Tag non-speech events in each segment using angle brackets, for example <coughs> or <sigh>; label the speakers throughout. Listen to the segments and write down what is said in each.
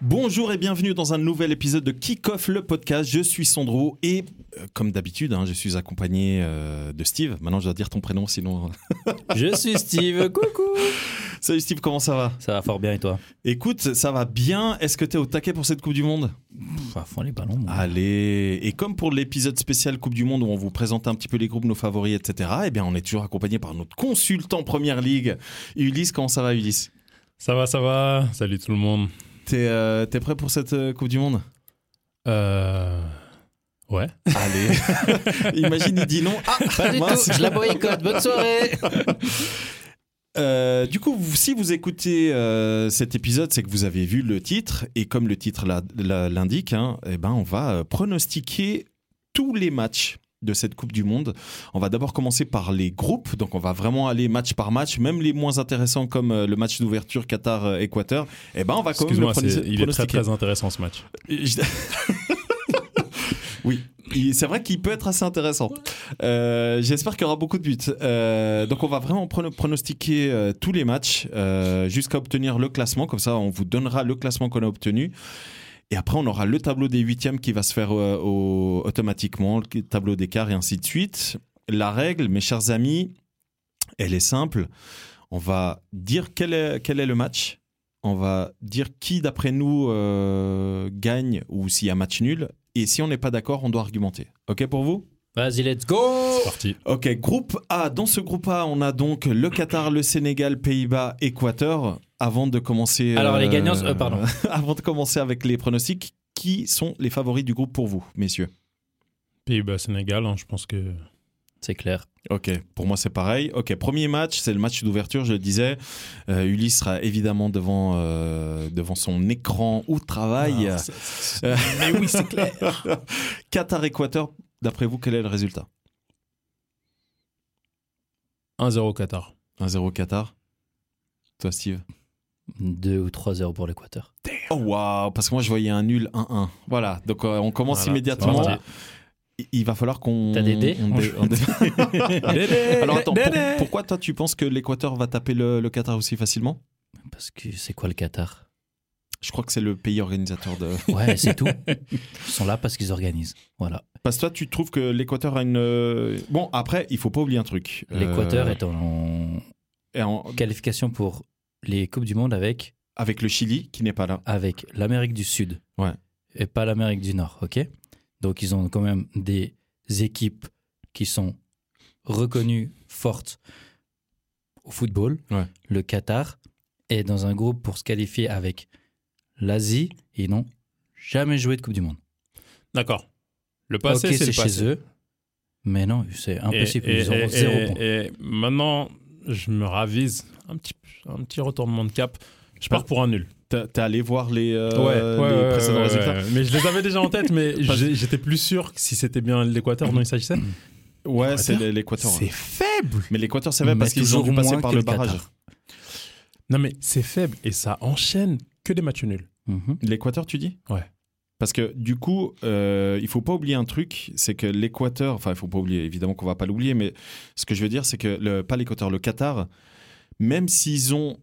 Speaker 1: Bonjour et bienvenue dans un nouvel épisode de Kick Off le podcast. Je suis Sandro et euh, comme d'habitude, hein, je suis accompagné euh, de Steve. Maintenant, je dois dire ton prénom, sinon. <laughs>
Speaker 2: Je suis Steve, coucou
Speaker 1: Salut Steve, comment ça va
Speaker 2: Ça va fort bien et toi
Speaker 1: Écoute, ça va bien. Est-ce que t'es au taquet pour cette Coupe du Monde
Speaker 2: Pff, À fond les ballons.
Speaker 3: Ah.
Speaker 2: moi.
Speaker 1: Allez, et comme pour l'épisode spécial Coupe du Monde où on vous présente un petit peu les groupes, nos favoris, etc. Eh bien, on est toujours accompagné par notre consultant Première Ligue, Ulysse. Comment ça va, Ulysse
Speaker 3: Ça va, ça va. Salut tout le monde.
Speaker 1: T'es euh, t'es prêt pour cette euh, Coupe du Monde
Speaker 3: Euh... Ouais.
Speaker 1: Allez, imagine il dit non. Ah,
Speaker 2: Pas du
Speaker 1: mince.
Speaker 2: tout, je la boycotte, bonne soirée
Speaker 1: Euh, du coup, vous- si vous écoutez euh, cet épisode, c'est que vous avez vu le titre et comme le titre la- la- l'indique, hein, eh ben on va euh, pronostiquer tous les matchs de cette Coupe du Monde. On va d'abord commencer par les groupes, donc on va vraiment aller match par match, même les moins intéressants comme euh, le match d'ouverture Qatar-Équateur. Eh ben on va quand même le
Speaker 3: Excuse-moi,
Speaker 1: pronos-
Speaker 3: c'est- il est très
Speaker 1: pronostiquer.
Speaker 3: très intéressant ce match.
Speaker 1: Je- oui, il- c'est vrai qu'il peut être assez intéressant. Euh, J'espère qu'il y aura beaucoup de buts. Euh, donc on va vraiment prono- pronostiquer euh, tous les matchs euh, jusqu'à obtenir le classement. Comme ça, on vous donnera le classement qu'on a obtenu. Et après, on aura le tableau des huitièmes qui va se faire euh, au- automatiquement, le tableau d'écart et ainsi de suite. La règle, mes chers amis, elle est simple. On va dire quel est, quel est le match. On va dire qui, d'après nous, euh, gagne ou s'il y a match nul. Et si on n'est pas d'accord, on doit argumenter. OK pour vous
Speaker 2: Vas-y, let's go
Speaker 3: C'est parti.
Speaker 1: Ok, groupe A. Dans ce groupe A, on a donc le Qatar, le Sénégal, Pays-Bas, Équateur. Avant de commencer.
Speaker 2: Alors, les gagnants, euh, pardon.
Speaker 1: <laughs> avant de commencer avec les pronostics, qui sont les favoris du groupe pour vous, messieurs
Speaker 3: Pays-Bas, Sénégal, hein, je pense que.
Speaker 2: C'est clair.
Speaker 1: Ok, pour moi c'est pareil. Ok, premier match, c'est le match d'ouverture, je le disais. Euh, Ulysse sera évidemment devant, euh, devant son écran au travail.
Speaker 3: Ah, c'est- c'est- <laughs> Mais oui, c'est clair.
Speaker 1: <laughs> Qatar-Équateur, d'après vous, quel est le résultat
Speaker 3: 1-0 Qatar.
Speaker 1: 1-0 Qatar Toi, Steve
Speaker 2: 2 ou 3 heures pour l'Équateur.
Speaker 1: Oh waouh, parce que moi je voyais un nul 1-1. Voilà, donc euh, on commence
Speaker 3: Voilà,
Speaker 1: immédiatement.
Speaker 3: c'est parti.
Speaker 1: Il- Il va falloir qu'on.
Speaker 2: T'as des dés
Speaker 1: on dé-
Speaker 2: <laughs>
Speaker 1: on dé- Alors attends, pour- pourquoi toi tu penses que l'Équateur va taper le, le Qatar aussi facilement
Speaker 2: Parce que c'est quoi le Qatar
Speaker 1: Je crois que c'est le pays organisateur de.
Speaker 2: Ouais, c'est
Speaker 1: <laughs>
Speaker 2: tout. Ils sont là parce qu'ils organisent. Voilà.
Speaker 1: Parce que toi, tu trouves que l'Équateur a une. euh, Bon, après, il faut pas oublier un truc.
Speaker 2: L'Équateur
Speaker 1: Euh,
Speaker 2: est en
Speaker 1: et en-
Speaker 2: qualification pour les Coupes du Monde avec,
Speaker 1: avec le Chili qui n'est pas là.
Speaker 2: avec l'Amérique du Sud.
Speaker 1: Ouais.
Speaker 2: Et pas l'Amérique du Nord, ok Donc, ils ont quand même des équipes qui sont reconnues, fortes au football.
Speaker 1: Ouais.
Speaker 2: Le Qatar est dans un groupe pour se qualifier avec l'Asie. Ils n'ont jamais joué de Coupe du Monde.
Speaker 3: D'accord. Le
Speaker 2: Ok,
Speaker 3: passé, c'est le
Speaker 2: c'est
Speaker 3: passé.
Speaker 2: chez eux. Mais non, c'est
Speaker 3: Et-
Speaker 2: impossible.
Speaker 3: et-
Speaker 2: ils auront
Speaker 3: et- et-
Speaker 2: zéro point.
Speaker 3: Et maintenant, je me ravise. Un petit, un petit retournement de cap. Je pars pour un nul.
Speaker 1: T'as- T'es allé voir les, euh,
Speaker 3: Ah. Euh,
Speaker 1: les
Speaker 3: les
Speaker 1: précédents
Speaker 3: précédents
Speaker 1: résultats
Speaker 3: résultats. Mais je les avais déjà en tête, <laughs> mais j'ai- j'étais plus sûr que si c'était bien l'Équateur dont il s'agissait.
Speaker 1: Ouais, c'est
Speaker 3: L'Équateur
Speaker 1: l'Équateur. ouais.
Speaker 3: faible.
Speaker 1: Mais l'Équateur, c'est vrai,
Speaker 2: Mais
Speaker 1: parce qu'ils ont
Speaker 2: toujours
Speaker 1: dû passer
Speaker 2: moins
Speaker 1: par
Speaker 2: que
Speaker 1: le
Speaker 2: Qatar.
Speaker 1: barrage.
Speaker 3: Non, mais c'est faible et ça enchaîne que des matchs nuls.
Speaker 2: Mhm.
Speaker 1: L'Équateur, tu dis
Speaker 3: Ouais.
Speaker 1: Parce que du coup, euh, il faut pas oublier un truc, c'est que l'Équateur, enfin, il faut pas oublier, évidemment qu'on va pas l'oublier, mais ce que je veux dire, c'est que le, pas l'Équateur, le Qatar, même s'ils ont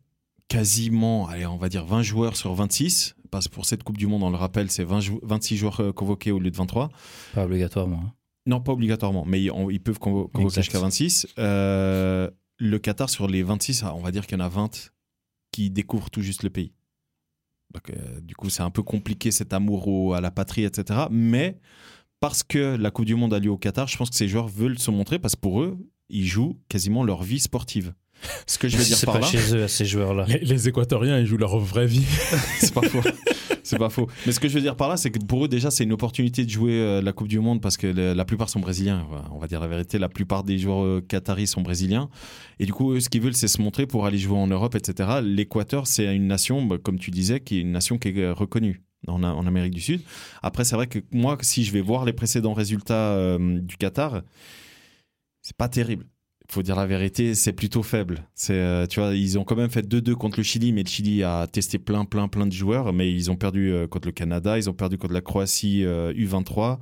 Speaker 1: quasiment, allez, on va dire 20 joueurs sur 26, parce que pour cette Coupe du Monde, on le rappelle, c'est 20 jou- 26 joueurs euh, convoqués au lieu de 23.
Speaker 2: Pas obligatoirement. hein.
Speaker 1: Non, pas obligatoirement, mais ils, on- ils peuvent convo- convoquer
Speaker 2: Exact.
Speaker 1: jusqu'à 26. Euh, le Qatar, sur les 26, ah, on va dire qu'il y en a 20 qui découvrent tout juste le pays. Donc, euh, du coup, c'est un peu compliqué cet amour au- à la patrie, etc. Mais parce que la Coupe du Monde a lieu au Qatar, je pense que ces joueurs veulent se montrer parce que pour eux, ils jouent quasiment leur vie sportive. Ce que je
Speaker 2: <laughs>
Speaker 1: veux dire
Speaker 2: C'est
Speaker 1: par
Speaker 2: pas
Speaker 1: là,
Speaker 2: chez eux, à ces joueurs-là.
Speaker 3: Les, les Équatoriens, ils jouent leur vraie vie.
Speaker 1: <laughs> c'est pas faux. C'est pas faux. Mais ce que je veux dire par là, c'est que pour eux, déjà, c'est une opportunité de jouer euh, la Coupe du Monde parce que le- la plupart sont brésiliens. Voilà, On va dire la vérité. La plupart des joueurs euh, qataris sont brésiliens. Et du coup, eux, ce qu'ils veulent, c'est se montrer pour aller jouer en Europe, etc. L'Équateur, c'est une nation, bah, comme tu disais, qui est une nation qui est euh, reconnue. En, en Amérique du Sud. Après, c'est vrai que moi, si je vais voir les précédents résultats euh, du Qatar, c'est pas terrible. Faut dire la vérité, c'est plutôt faible. C'est, euh, tu vois, ils ont quand même fait 2-2 contre le Chili, mais le Chili a testé plein, plein, plein de joueurs, mais ils ont perdu euh, contre le Canada, ils ont perdu contre la Croatie euh, U23.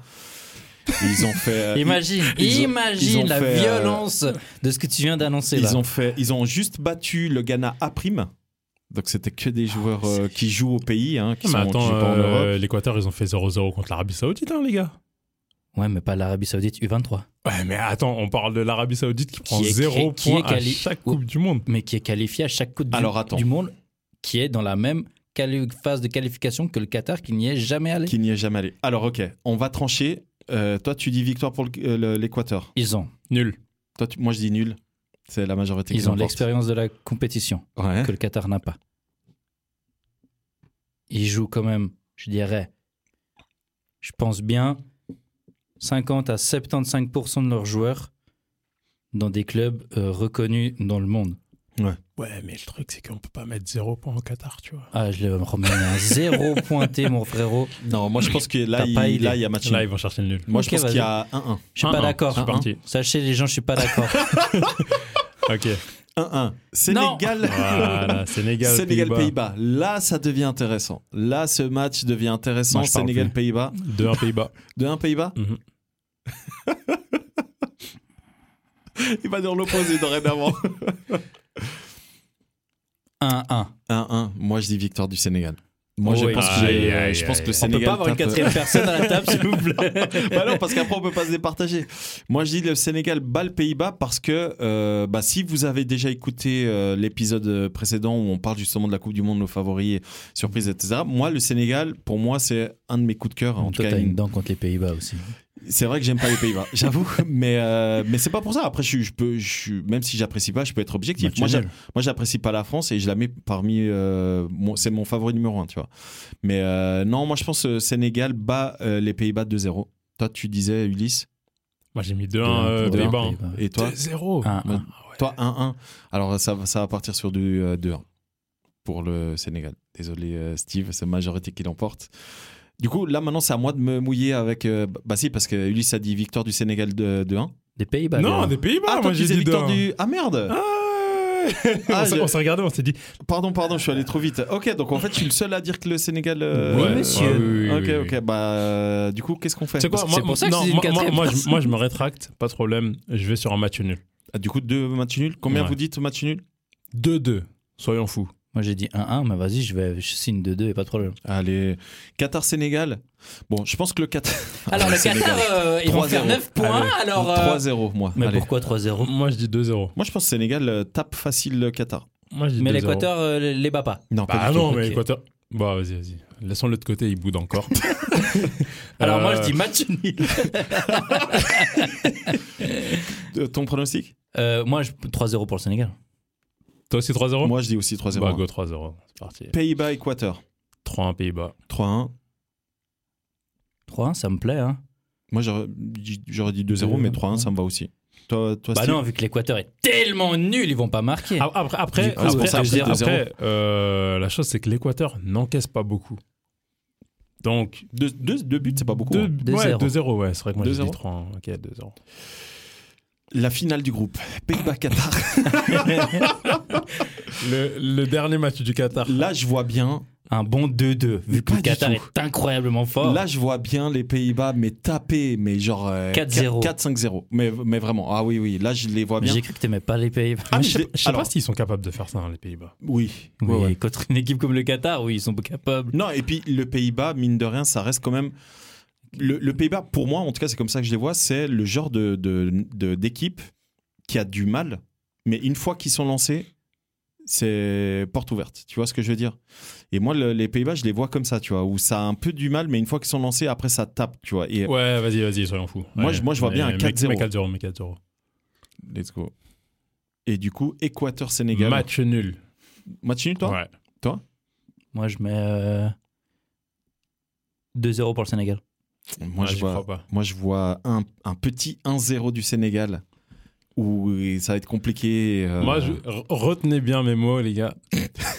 Speaker 1: Ils ont fait. euh,
Speaker 2: <laughs> Imagine,
Speaker 1: ils ont-
Speaker 2: imagine
Speaker 1: ils ont
Speaker 2: la
Speaker 1: fait, euh,
Speaker 2: violence de ce que tu viens d'annoncer
Speaker 1: ils,
Speaker 2: là.
Speaker 1: ils ont fait. Ils ont juste battu le Ghana A prime Donc c'était que des joueurs euh, qui jouent au pays, hein, qui
Speaker 3: mais
Speaker 1: sont qui
Speaker 3: attends,
Speaker 1: jouent pas en
Speaker 3: euh,
Speaker 1: Europe.
Speaker 3: l'Équateur, ils ont fait 0-0 contre l'Arabie Saoudite, hein, les gars.
Speaker 2: Ouais, mais pas l'Arabie Saoudite U23,
Speaker 3: Ouais, mais attends, on parle de l'Arabie Saoudite qui prend
Speaker 2: est-
Speaker 3: 0
Speaker 2: qui est
Speaker 3: points à
Speaker 2: quali-
Speaker 3: chaque Coupe du Monde.
Speaker 2: mais qui est qualifié à chaque coup du,
Speaker 1: Alors, attends.
Speaker 2: du monde, qui est dans la même quali- phase de qualification que le Qatar, qui n'y est jamais allé.
Speaker 1: qui n'y est jamais allé. Alors, ok, on va trancher. Euh, toi, tu dis victoire pour le- euh, le- l'Équateur.
Speaker 2: Ils ont,
Speaker 3: Nul.
Speaker 1: Toi, tu- moi, je dis nul. C'est la majorité qui
Speaker 2: ils ont
Speaker 1: l'emporte.
Speaker 2: l'expérience de la compétition
Speaker 1: Ouais.
Speaker 2: <laughs> que le Qatar n'a pas. Ils jouent quand même, je dirais, je pense bien, 50 à 75% de leurs joueurs dans des clubs euh, reconnus dans le monde.
Speaker 3: Ouais, mais le truc, c'est qu'on peut pas mettre 0 points au Qatar, tu vois.
Speaker 2: Ah, je le remets <laughs> à zéro pointé, mon frérot.
Speaker 1: Non, moi, je pense que là,
Speaker 2: T'as
Speaker 1: il,
Speaker 2: pas idée.
Speaker 1: là, il y a match.
Speaker 3: Là,
Speaker 1: nul.
Speaker 3: ils vont chercher le nul. Hein,
Speaker 1: Moi,
Speaker 2: Ok,
Speaker 1: je pense
Speaker 2: vas-y.
Speaker 1: qu'il y a 1-1.
Speaker 2: Je suis pas
Speaker 3: 1-1,
Speaker 2: d'accord. hein,
Speaker 3: C'est parti.
Speaker 2: Sachez les gens, je suis pas <laughs> d'accord.
Speaker 3: Ok.
Speaker 1: 1-1. Sénégal.
Speaker 3: Voilà,
Speaker 1: <laughs>
Speaker 3: Sénégal.
Speaker 1: Sénégal
Speaker 3: Pays-Bas.
Speaker 1: Pays-Bas. Là, ça devient intéressant. Là, ce match devient intéressant.
Speaker 3: Moi, je parle
Speaker 1: Sénégal Pays-Bas.
Speaker 3: 2-1 Pays-Bas.
Speaker 1: De 1 Pays-Bas.
Speaker 3: Mhm.
Speaker 1: <laughs> Il va dire l'opposé <laughs> dorénavant.
Speaker 2: 1-1.
Speaker 1: 1-1. Moi, je dis victoire du Sénégal. Moi, je
Speaker 2: Oui.
Speaker 1: pense que,
Speaker 3: Aïe, aïe,
Speaker 1: je pense que le
Speaker 3: aïe.
Speaker 2: On peut
Speaker 1: Sénégal.
Speaker 2: pas avoir une
Speaker 1: tape- euh,
Speaker 2: quatrième personne à la table, s'il vous plaît.
Speaker 1: <laughs> bah non, parce qu'après, on peut pas se départager. Moi, je dis le Sénégal bat le Pays-Bas parce que euh, bah, si vous avez déjà écouté euh, l'épisode précédent où on parle justement de la Coupe du Monde, nos favoris, surprises, etc., moi, le Sénégal, pour moi, c'est un de mes coups de cœur. En tout
Speaker 2: Toi,
Speaker 1: cas,
Speaker 2: t'as
Speaker 1: une-
Speaker 2: une dent contre les Pays-Bas aussi.
Speaker 1: c'est vrai que j'aime pas les Pays-Bas, <laughs> j'avoue, mais, euh, mais c'est pas pour ça. Après, je, suis- je peux, je, suis- même si j'apprécie pas, je peux être objectif.
Speaker 2: Match
Speaker 1: Moi, j'a-
Speaker 2: nul.
Speaker 1: moi, j'apprécie pas la France et je la mets parmi. euh, mon- c'est mon favori numéro un, tu vois. Mais euh, non, moi, je pense que Sénégal bat euh, les Pays-Bas 2-0. Toi, tu disais, Ulysse,
Speaker 3: Moi, j'ai mis 2-1
Speaker 2: Deux,
Speaker 3: euh,
Speaker 2: deux,
Speaker 3: Pays-Bas. hein.
Speaker 1: et toi
Speaker 3: 2-0.
Speaker 2: Un, un.
Speaker 3: Ah ouais.
Speaker 1: Toi, 1-1. Alors, ça, va- ça va partir sur du euh, 2-1 pour le Sénégal. Désolé, euh, Steve, c'est majorité qui l'emporte. Du coup, là, maintenant, c'est à moi de me mouiller avec. euh, bah, si, parce que Ulysse a dit victoire du Sénégal de 2-1.
Speaker 2: Des Pays-Bas.
Speaker 3: non,
Speaker 2: gars.
Speaker 3: des Pays-Bas.
Speaker 1: Ah, toi,
Speaker 3: moi,
Speaker 1: tu
Speaker 3: j'ai
Speaker 1: disais
Speaker 3: dit
Speaker 1: victoire
Speaker 3: 2-1.
Speaker 1: du. Ah merde
Speaker 3: Ah ouais.
Speaker 1: Ah,
Speaker 3: on s'est-
Speaker 1: je-
Speaker 3: on s'est regardé, on s'est dit.
Speaker 1: Pardon, pardon, je suis allé trop vite. Ok, donc en fait, je suis le seul à dire que le Sénégal. euh,
Speaker 2: Oui, monsieur.
Speaker 3: oui, oui,
Speaker 1: ok,
Speaker 3: oui, oui.
Speaker 1: ok. Bah, euh, du coup, qu'est-ce qu'on fait
Speaker 3: C'est quoi
Speaker 2: C'est
Speaker 3: moi,
Speaker 2: pour ça que
Speaker 3: non,
Speaker 2: c'est une
Speaker 3: moi, moi,
Speaker 2: quatrième
Speaker 3: moi, je,
Speaker 2: personne.
Speaker 3: moi, je me rétracte, pas de problème. Je vais sur un match nul.
Speaker 1: Ah, Du coup, deux matchs nuls. Combien
Speaker 3: Ouais.
Speaker 1: vous dites match nul
Speaker 3: 2-2. Soyons fous.
Speaker 2: Moi, j'ai dit 1-1, mais vas-y, je, vais, je signe 2-2 et pas de problème.
Speaker 1: Allez, Qatar-Sénégal. Bon, je pense que le Qatar.
Speaker 2: Alors,
Speaker 1: Ah,
Speaker 2: le
Speaker 1: Sénégal.
Speaker 2: Qatar, euh, ils vont
Speaker 1: 3-0.
Speaker 2: faire 9 points.
Speaker 1: <laughs>
Speaker 3: Allez.
Speaker 2: Alors, euh,
Speaker 1: 3-0, moi.
Speaker 2: Mais
Speaker 1: Allez.
Speaker 2: pourquoi 3-0
Speaker 3: Moi, je dis 2-0.
Speaker 1: Moi, je pense que Sénégal euh, tape facile le Qatar.
Speaker 3: Moi, je dis
Speaker 2: Mais
Speaker 3: 2-0.
Speaker 2: l'Équateur euh, les bat pas.
Speaker 1: Non,
Speaker 3: Bah non, mais
Speaker 2: Ok.
Speaker 3: l'Équateur. Bah, vas-y, vas-y. Laissons-le de côté, il boude
Speaker 2: <laughs>
Speaker 3: encore.
Speaker 2: Alors,
Speaker 3: Euh,
Speaker 2: moi, je dis match nul.
Speaker 1: <laughs> Ton pronostic
Speaker 2: Euh, moi, je- 3-0 pour le Sénégal.
Speaker 3: Euh, Toi aussi 3-0
Speaker 1: Moi, je dis aussi 3-0.
Speaker 3: Bah, go 3-0. C'est parti.
Speaker 1: Pays-Bas, Équateur.
Speaker 3: 3-1 Pays-Bas.
Speaker 1: 3-1.
Speaker 2: 3-1, ça me plaît. Hein.
Speaker 1: Moi, j'aurais dit j'aurais dit 2-0, mais 3-1, ça me va aussi. Toi, toi
Speaker 2: Bah
Speaker 1: Steve
Speaker 2: non, vu que l'Équateur est tellement nul, ils vont pas marquer.
Speaker 3: Ah, Après, après,
Speaker 2: Du coup,
Speaker 3: après,
Speaker 2: c'est pour ça que je dis
Speaker 3: après,
Speaker 1: 2-0.
Speaker 3: après, euh, la chose, c'est que l'Équateur n'encaisse pas beaucoup. Donc.
Speaker 1: deux, deux- deux buts, c'est pas beaucoup.
Speaker 3: 2
Speaker 1: hein.
Speaker 3: ouais,
Speaker 2: 2-0.
Speaker 3: 2-0, ouais. C'est vrai que moi, j'ai
Speaker 1: 2-0.
Speaker 3: dit 3 Ok, 2-0.
Speaker 1: La finale du groupe. Pays-Bas-Qatar.
Speaker 3: Le, le dernier match du Qatar.
Speaker 1: Là, je vois bien.
Speaker 2: <laughs> Un bon 2-2,
Speaker 1: Mais
Speaker 2: vu que
Speaker 1: pas
Speaker 2: le
Speaker 1: du
Speaker 2: Qatar
Speaker 1: tout.
Speaker 2: est incroyablement fort.
Speaker 1: Là, je vois bien les Pays-Bas, mais taper, mais genre. euh,
Speaker 2: 4-0.
Speaker 1: 4-5-0. Mais, mais vraiment. Ah oui, oui. Là, je les vois
Speaker 2: Mais
Speaker 1: bien.
Speaker 2: J'ai cru que t'aimais pas les Pays-Bas.
Speaker 1: Ah,
Speaker 3: Mais
Speaker 1: je
Speaker 3: je sais,
Speaker 1: l'ai-
Speaker 3: pas- je sais
Speaker 1: alors-
Speaker 3: pas s'ils sont capables de faire ça, hein, les Pays-Bas.
Speaker 1: Oui.
Speaker 2: <laughs> Oui,
Speaker 1: ouais, ouais.
Speaker 2: contre une équipe comme le Qatar, oui, ils sont capables.
Speaker 1: Non, et puis le Pays-Bas, mine de rien, ça reste quand même. Le, le Pays-Bas, pour moi, en tout cas, c'est comme ça que je les vois, c'est le genre de, de- de- d'équipe qui a du mal, mais une fois qu'ils sont lancés, c'est porte ouverte. Tu vois ce que je veux dire Et moi, le- les Pays-Bas, je les vois comme ça, tu vois, où ça a un peu du mal, mais une fois qu'ils sont lancés, après, ça tape, tu vois. Et
Speaker 3: Ouais, vas-y, vas-y, soyons fous.
Speaker 1: Moi,
Speaker 3: Ouais.
Speaker 1: je- moi, je vois bien un
Speaker 3: Mais- mais-
Speaker 1: 4-0.
Speaker 3: mais 4-0, mais 4-0.
Speaker 1: let's go. Et du coup, Équateur-Sénégal.
Speaker 3: Match nul.
Speaker 1: Match nul, toi
Speaker 3: ouais.
Speaker 2: Moi, je mets euh, 2-0 pour le Sénégal.
Speaker 1: Moi,
Speaker 3: Ouais,
Speaker 1: je
Speaker 3: j'y
Speaker 1: vois,
Speaker 3: crois pas.
Speaker 1: Moi, je vois un, un petit 1-0 du Sénégal où ça va être compliqué. euh,
Speaker 3: Moi, je- re- retenez bien mes mots,
Speaker 1: <laughs>
Speaker 3: les gars.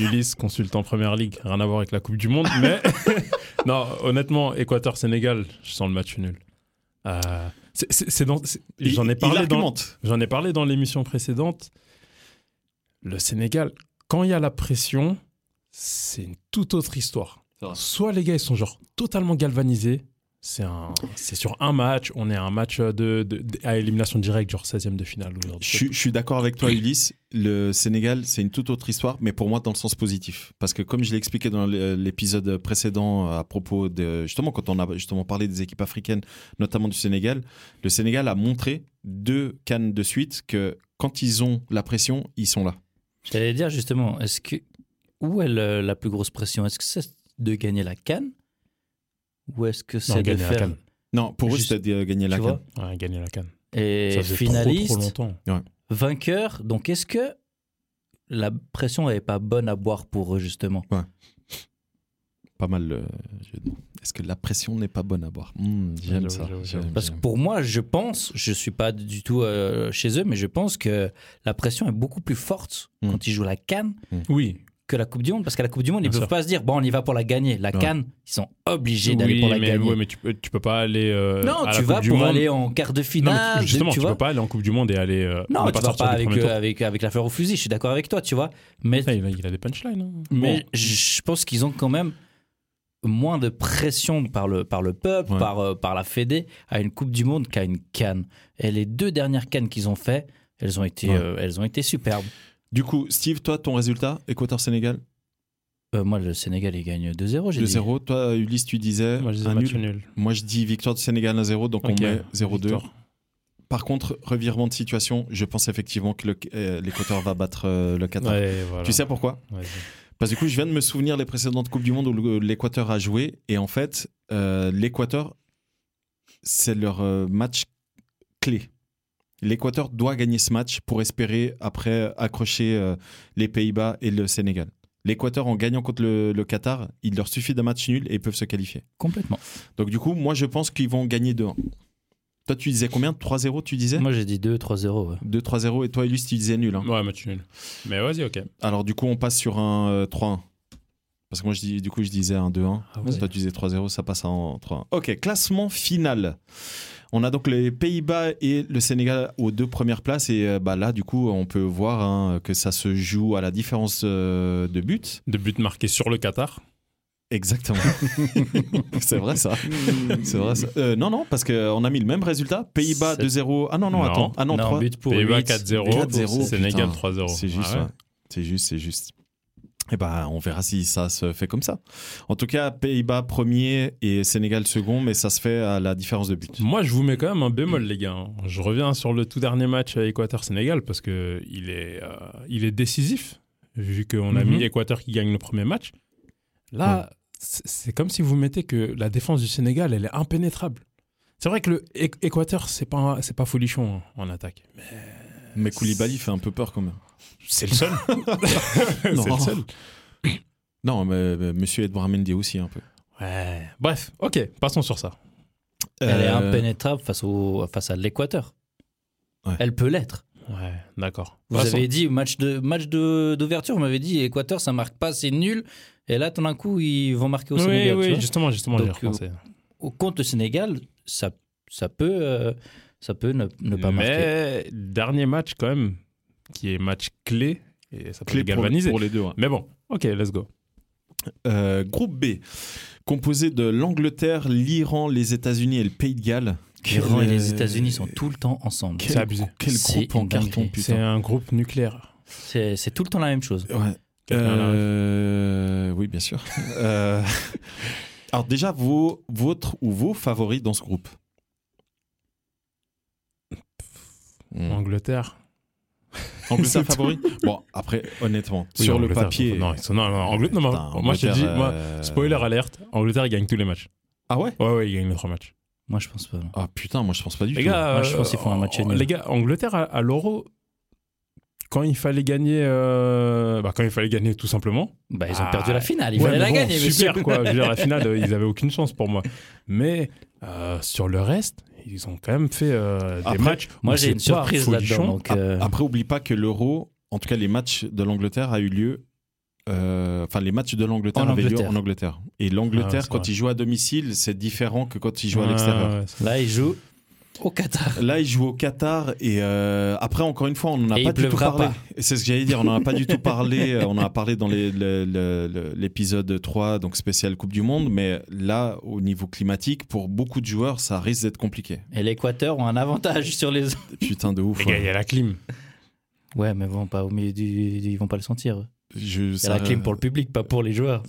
Speaker 3: Ulysse, consultant Première Ligue, rien à voir avec la Coupe du Monde, mais <laughs> non, honnêtement, Équateur-Sénégal, je sens le match nul. Euh, c'est- c'est- c'est dans- c'est-
Speaker 1: il-
Speaker 3: J'en ai parlé
Speaker 1: il
Speaker 3: dans,
Speaker 1: argumente.
Speaker 3: j'en ai parlé dans l'émission précédente. Le Sénégal, quand il y a la pression, c'est une toute autre histoire. Soit les gars, ils sont genre totalement galvanisés, C'est un- c'est sur un match. On est à un match de, de- de- à élimination directe, genre 16e de finale. ou genre de-
Speaker 1: Je, suis- je suis d'accord avec
Speaker 3: <laughs>
Speaker 1: toi, Ulysse. Le Sénégal, c'est une toute autre histoire, mais pour moi, dans le sens positif. Parce que, comme je l'ai expliqué dans l'é- l'épisode précédent, euh, à propos de. Justement, quand on a justement parlé des équipes africaines, notamment du Sénégal, le Sénégal a montré deux cannes de suite que quand ils ont la pression, ils sont là.
Speaker 2: J'allais dire justement, est-ce que où est le- la plus grosse pression Est-ce que c'est de gagner la canne ou est-ce que c'est de
Speaker 3: gagner la
Speaker 2: faire
Speaker 3: CAN.
Speaker 1: Non, pour
Speaker 2: Juste-
Speaker 1: eux, c'était de gagner la
Speaker 2: tu
Speaker 1: canne.
Speaker 2: vois
Speaker 3: Ouais, gagner la canne.
Speaker 2: et
Speaker 3: Ça faisait trop,
Speaker 2: finaliste,
Speaker 3: trop longtemps.
Speaker 2: vainqueur Donc est-ce que la pression n'est pas bonne à boire pour eux justement
Speaker 1: Pas mal. euh, je- Est-ce que la pression n'est pas bonne à boire Hmm, J'aime
Speaker 3: J'avoue,
Speaker 1: ça.
Speaker 3: j'avoue,
Speaker 1: j'aime,
Speaker 3: j'avoue.
Speaker 2: Parce que
Speaker 1: j'aime.
Speaker 2: pour moi, je pense, je suis pas du tout euh, chez eux, mais je pense que la pression est beaucoup plus forte
Speaker 1: Mm.
Speaker 2: quand ils jouent la canne
Speaker 3: Oui,
Speaker 2: que la Coupe du Monde, parce qu'à la Coupe du Monde, ils
Speaker 3: Bien
Speaker 2: peuvent
Speaker 3: sûr.
Speaker 2: pas se dire bon, on y va pour la gagner. La
Speaker 1: Ouais.
Speaker 2: canne, ils sont obligés
Speaker 3: Oui,
Speaker 2: d'aller pour la
Speaker 3: mais,
Speaker 2: gagner.
Speaker 3: ouais, mais tu, peux- tu peux pas aller. euh,
Speaker 2: non,
Speaker 3: à la
Speaker 2: tu vas
Speaker 3: Coupe du
Speaker 2: pour
Speaker 3: Monde.
Speaker 2: aller en quart de
Speaker 3: Non, mais
Speaker 2: finale.
Speaker 3: tu- justement,
Speaker 2: tu,
Speaker 3: tu,
Speaker 2: vois.
Speaker 3: peux pas aller en Coupe du Monde et aller. euh,
Speaker 2: Non,
Speaker 3: ne
Speaker 2: tu vas
Speaker 3: sortir
Speaker 2: pas
Speaker 3: du
Speaker 2: avec,
Speaker 3: premier tour.
Speaker 2: euh, avec, avec la fleur au fusil, je suis d'accord avec toi, tu vois. Mais,
Speaker 3: Ah, il, a, il a des punchlines. hein.
Speaker 2: mais je pense qu'ils ont quand même moins de pression par le, par le peuple,
Speaker 1: Ouais.
Speaker 2: par, euh, par la Fédé, à une Coupe du Monde qu'à une canne. Et les deux dernières cannes qu'ils ont fait, elles ont été,
Speaker 1: Ouais.
Speaker 2: euh, elles ont été superbes.
Speaker 1: Du coup, Steve, toi, ton résultat, Équateur-Sénégal
Speaker 2: Euh, moi, le Sénégal, il gagne 2-0, j'ai dit.
Speaker 1: 2-0. Toi, Ulysse, tu disais.
Speaker 3: Bon, moi, je disais
Speaker 1: un
Speaker 3: match
Speaker 1: nul.
Speaker 3: nul.
Speaker 1: Moi, je dis victoire du Sénégal 1-0, donc
Speaker 3: Ok,
Speaker 1: on met 0-2.
Speaker 3: victoire.
Speaker 1: Par contre, revirement de situation, je pense effectivement que le- euh, l'Équateur va battre euh, le Qatar.
Speaker 3: Ouais, voilà.
Speaker 1: Tu sais pourquoi
Speaker 3: Ouais, ouais.
Speaker 1: Parce que du coup, je viens de me souvenir les précédentes Coupes du Monde où le- l'Équateur a joué, et en fait, euh, l'Équateur, c'est leur euh, match clé. L'Équateur doit gagner ce match pour espérer après accrocher euh, les Pays-Bas et le Sénégal. L'Équateur, en gagnant contre le, le Qatar, il leur suffit d'un match nul et ils peuvent se qualifier.
Speaker 2: Complètement.
Speaker 1: Donc du coup, moi je pense qu'ils vont gagner 2-1. Toi tu disais combien 3-0 tu disais
Speaker 2: Moi, j'ai dit 2-3-0. ouais.
Speaker 1: 2-3-0 et toi Elus tu disais nul. hein.
Speaker 3: Ouais, match nul. Mais vas-y, ok.
Speaker 1: Alors du coup on passe sur un euh, 3-1. Parce que moi je dis, du coup je disais un 2-1.
Speaker 3: Ah ouais.
Speaker 1: Toi tu disais 3-0, ça passe en 3-1. Ok, classement final. On a donc les Pays-Bas et le Sénégal aux deux premières places et euh, bah, là du coup on peut voir hein, que ça se joue à la différence euh, de but.
Speaker 3: De but marqué sur le Qatar.
Speaker 1: Exactement. C'est vrai ça. C'est vrai ça. Euh, non non parce qu'on a mis le même résultat. Pays-Bas
Speaker 2: C'est-
Speaker 1: 2-0. Ah non non,
Speaker 3: Non.
Speaker 1: attends. Ah non, 3.
Speaker 2: but pour
Speaker 3: Pays-Bas
Speaker 2: huit.
Speaker 3: 4-0.
Speaker 1: 4-0,
Speaker 3: Sénégal
Speaker 1: putain.
Speaker 3: 3-0.
Speaker 1: C'est juste,
Speaker 3: Ah ouais.
Speaker 1: ouais. c'est juste, c'est juste. Et ben, on verra si ça se fait comme ça. En tout cas, Pays-Bas premier et Sénégal second, mais ça se fait à la différence de but.
Speaker 3: Moi, je vous mets quand même un bémol, les gars. hein. Je reviens sur le tout dernier match à Équateur-Sénégal parce que il est, euh, il est décisif, vu qu'on a
Speaker 2: Mhm.
Speaker 3: mis Équateur qui gagne le premier match. Là, c'est- c'est comme si vous mettez que la défense du Sénégal, elle est impénétrable. C'est vrai que le Équ- Équateur, c'est pas, un- c'est pas folichon hein, en attaque. Mais
Speaker 1: Mais Koulibaly fait un peu peur quand
Speaker 3: <laughs>
Speaker 1: même.
Speaker 3: C'est le seul. c'est
Speaker 1: Non.
Speaker 3: le seul.
Speaker 1: <coughs> Non, mais, mais Monsieur Edouard Mendy aussi un peu.
Speaker 3: Ouais. Bref, ok, passons sur ça.
Speaker 2: Elle est
Speaker 1: Euh,
Speaker 2: impénétrable face, au, face à l'Équateur.
Speaker 1: Ouais.
Speaker 2: Elle peut l'être.
Speaker 3: Ouais, d'accord.
Speaker 2: Vous
Speaker 3: Passons.
Speaker 2: avez dit match de match de- d'ouverture, vous m'avez dit Équateur ça marque pas, c'est nul. Et là, tout d'un coup, ils vont marquer au
Speaker 3: Oui,
Speaker 2: Sénégal. tu
Speaker 3: oui,
Speaker 2: vois.
Speaker 3: justement, justement, j'y
Speaker 2: Donc, euh,
Speaker 3: repensais.
Speaker 2: Au compte le Sénégal, ça ça peut euh, ça peut ne, ne pas marquer.
Speaker 3: Mais dernier match quand même, qui est match clé, et ça peut
Speaker 1: Clé
Speaker 3: les
Speaker 1: pour,
Speaker 3: galvaniser.
Speaker 1: pour les deux. ouais.
Speaker 3: Mais bon, ok, let's go.
Speaker 1: Euh, groupe B, composé de l'Angleterre, l'Iran, les États-Unis et le Pays de Galles.
Speaker 2: L'Iran et
Speaker 1: Quel,
Speaker 2: les
Speaker 1: euh,
Speaker 2: États-Unis sont tout le temps ensemble.
Speaker 1: Quel,
Speaker 3: C'est abusé.
Speaker 1: quel
Speaker 2: C'est
Speaker 1: groupe en
Speaker 2: une
Speaker 1: carton,
Speaker 2: dinguerie.
Speaker 1: putain.
Speaker 3: C'est un groupe nucléaire.
Speaker 2: C'est c'est tout le temps la même chose.
Speaker 1: Ouais.
Speaker 3: Quelqu'un l'a ref.
Speaker 1: Euh, oui, bien
Speaker 3: <laughs>
Speaker 1: sûr. Euh, Alors déjà, vos, votre ou vos favoris dans ce groupe
Speaker 2: Hmm.
Speaker 1: Angleterre <laughs>
Speaker 3: Angleterre.
Speaker 1: Angleterre
Speaker 3: C'est
Speaker 1: favori Hmm. Bon, après, honnêtement,
Speaker 3: Oui,
Speaker 1: sur le
Speaker 3: Angleterre,
Speaker 1: papier...
Speaker 3: Non, ils sont- non, non, Angleterre, non,
Speaker 1: Putain,
Speaker 3: moi je te dis,
Speaker 1: Angleterre,
Speaker 3: moi,
Speaker 1: euh,
Speaker 3: spoiler alerte, Angleterre gagne tous les matchs.
Speaker 1: Ah ouais
Speaker 3: Ouais, ouais, ils gagnent les trois matchs.
Speaker 2: Moi, je pense pas. non.
Speaker 1: Ah putain, moi je pense pas du
Speaker 3: Les
Speaker 1: tout.
Speaker 3: gars,
Speaker 2: Moi, je
Speaker 3: euh,
Speaker 2: pense qu'ils font un match
Speaker 3: euh,
Speaker 2: nul.
Speaker 3: Les gars, Angleterre à, à l'Euro, quand il fallait gagner, euh, bah, quand il fallait gagner tout simplement,
Speaker 2: Bah, ils ont
Speaker 3: Ah,
Speaker 2: perdu la finale, il
Speaker 3: Ouais,
Speaker 2: fallait
Speaker 3: mais
Speaker 2: la
Speaker 3: bon,
Speaker 2: gagner.
Speaker 3: Super
Speaker 2: messieurs.
Speaker 3: quoi. Je veux dire, la
Speaker 2: <laughs>
Speaker 3: finale, euh, ils avaient aucune chance pour moi. Mais euh, sur le reste, ils ont quand même fait euh, des
Speaker 1: Après,
Speaker 3: matchs.
Speaker 2: Moi,
Speaker 3: où
Speaker 2: j'ai une
Speaker 3: c'est pas
Speaker 2: surprise
Speaker 3: folichon.
Speaker 2: là-dedans. donc,
Speaker 1: Ap-
Speaker 3: Ah,
Speaker 2: euh,
Speaker 1: Après, oublie pas que l'Euro, en tout cas les matchs de l'Angleterre, a eu lieu. euh, Enfin, les matchs de l'Angleterre
Speaker 2: En
Speaker 1: avaient lieu
Speaker 2: Angleterre.
Speaker 1: en Angleterre. Et l'Angleterre,
Speaker 3: Ah, c'est
Speaker 1: quand
Speaker 3: vrai.
Speaker 1: ils jouent à domicile, c'est différent que quand ils jouent à
Speaker 3: Ouais,
Speaker 1: l'extérieur.
Speaker 3: ouais, c'est-
Speaker 2: Là, ils jouent Au Qatar.
Speaker 1: Là, il joue au Qatar et euh, après, encore une fois, on n'en a
Speaker 2: Et
Speaker 1: pas
Speaker 2: il
Speaker 1: du tout
Speaker 2: pleuvra
Speaker 1: parlé.
Speaker 2: pas.
Speaker 1: C'est ce que j'allais dire, on n'en a pas du
Speaker 2: <laughs>
Speaker 1: tout parlé. euh, On en a parlé dans les- le- le- le- l'épisode 3, donc spécial Coupe du Monde. Mais là, au niveau climatique, pour beaucoup de joueurs, ça risque d'être compliqué.
Speaker 2: Et l'Équateur ont un avantage <laughs> sur les autres.
Speaker 1: Putain de ouf.
Speaker 3: Les gars,
Speaker 1: ouais.
Speaker 3: il y a la clim.
Speaker 2: Ouais, mais bon, pas au milieu du, du- ils vont pas le sentir. eux.
Speaker 1: Je-
Speaker 2: C'est
Speaker 1: ça-
Speaker 2: la
Speaker 3: euh,
Speaker 2: clim pour le public, pas pour les joueurs.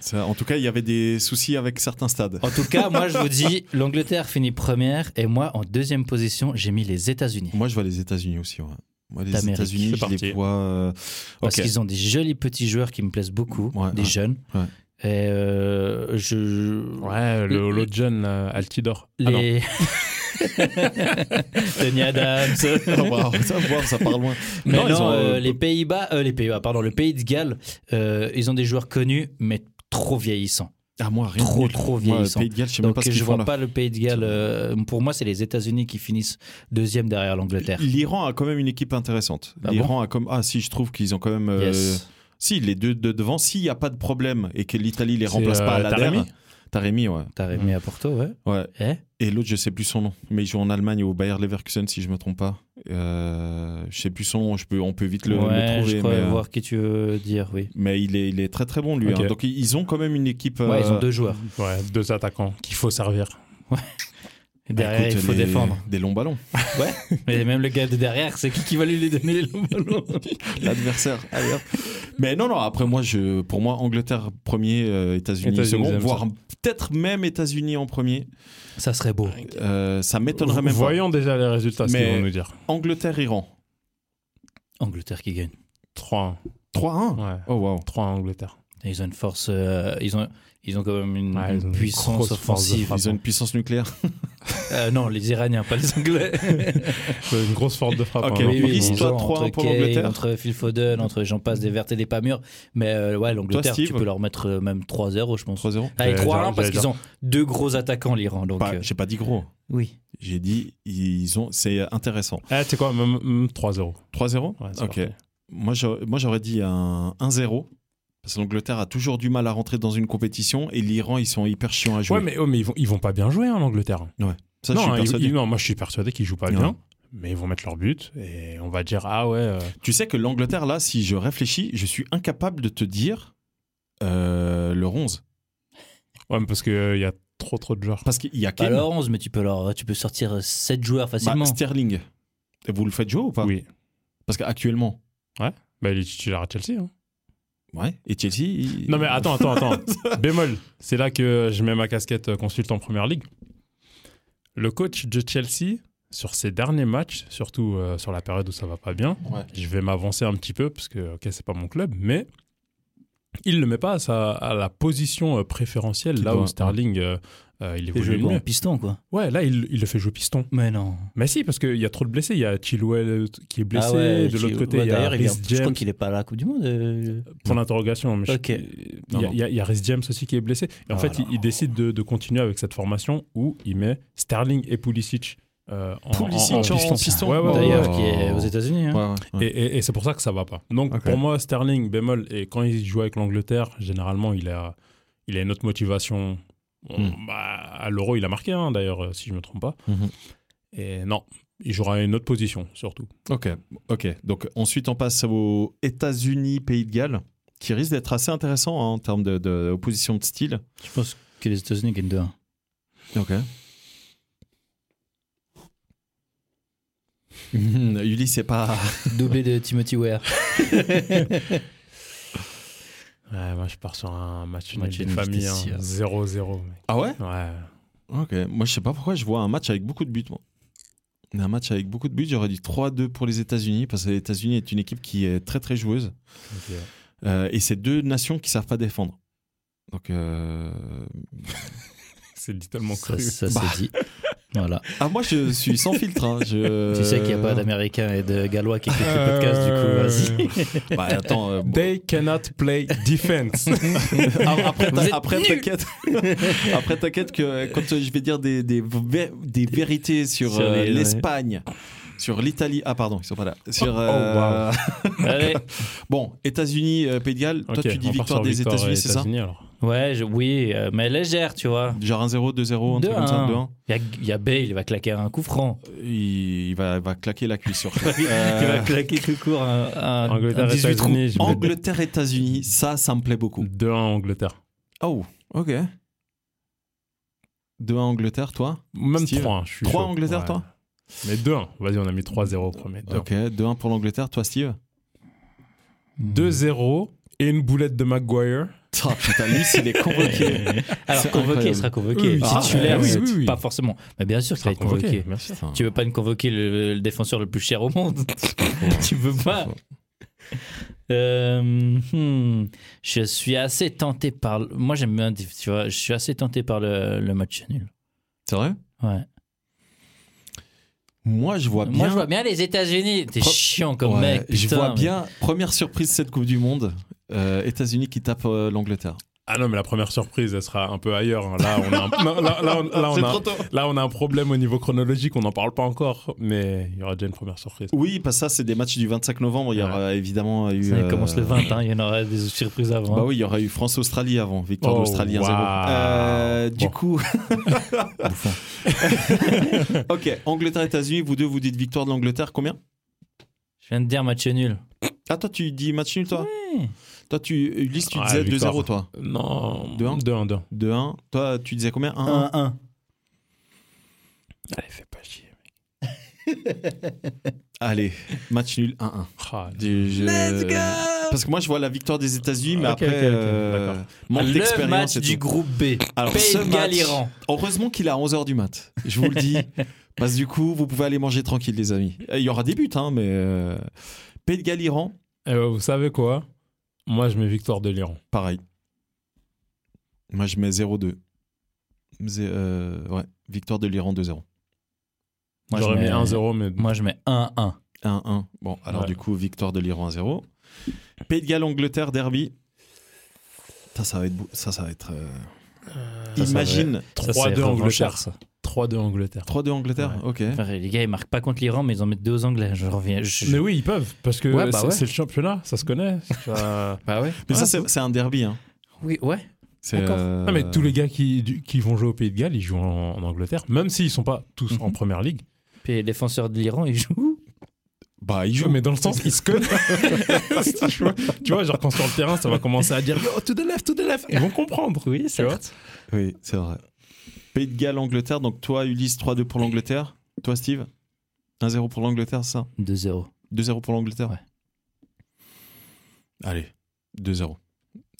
Speaker 1: ça- en tout cas, il y avait des soucis avec certains stades.
Speaker 2: En tout cas, moi je vous dis, l'Angleterre finit première et moi en deuxième position, j'ai mis les États-Unis.
Speaker 1: Moi, je vois les États-Unis aussi. ouais. Moi, les
Speaker 2: D'Amérique.
Speaker 1: États-Unis,
Speaker 3: C'est
Speaker 1: je les
Speaker 3: parti.
Speaker 1: vois. euh,
Speaker 2: Parce
Speaker 1: <laughs> ok.
Speaker 2: qu'ils ont des jolis petits joueurs qui me plaisent beaucoup,
Speaker 1: Ouais,
Speaker 2: des
Speaker 1: ouais,
Speaker 2: jeunes.
Speaker 1: ouais.
Speaker 2: Et euh, je.
Speaker 3: Ouais, le- l'autre jeune, là, Altidor. Ah non.
Speaker 1: <laughs>
Speaker 2: Les. Tony Adams.
Speaker 1: Ah, bah, ça, voir, ça part loin.
Speaker 2: Mais
Speaker 1: Non,
Speaker 2: non,
Speaker 1: ils ont,
Speaker 2: euh,
Speaker 1: euh,
Speaker 2: les Pays-Bas, euh, les Pays-Bas, pardon, le Pays de Galles, euh, ils ont des joueurs connus, mais trop vieillissants.
Speaker 1: Ah, moi, rien.
Speaker 2: Trop,
Speaker 1: nul.
Speaker 2: trop
Speaker 1: Moi,
Speaker 2: vieillissant.
Speaker 1: Pays de Galles, je sais même
Speaker 2: Donc
Speaker 1: pas ce
Speaker 2: je
Speaker 1: qu'ils font
Speaker 2: vois
Speaker 1: là.
Speaker 2: pas le Pays de Galles. euh, pour moi, c'est les États-Unis qui finissent deuxième derrière l'Angleterre.
Speaker 1: L'Iran a quand même une équipe intéressante.
Speaker 2: Ah
Speaker 1: L'Iran a comme ah si je trouve qu'ils ont quand même euh,
Speaker 2: Yes.
Speaker 1: si les deux de devant s'il n'y a pas de problème et que l'Italie les
Speaker 3: C'est,
Speaker 1: remplace pas à
Speaker 3: euh,
Speaker 1: la dernière.
Speaker 3: Taremi
Speaker 1: Taremi ouais.
Speaker 2: T'as remis à Porto, ouais.
Speaker 1: ouais.
Speaker 2: Mm. Eh
Speaker 1: Et l'autre je sais plus son nom mais il joue en Allemagne au Bayer Leverkusen si je me trompe pas. Euh, je sais plus son nom, je peux on peut vite le, le
Speaker 2: ouais,
Speaker 1: trouver
Speaker 2: je crois
Speaker 1: mais, euh,
Speaker 2: voir qui tu veux dire, oui.
Speaker 1: mais il est il est très très bon lui
Speaker 3: Ok.
Speaker 1: hein. Donc ils- ils ont quand même une équipe
Speaker 2: Ouais, ils ont
Speaker 1: euh,
Speaker 2: deux joueurs.
Speaker 3: Ah Ouais, deux attaquants qu'il faut servir.
Speaker 2: Et
Speaker 1: bah,
Speaker 2: Derrière,
Speaker 1: écoute,
Speaker 2: il faut
Speaker 1: les- <laughs>
Speaker 2: défendre.
Speaker 1: des longs ballons.
Speaker 2: Ouais. Mais même le gars de derrière, c'est qui qui va lui les donner les longs ballons
Speaker 1: l'adversaire. <laughs> Allez, hop. Mais non, non, après, moi, je, pour moi, Angleterre premier, euh, États-Unis
Speaker 3: États-Unis,
Speaker 1: second,
Speaker 3: deuxième,
Speaker 1: voire peut-être même États-Unis en premier.
Speaker 2: Ça serait beau.
Speaker 1: Euh, ça m'étonnerait même pas.
Speaker 3: Voyons déjà les résultats, ce
Speaker 1: Mais-
Speaker 3: qu'ils vont nous dire.
Speaker 1: Angleterre-Iran.
Speaker 2: Angleterre qui gagne.
Speaker 3: 3-1.
Speaker 1: 3-1.
Speaker 3: Ouais.
Speaker 1: Oh, wow.
Speaker 3: 3-1 Angleterre.
Speaker 2: Et Ils ont une force, euh, ils ont, ils ont quand même une,
Speaker 3: Ouais,
Speaker 2: une
Speaker 3: ils ont une
Speaker 2: puissance
Speaker 3: grosse force de
Speaker 2: offensive.
Speaker 3: frappe.
Speaker 1: Ils ont une puissance nucléaire.
Speaker 2: Euh, non, les Iraniens, pas les Anglais.
Speaker 3: Ouais, Euh, Une grosse force de frappe.
Speaker 1: Ok,
Speaker 3: hein,
Speaker 1: oui, oui,
Speaker 3: franchement.
Speaker 1: oui. Toi,
Speaker 2: Genre,
Speaker 1: 3-1
Speaker 2: entre
Speaker 1: pour
Speaker 2: Kane,
Speaker 1: l'Angleterre.
Speaker 2: Entre Phil Foden, entre j'en passe des vertes et des pas mûres. Mais euh, ouais, l'Angleterre, tu
Speaker 1: Steve
Speaker 2: peux leur mettre euh, même 3-0, je pense.
Speaker 1: 3-0.
Speaker 2: Allez,
Speaker 3: J'allais
Speaker 2: 3-1
Speaker 3: dire,
Speaker 2: parce
Speaker 3: j'allais
Speaker 2: qu'ils
Speaker 3: dire.
Speaker 2: ont deux gros attaquants, l'Iran. Donc,
Speaker 1: Pas-
Speaker 2: euh,
Speaker 1: J'ai pas dit gros.
Speaker 2: oui.
Speaker 1: J'ai dit, ils ont, c'est intéressant.
Speaker 3: Eh, tu sais quoi, même même 3-0.
Speaker 1: 3-0
Speaker 3: Ouais, c'est
Speaker 1: Ok.
Speaker 3: parti.
Speaker 1: Moi, j'aurais moi, j'aurais dit un 1-0. Parce que l'Angleterre a toujours du mal à rentrer dans une compétition et l'Iran, ils sont hyper chiants à jouer.
Speaker 3: Ouais, mais, oh, mais ils, vont, ils vont pas bien jouer, hein, l'Angleterre.
Speaker 1: Ça, je
Speaker 3: non,
Speaker 1: suis
Speaker 3: hein, ils-
Speaker 1: persuadé.
Speaker 3: ils- non, moi, je suis persuadé qu'ils jouent pas
Speaker 1: Ouais.
Speaker 3: bien. Mais ils vont mettre leur but et on va dire ah ouais euh,
Speaker 1: Tu sais que l'Angleterre, là, si je réfléchis, je suis incapable de te dire euh, leur 11.
Speaker 3: ouais mais parce que euh, il y a trop trop de joueurs
Speaker 1: Parce qu'il y a
Speaker 2: Pas
Speaker 1: Kane,
Speaker 2: leur 11, Bah, mais tu peux, leur, tu peux sortir 7 joueurs
Speaker 1: bah,
Speaker 2: facilement.
Speaker 1: Sterling. Et Vous le faites jouer ou pas
Speaker 3: oui
Speaker 1: Parce qu'actuellement.
Speaker 3: bah il est titulaire à Chelsea hein.
Speaker 1: Ouais. Et Chelsea. il-
Speaker 3: Non mais attends,
Speaker 1: <laughs>
Speaker 3: attends, attends. Bémol, c'est là que je mets ma casquette euh, consultant Première Ligue. Le coach de Chelsea, sur ses derniers matchs, surtout euh, sur la période où ça va pas bien,
Speaker 1: Ouais.
Speaker 3: je vais m'avancer un petit peu parce que ok, c'est pas mon club, mais il le met pas à, sa- à la position euh, préférentielle
Speaker 1: Qui
Speaker 3: là
Speaker 1: doit-
Speaker 3: où Sterling euh, euh, il
Speaker 2: Ils
Speaker 3: évolue
Speaker 2: jouent
Speaker 3: le
Speaker 2: en
Speaker 3: mieux.
Speaker 2: piston, quoi. Ah
Speaker 3: Ouais, là il, il le fait jouer piston.
Speaker 2: Mais non.
Speaker 3: Mais si, parce qu'il y a trop de blessés. Il y a Chilwell euh, qui est blessé,
Speaker 2: Ah ouais,
Speaker 3: de
Speaker 2: tu-
Speaker 3: l'autre côté
Speaker 2: ouais,
Speaker 3: il y a
Speaker 2: d'ailleurs, il est-
Speaker 3: Rhys
Speaker 2: Je crois
Speaker 3: James.
Speaker 2: qu'il est pas à la Coupe du Monde. euh,
Speaker 3: Pour l'interrogation, mais je-
Speaker 2: Ok.
Speaker 3: il
Speaker 1: Non,
Speaker 3: y a-
Speaker 1: non.
Speaker 3: il y, a- il y a Rhys James aussi qui est blessé. Et en
Speaker 2: Ah,
Speaker 3: fait, il-
Speaker 2: non.
Speaker 3: il, décide de, de continuer avec cette formation où il met Sterling et Pulisic, euh, en,
Speaker 1: Pulisic
Speaker 3: en- en
Speaker 1: en
Speaker 3: piston.
Speaker 1: piston.
Speaker 3: Ouais, ouais, ouais,
Speaker 2: D'ailleurs,
Speaker 3: ouais.
Speaker 2: qui est aux États-Unis. hein.
Speaker 1: Ouais, ouais, ouais.
Speaker 3: Et, et- et c'est pour ça que ça va pas. Donc
Speaker 1: Ok.
Speaker 3: pour moi, Sterling, bémol, et quand il joue avec l'Angleterre, généralement, il a, il a une autre motivation. On-
Speaker 1: Hmm.
Speaker 3: bah, à l'Euro, il a marqué, hein, d'ailleurs, euh, si je me trompe pas.
Speaker 1: Mhm.
Speaker 3: Et non, il jouera une autre position, surtout.
Speaker 1: Ok. Ok. Donc, ensuite, on passe aux États-Unis, Pays de Galles, qui risque d'être assez intéressant hein, en termes de, de opposition de style.
Speaker 2: Je pense que les États-Unis gagnent hein. 2-1.
Speaker 1: Ok. <laughs> Ulysse, c'est pas.
Speaker 2: Doublé de Timothy Ware.
Speaker 3: Ouais, moi, je pars sur un match
Speaker 2: nul Match des nul, familles, j'étais hein. sûr.
Speaker 3: 0-0.
Speaker 1: Ah ouais
Speaker 3: Ouais.
Speaker 1: Ok, moi je sais pas pourquoi je vois un match avec beaucoup de buts. Moi. Un match avec beaucoup de buts, j'aurais dit 3-2 pour les États-Unis, parce que les États-Unis est une équipe qui est très très joueuse. Euh, et c'est deux nations qui savent pas défendre. Donc. euh,
Speaker 3: <laughs> C'est dit tellement
Speaker 2: ça
Speaker 3: cru.
Speaker 2: ça
Speaker 1: Bah.
Speaker 2: c'est dit. Voilà.
Speaker 1: Ah, moi je suis sans filtre. hein, je-
Speaker 2: <laughs> Tu sais qu'il n'y a pas d'Américains et de Gallois qui écoutent le podcast, du coup, vas-y.
Speaker 1: Bah, attends, <laughs> euh, bon.
Speaker 3: They cannot play defense.
Speaker 1: Ah, Après,
Speaker 2: Vous êtes
Speaker 1: t'in- après,
Speaker 2: nuls.
Speaker 1: t'inquiète. <laughs> Après, t'inquiète que quand euh, je vais dire des, des, vé- des vérités sur,
Speaker 2: Sur
Speaker 1: euh,
Speaker 2: les-
Speaker 1: l'Espagne, sur l'Italie. Ah, pardon, ils sont pas là. Sur,
Speaker 3: Oh,
Speaker 1: euh,
Speaker 2: Allez,
Speaker 1: Bon, États-Unis, euh, Pays de Galles. Toi,
Speaker 3: Ok,
Speaker 1: tu dis
Speaker 3: on part
Speaker 1: victoire
Speaker 3: sur
Speaker 1: des
Speaker 3: victoire, euh,
Speaker 1: États-Unis, c'est ça
Speaker 3: États-Unis, alors.
Speaker 2: <laughs> Ouais, je- oui, euh, mais légère, tu vois.
Speaker 1: Genre 1-0, 2-0, un truc comme ça, 2-1.
Speaker 2: 2-1. Il y, a- il y a Bale, il va claquer un coup franc. <laughs>
Speaker 1: Il, il va, il va claquer la cuisse sur <laughs>
Speaker 2: Il va
Speaker 1: Euh,
Speaker 2: claquer tout court un, un-
Speaker 3: Angleterre,
Speaker 2: un 18 trous.
Speaker 3: États-Unis, je mets
Speaker 1: Angleterre, États-Unis, ça, ça me plaît beaucoup.
Speaker 3: 2-1 Angleterre.
Speaker 1: Mm. Oh, ok. 2-1 Angleterre, toi
Speaker 3: Même
Speaker 1: Steve,
Speaker 3: 3-1. Je suis
Speaker 1: 3
Speaker 3: chaud.
Speaker 1: Angleterre,
Speaker 3: Ouais.
Speaker 1: toi
Speaker 3: Mais 2-1. Vas-y, on a mis 3-0 au premier. 2-1.
Speaker 1: Ok, 2-1 pour l'Angleterre, toi, Steve <laughs>
Speaker 3: 2-0 et une boulette de Maguire.
Speaker 1: Ah, putain, lui, s'il est <laughs> convoqué.
Speaker 2: <laughs> Alors,
Speaker 1: C'est
Speaker 2: convoqué,
Speaker 1: incroyable.
Speaker 2: il sera convoqué.
Speaker 3: Oui, oui,
Speaker 1: ah,
Speaker 2: Titulaire,
Speaker 1: oui,
Speaker 2: c'est
Speaker 3: oui, oui.
Speaker 2: pas forcément. Mais bien sûr qu'il va être convoqué.
Speaker 3: Merci.
Speaker 2: Tu veux pas me convoquer le, le défenseur le plus cher au monde <laughs> Tu veux pas Euh, hmm, Je suis assez tenté par. le- Moi, j'aime bien. Tu vois, je suis assez tenté par le, le match nul.
Speaker 1: C'est vrai
Speaker 2: Ouais.
Speaker 1: Moi, je vois bien.
Speaker 2: Moi, je vois bien les États-Unis. T'es
Speaker 1: Pro-
Speaker 2: chiant comme
Speaker 1: Ouais,
Speaker 2: mec.
Speaker 1: je
Speaker 2: putain,
Speaker 1: vois
Speaker 2: mais-
Speaker 1: bien. Première surprise de cette Coupe du Monde. euh, États-Unis qui tape euh, l'Angleterre.
Speaker 3: Ah non, mais la première surprise, elle sera un peu ailleurs. hein. Là, on a un, non,
Speaker 1: <laughs>
Speaker 3: là, là, on- là, on a- là, on a un problème au niveau chronologique. On n'en parle pas encore, mais il y aura déjà une première surprise.
Speaker 1: Oui, parce que ça, c'est des matchs du 25 novembre. Il y aura évidemment eu.
Speaker 2: Ça
Speaker 1: euh,
Speaker 2: commence le 20, hein, il y en aura des surprises avant.
Speaker 1: Bah oui, il y aura eu France-Australie avant, victoire
Speaker 3: Oh,
Speaker 1: de l'Australie 1-0.
Speaker 3: waouh.
Speaker 1: Euh, Du
Speaker 3: Bon. <laughs>
Speaker 1: coup. ok, Angleterre-États-Unis, vous deux, vous dites victoire de l'Angleterre, combien
Speaker 2: Je viens de dire match nul.
Speaker 1: Ah, toi, tu dis match nul, toi
Speaker 2: Oui.
Speaker 1: Toi, tu, Ulysse, tu
Speaker 3: Ouais,
Speaker 1: disais
Speaker 3: Ah, victoire.
Speaker 1: 2-0, toi.
Speaker 3: Non.
Speaker 1: 2-1.
Speaker 3: 2-1. 2-1.
Speaker 1: 2-1. Toi, tu disais combien 1-1.
Speaker 2: 1-1.
Speaker 3: Allez, fais pas chier.
Speaker 1: Allez, match nul 1-1.
Speaker 3: Ah, là.
Speaker 1: Du- je- Parce que moi, je vois la victoire des États-Unis, mais
Speaker 3: Ok,
Speaker 1: après,
Speaker 3: ok, ok,
Speaker 1: euh,
Speaker 3: d'accord.
Speaker 1: manque
Speaker 2: Le
Speaker 1: d'expérience
Speaker 2: match
Speaker 1: et
Speaker 2: du
Speaker 1: tout.
Speaker 2: groupe B.
Speaker 1: Alors,
Speaker 2: Pays
Speaker 1: ce
Speaker 2: de
Speaker 1: match,
Speaker 2: Galles-Iran.
Speaker 1: heureusement qu'il est à 11h du mat. Je vous le dis. parce que du coup, vous pouvez aller manger tranquille, les amis. Il y aura des buts, hein, mais. euh, Pays de Galles-Iran,
Speaker 3: Eh ben, vous savez quoi Moi, je mets victoire de l'Iran.
Speaker 1: pareil. Moi, je mets 0-2. Zé- euh, ouais, victoire de l'Iran 2-0.
Speaker 2: Moi, je
Speaker 3: J'aurais mis
Speaker 2: mets-
Speaker 3: 1-0, mais
Speaker 2: Moi, je mets 1-1.
Speaker 1: 1-1. Bon, alors
Speaker 3: Ouais.
Speaker 1: du coup, victoire de l'Iran 1-0. Pays de Galles-Angleterre, derby. Ça, ça va être. beau- Ça, ça va être euh,
Speaker 2: ça va
Speaker 1: Imagine.
Speaker 2: Ça, c'est
Speaker 3: 3-2
Speaker 2: revanchard,
Speaker 3: Angleterre.
Speaker 2: ça.
Speaker 3: 3-2 Angleterre.
Speaker 1: 3-2 Angleterre Ok.
Speaker 2: Pareil, les gars, ils marquent pas contre l'Iran, mais ils en mettent deux aux Anglais. Je reviens. je-
Speaker 3: Mais oui, ils peuvent, parce que
Speaker 2: Ouais, bah
Speaker 3: c'est
Speaker 2: ouais.
Speaker 3: c'est le championnat, ça se connaît. <laughs> Ça-
Speaker 2: Bah ouais.
Speaker 1: Mais
Speaker 3: Ah,
Speaker 1: ça, c'est c'est un derby. Hein.
Speaker 2: Oui, ouais.
Speaker 1: C'est,
Speaker 2: D'accord.
Speaker 1: euh,
Speaker 3: Ah, mais tous les gars qui, du- qui vont jouer au Pays de Galles, ils jouent en, en Angleterre, même s'ils sont pas tous en première ligue.
Speaker 2: Puis les défenseurs de l'Iran, ils jouent. <laughs>
Speaker 1: Bah, ils
Speaker 3: Ils jouent,
Speaker 1: jouent.
Speaker 3: mais dans le sens, ils se <laughs> connaissent. tu, vois, tu vois, genre quand sur le terrain, ça va commencer à dire Yo, to the left, to the left. Ils vont comprendre.
Speaker 2: Oui,
Speaker 3: Tu vois
Speaker 2: certes.
Speaker 1: Oui, c'est vrai. Pays de Galles, Angleterre. Donc, toi, Ulysse, 3-2 pour l'Angleterre. Toi, Steve 1-0 pour l'Angleterre, c'est ça
Speaker 2: 2-0.
Speaker 1: 2-0 pour l'Angleterre
Speaker 2: Ouais.
Speaker 1: Allez, 2-0.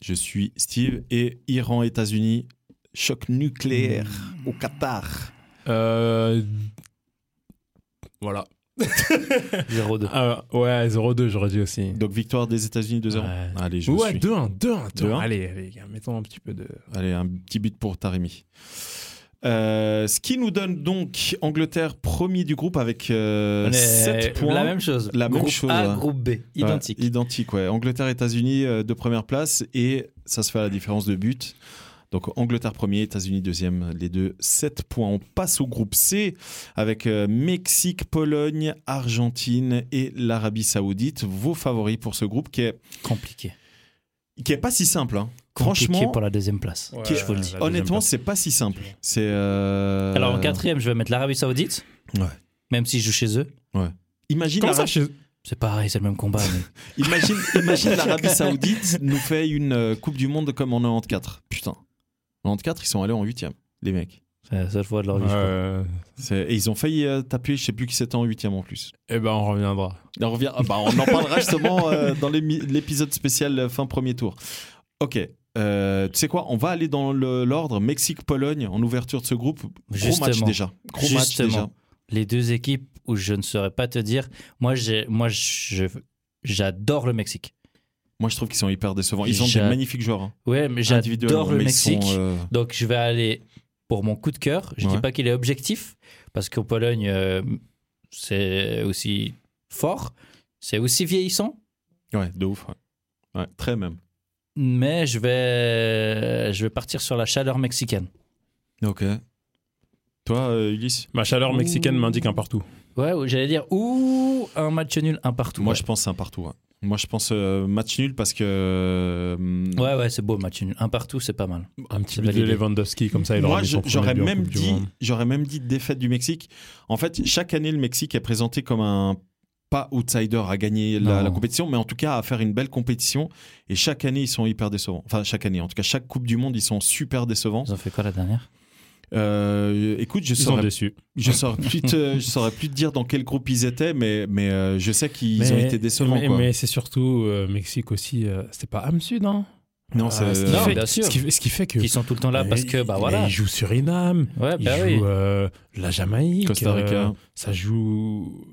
Speaker 1: Je suis Steve et Iran-États-Unis. Choc nucléaire au Qatar.
Speaker 3: Euh, Voilà.
Speaker 2: 0-2.
Speaker 1: Euh,
Speaker 3: Ah, ouais, 0-2, j'aurais dit aussi.
Speaker 1: Donc, victoire des États-Unis 2-0.
Speaker 3: Ouais.
Speaker 1: Allez, je vous
Speaker 3: Ouais,
Speaker 1: suis.
Speaker 3: 2-1, 2-1, 2-1.
Speaker 1: 2-1.
Speaker 3: Allez, allez, gars, mettons un petit peu de.
Speaker 1: Allez, un petit but pour Taremi. Euh, ce qui nous donne donc Angleterre premier du groupe avec
Speaker 2: On est
Speaker 1: 7 points.
Speaker 2: La même chose.
Speaker 1: La même
Speaker 2: groupe
Speaker 1: chose,
Speaker 2: A,
Speaker 1: ouais.
Speaker 2: groupe B.
Speaker 1: Ouais,
Speaker 2: Identique.
Speaker 1: identique, ouais. Angleterre, États-Unis, euh, de première place. Et ça se fait à la différence de but. Donc Angleterre premier, États-Unis deuxième, les deux 7 points. On passe au groupe C avec euh, Mexique, Pologne, Argentine et l'Arabie Saoudite. Vos favoris pour ce groupe qui est,
Speaker 2: Compliqué.
Speaker 1: qui est pas si simple. hein.
Speaker 2: Compliqué
Speaker 1: Franchement,
Speaker 2: pour la deuxième place.
Speaker 3: Ouais,
Speaker 2: je vous le dis.
Speaker 3: la deuxième
Speaker 1: honnêtement,
Speaker 3: place.
Speaker 1: c'est pas si simple. C'est euh,
Speaker 2: Alors en quatrième, je vais mettre l'Arabie Saoudite.
Speaker 1: Ouais.
Speaker 2: Même si je joue chez eux.
Speaker 1: Imagine
Speaker 3: Comment
Speaker 1: l'Ara-
Speaker 3: ça chez-
Speaker 2: C'est pareil, c'est le même combat.
Speaker 1: <laughs>
Speaker 2: mais-
Speaker 1: Imagine, imagine l'Arabie Saoudite nous fait une euh, Coupe du Monde comme en 94. Putain. En 94, ils sont allés en 8 les mecs.
Speaker 2: C'est la seule fois de leur vie. je crois.
Speaker 3: Euh,
Speaker 1: C'est- Et ils ont failli euh, taper, je sais plus qui c'était en 8 en plus.
Speaker 3: Eh ben, on reviendra.
Speaker 1: On, revient, ah bah, on en parlera justement euh, dans l'émi- l'épisode spécial euh, fin premier tour. Ok. Euh, tu sais quoi On va aller dans le- l'ordre Mexique-Pologne en ouverture de ce groupe. Gros match
Speaker 2: Justement.
Speaker 1: déjà. Gros match
Speaker 2: Justement.
Speaker 1: déjà.
Speaker 2: les deux équipes où je ne saurais pas te dire. Moi, j'ai, moi, je- j'adore le Mexique.
Speaker 1: Moi, je trouve qu'ils sont hyper décevants. Ils ont des
Speaker 2: J'a-
Speaker 1: magnifiques joueurs. hein,
Speaker 2: Ouais, mais
Speaker 1: individuellement,
Speaker 2: j'adore
Speaker 1: mais
Speaker 2: le
Speaker 1: ils sont,
Speaker 2: Mexique.
Speaker 1: euh,
Speaker 2: Donc, je vais aller pour mon coup de cœur. Je ne
Speaker 1: Ouais.
Speaker 2: dis pas qu'il est objectif, parce qu'en Pologne, euh, c'est aussi fort, c'est aussi vieillissant.
Speaker 1: Ouais, de ouf. ouais. Ouais, très même.
Speaker 2: Mais je vais, je vais partir sur la chaleur mexicaine.
Speaker 1: Ok. Toi, euh, Ulysse
Speaker 3: Ma chaleur mexicaine m'indique un partout.
Speaker 2: Ouais, ou j'allais dire, ou un match nul, un partout.
Speaker 1: Moi,
Speaker 2: Ouais.
Speaker 1: je pense c'est un partout. ouais. Moi, je pense euh, match nul parce que. euh,
Speaker 2: Ouais, ouais, c'est beau, match nul. Un partout, c'est pas mal.
Speaker 3: Un petit
Speaker 2: C'est
Speaker 3: but de
Speaker 2: validé.
Speaker 3: Lewandowski, comme ça, il aura
Speaker 1: Moi,
Speaker 3: mis
Speaker 1: je-
Speaker 3: son premier
Speaker 1: j'aurais
Speaker 3: but en
Speaker 1: même
Speaker 3: Coupe du
Speaker 1: dit,
Speaker 3: Monde.
Speaker 1: j'aurais même dit défaite du Mexique. En fait, chaque année, le Mexique est présenté comme un pas outsider à gagner la,
Speaker 2: Non.
Speaker 1: la compétition, mais en tout cas à faire une belle compétition. Et chaque année, ils sont hyper décevants. Enfin, chaque année, en tout cas, chaque Coupe du Monde, ils sont super décevants.
Speaker 2: Ils ont fait quoi la dernière
Speaker 1: Euh, écoute, je
Speaker 3: Ils sont
Speaker 1: saurais,
Speaker 3: déçus.
Speaker 1: je saurais plus, te, je saurais plus te dire dans quel groupe ils étaient, mais mais euh, je sais qu'ils ont
Speaker 3: Mais-
Speaker 1: été décevants.
Speaker 3: Mais,
Speaker 1: quoi.
Speaker 3: mais c'est surtout euh, Mexique aussi. euh, c'était pas âme sud, hein
Speaker 1: non, c'est-
Speaker 3: Euh, ce, qui
Speaker 2: non,
Speaker 3: fait,
Speaker 2: bien sûr.
Speaker 3: ce qui- ce qui fait que.
Speaker 2: Qui sont tout le temps là parce que, bah
Speaker 3: Mais
Speaker 2: voilà.
Speaker 3: Ils jouent Suriname,
Speaker 2: Ouais,
Speaker 3: ils
Speaker 2: bah oui.
Speaker 3: jouent euh, la Jamaïque.
Speaker 1: Costa Rica.
Speaker 3: euh, ça joue.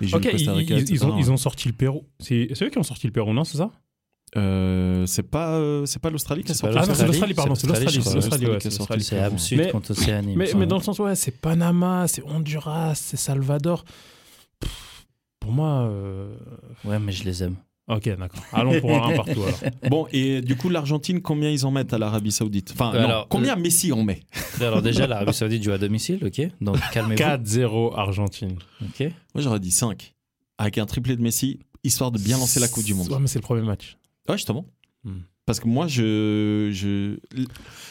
Speaker 1: ils jouent
Speaker 3: Ok,
Speaker 1: le Costa
Speaker 3: ils,
Speaker 1: Rica,
Speaker 3: ils- ils ont,
Speaker 1: etc.
Speaker 3: ils ont sorti le Pérou. C'est c'est eux qui ont sorti le Pérou, non, c'est ça Ah,
Speaker 1: Euh, c'est pas euh, c'est pas l'Australie qui a
Speaker 2: C'est pas
Speaker 1: sorti
Speaker 3: Ah non, c'est
Speaker 2: l'Australie,
Speaker 3: l'Australie, pardon,
Speaker 2: c'est
Speaker 3: c'est l'Australie. C'est
Speaker 2: l'Australie,
Speaker 1: je crois.
Speaker 3: l'Australie, ouais,
Speaker 1: C'est
Speaker 3: c'est
Speaker 1: l'Australie qui
Speaker 2: C'est
Speaker 1: a
Speaker 2: Am
Speaker 1: sorti.
Speaker 2: euh, Sud
Speaker 3: Mais-
Speaker 2: contre Océanie. il me
Speaker 3: Mais, mais
Speaker 2: semble.
Speaker 3: dans le sens, ouais, c'est Panama, c'est Honduras, c'est Salvador. Pff, pour moi. euh,
Speaker 2: Ouais, mais je les aime.
Speaker 3: Ok, d'accord. Allons pour un partout alors.
Speaker 1: Bon, et du coup, l'Argentine, combien ils en mettent à l'Arabie Saoudite Enfin, non,
Speaker 2: Alors,
Speaker 1: combien Messi en met
Speaker 2: Alors déjà, l'Arabie Saoudite joue à domicile, ok Donc
Speaker 3: <laughs>
Speaker 2: calmez-vous.
Speaker 3: 4-0 Argentine.
Speaker 2: ok
Speaker 1: Moi, j'aurais dit 5. Avec un triplé de Messi, histoire de bien lancer la Coupe du
Speaker 3: Ouais,
Speaker 1: Monde.
Speaker 3: mais c'est le premier match.
Speaker 1: Ouais, justement.
Speaker 3: Hmm.
Speaker 1: Parce que moi, je. je...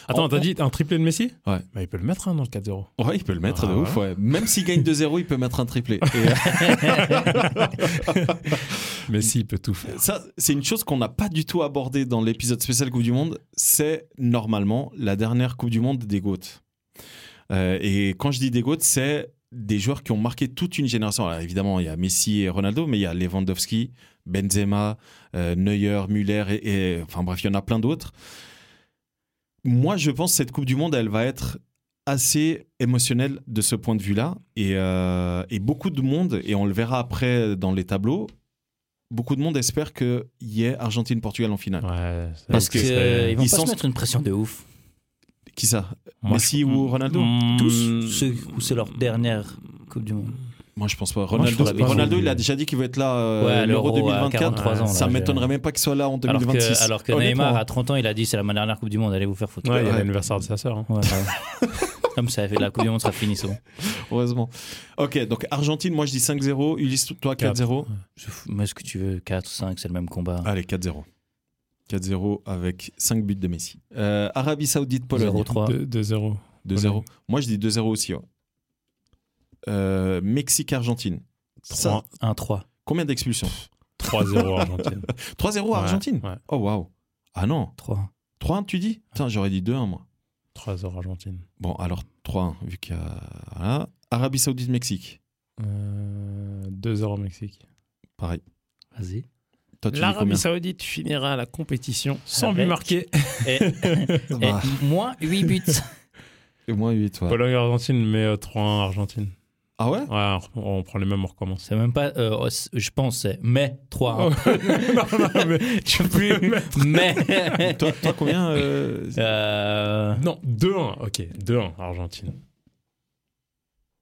Speaker 3: Attends,
Speaker 1: En-
Speaker 3: t'as dit un triplé de Messi
Speaker 1: Ouais.
Speaker 3: Bah, il peut le mettre hein, dans le 4-0.
Speaker 1: Ouais, il peut le mettre
Speaker 3: Ah,
Speaker 1: de ouf, ouais. Même s'il gagne 2-0, il peut mettre un triplé. Et, euh,
Speaker 3: Messi, il peut tout faire.
Speaker 1: ça, c'est une chose qu'on n'a pas du tout abordée dans l'épisode spécial Coupe du Monde. C'est normalement la dernière Coupe du Monde des GOAT. Euh, et quand je dis des GOAT, c'est des joueurs qui ont marqué toute une génération. Alors évidemment, il y a Messi et Ronaldo, mais il y a Lewandowski, Benzema, euh, Neuer, Müller, et, et- enfin bref, il y en a plein d'autres. Moi, je pense que cette Coupe du Monde, elle va être assez émotionnelle de ce point de vue-là. Et, euh, et beaucoup de monde, et on le verra après dans les tableaux, beaucoup de monde espère qu'il y ait Argentine-Portugal en finale.
Speaker 3: Ouais, c'est-
Speaker 2: Parce
Speaker 3: ce
Speaker 2: qu'ils
Speaker 3: serait-
Speaker 2: vont
Speaker 1: euh, ils
Speaker 2: pas
Speaker 1: sont-
Speaker 2: se mettre une pression de ouf.
Speaker 1: Qui ça
Speaker 3: Moi,
Speaker 1: Messi
Speaker 3: je-
Speaker 1: ou Ronaldo
Speaker 3: Mm,
Speaker 2: Tous ceux où c'est leur dernière Coupe du Monde.
Speaker 1: Moi, je pense pas.
Speaker 3: je
Speaker 1: Ronaldo,
Speaker 2: pense pas.
Speaker 1: Ronaldo, il a déjà dit qu'il veut être là euh,
Speaker 2: Ouais, à
Speaker 1: l'Euro
Speaker 2: l'Euro, à
Speaker 1: 2024.
Speaker 2: 43 ans, là,
Speaker 1: ça
Speaker 2: j'ai-
Speaker 1: m'étonnerait même pas qu'il soit là en
Speaker 2: Alors
Speaker 1: 2026.
Speaker 2: que, alors que
Speaker 1: Honnêtement.
Speaker 2: Neymar, à 30 ans, il a dit c'est la ma dernière Coupe du Monde, allez vous faire foutre.
Speaker 3: Ouais, il y a
Speaker 1: Ouais.
Speaker 3: l'anniversaire de sa sœur. hein.
Speaker 2: Ouais, ouais. Comme ça, la Coupe du Monde sera finie, c'est bon.
Speaker 1: Heureusement. Ok, donc Argentine, moi je dis 5-0. Ulysse, toi 4-0.
Speaker 2: Je f- Mets ce que tu veux, 4, 5, c'est le même combat.
Speaker 1: Allez, 4-0. 4-0 avec 5 buts de Messi. Euh, Arabie Saoudite, Pologne.
Speaker 2: 0-3.
Speaker 3: 2-0.
Speaker 1: 2-0. Moi je dis 2-0 aussi. ouais. Euh, Mexique, Argentine. Ça,
Speaker 2: 1-3.
Speaker 1: combien d'expulsions <laughs>
Speaker 3: 3-0 Argentine.
Speaker 1: 3-0 à Argentine
Speaker 3: Ouais, ouais.
Speaker 1: Oh waouh. Ah non.
Speaker 2: 3.
Speaker 1: 3-1, tu dis Putain, j'aurais dit 2-1 moi.
Speaker 3: 3-0 Argentine.
Speaker 1: Bon, alors 3-1, vu qu'il y a. voilà. Arabie Saoudite, Mexique.
Speaker 3: Euh, 2-0 Mexique.
Speaker 1: Pareil.
Speaker 2: Vas-y.
Speaker 1: Toi, tu dis combien
Speaker 3: Saoudite finira la compétition
Speaker 2: sans but
Speaker 3: marqué.
Speaker 2: Et, et
Speaker 1: Bah,
Speaker 2: moins 8 buts.
Speaker 1: au moins 8, ouais.
Speaker 3: Pologne-Argentine, mais euh, 3-1 Argentine.
Speaker 1: Ah ouais
Speaker 3: Ouais, on, on prend les mêmes, on recommence.
Speaker 1: <laughs>
Speaker 2: C'est même pas, euh, oh, c'est- je pense, c'est hein. mais 3.
Speaker 3: non, non,
Speaker 2: <laughs>
Speaker 3: mais tu peux <laughs> plus.
Speaker 2: Mais.
Speaker 1: toi, toi, combien <laughs> euh,
Speaker 2: Euh,
Speaker 3: Non, 2-1, ok, 2-1 Argentine.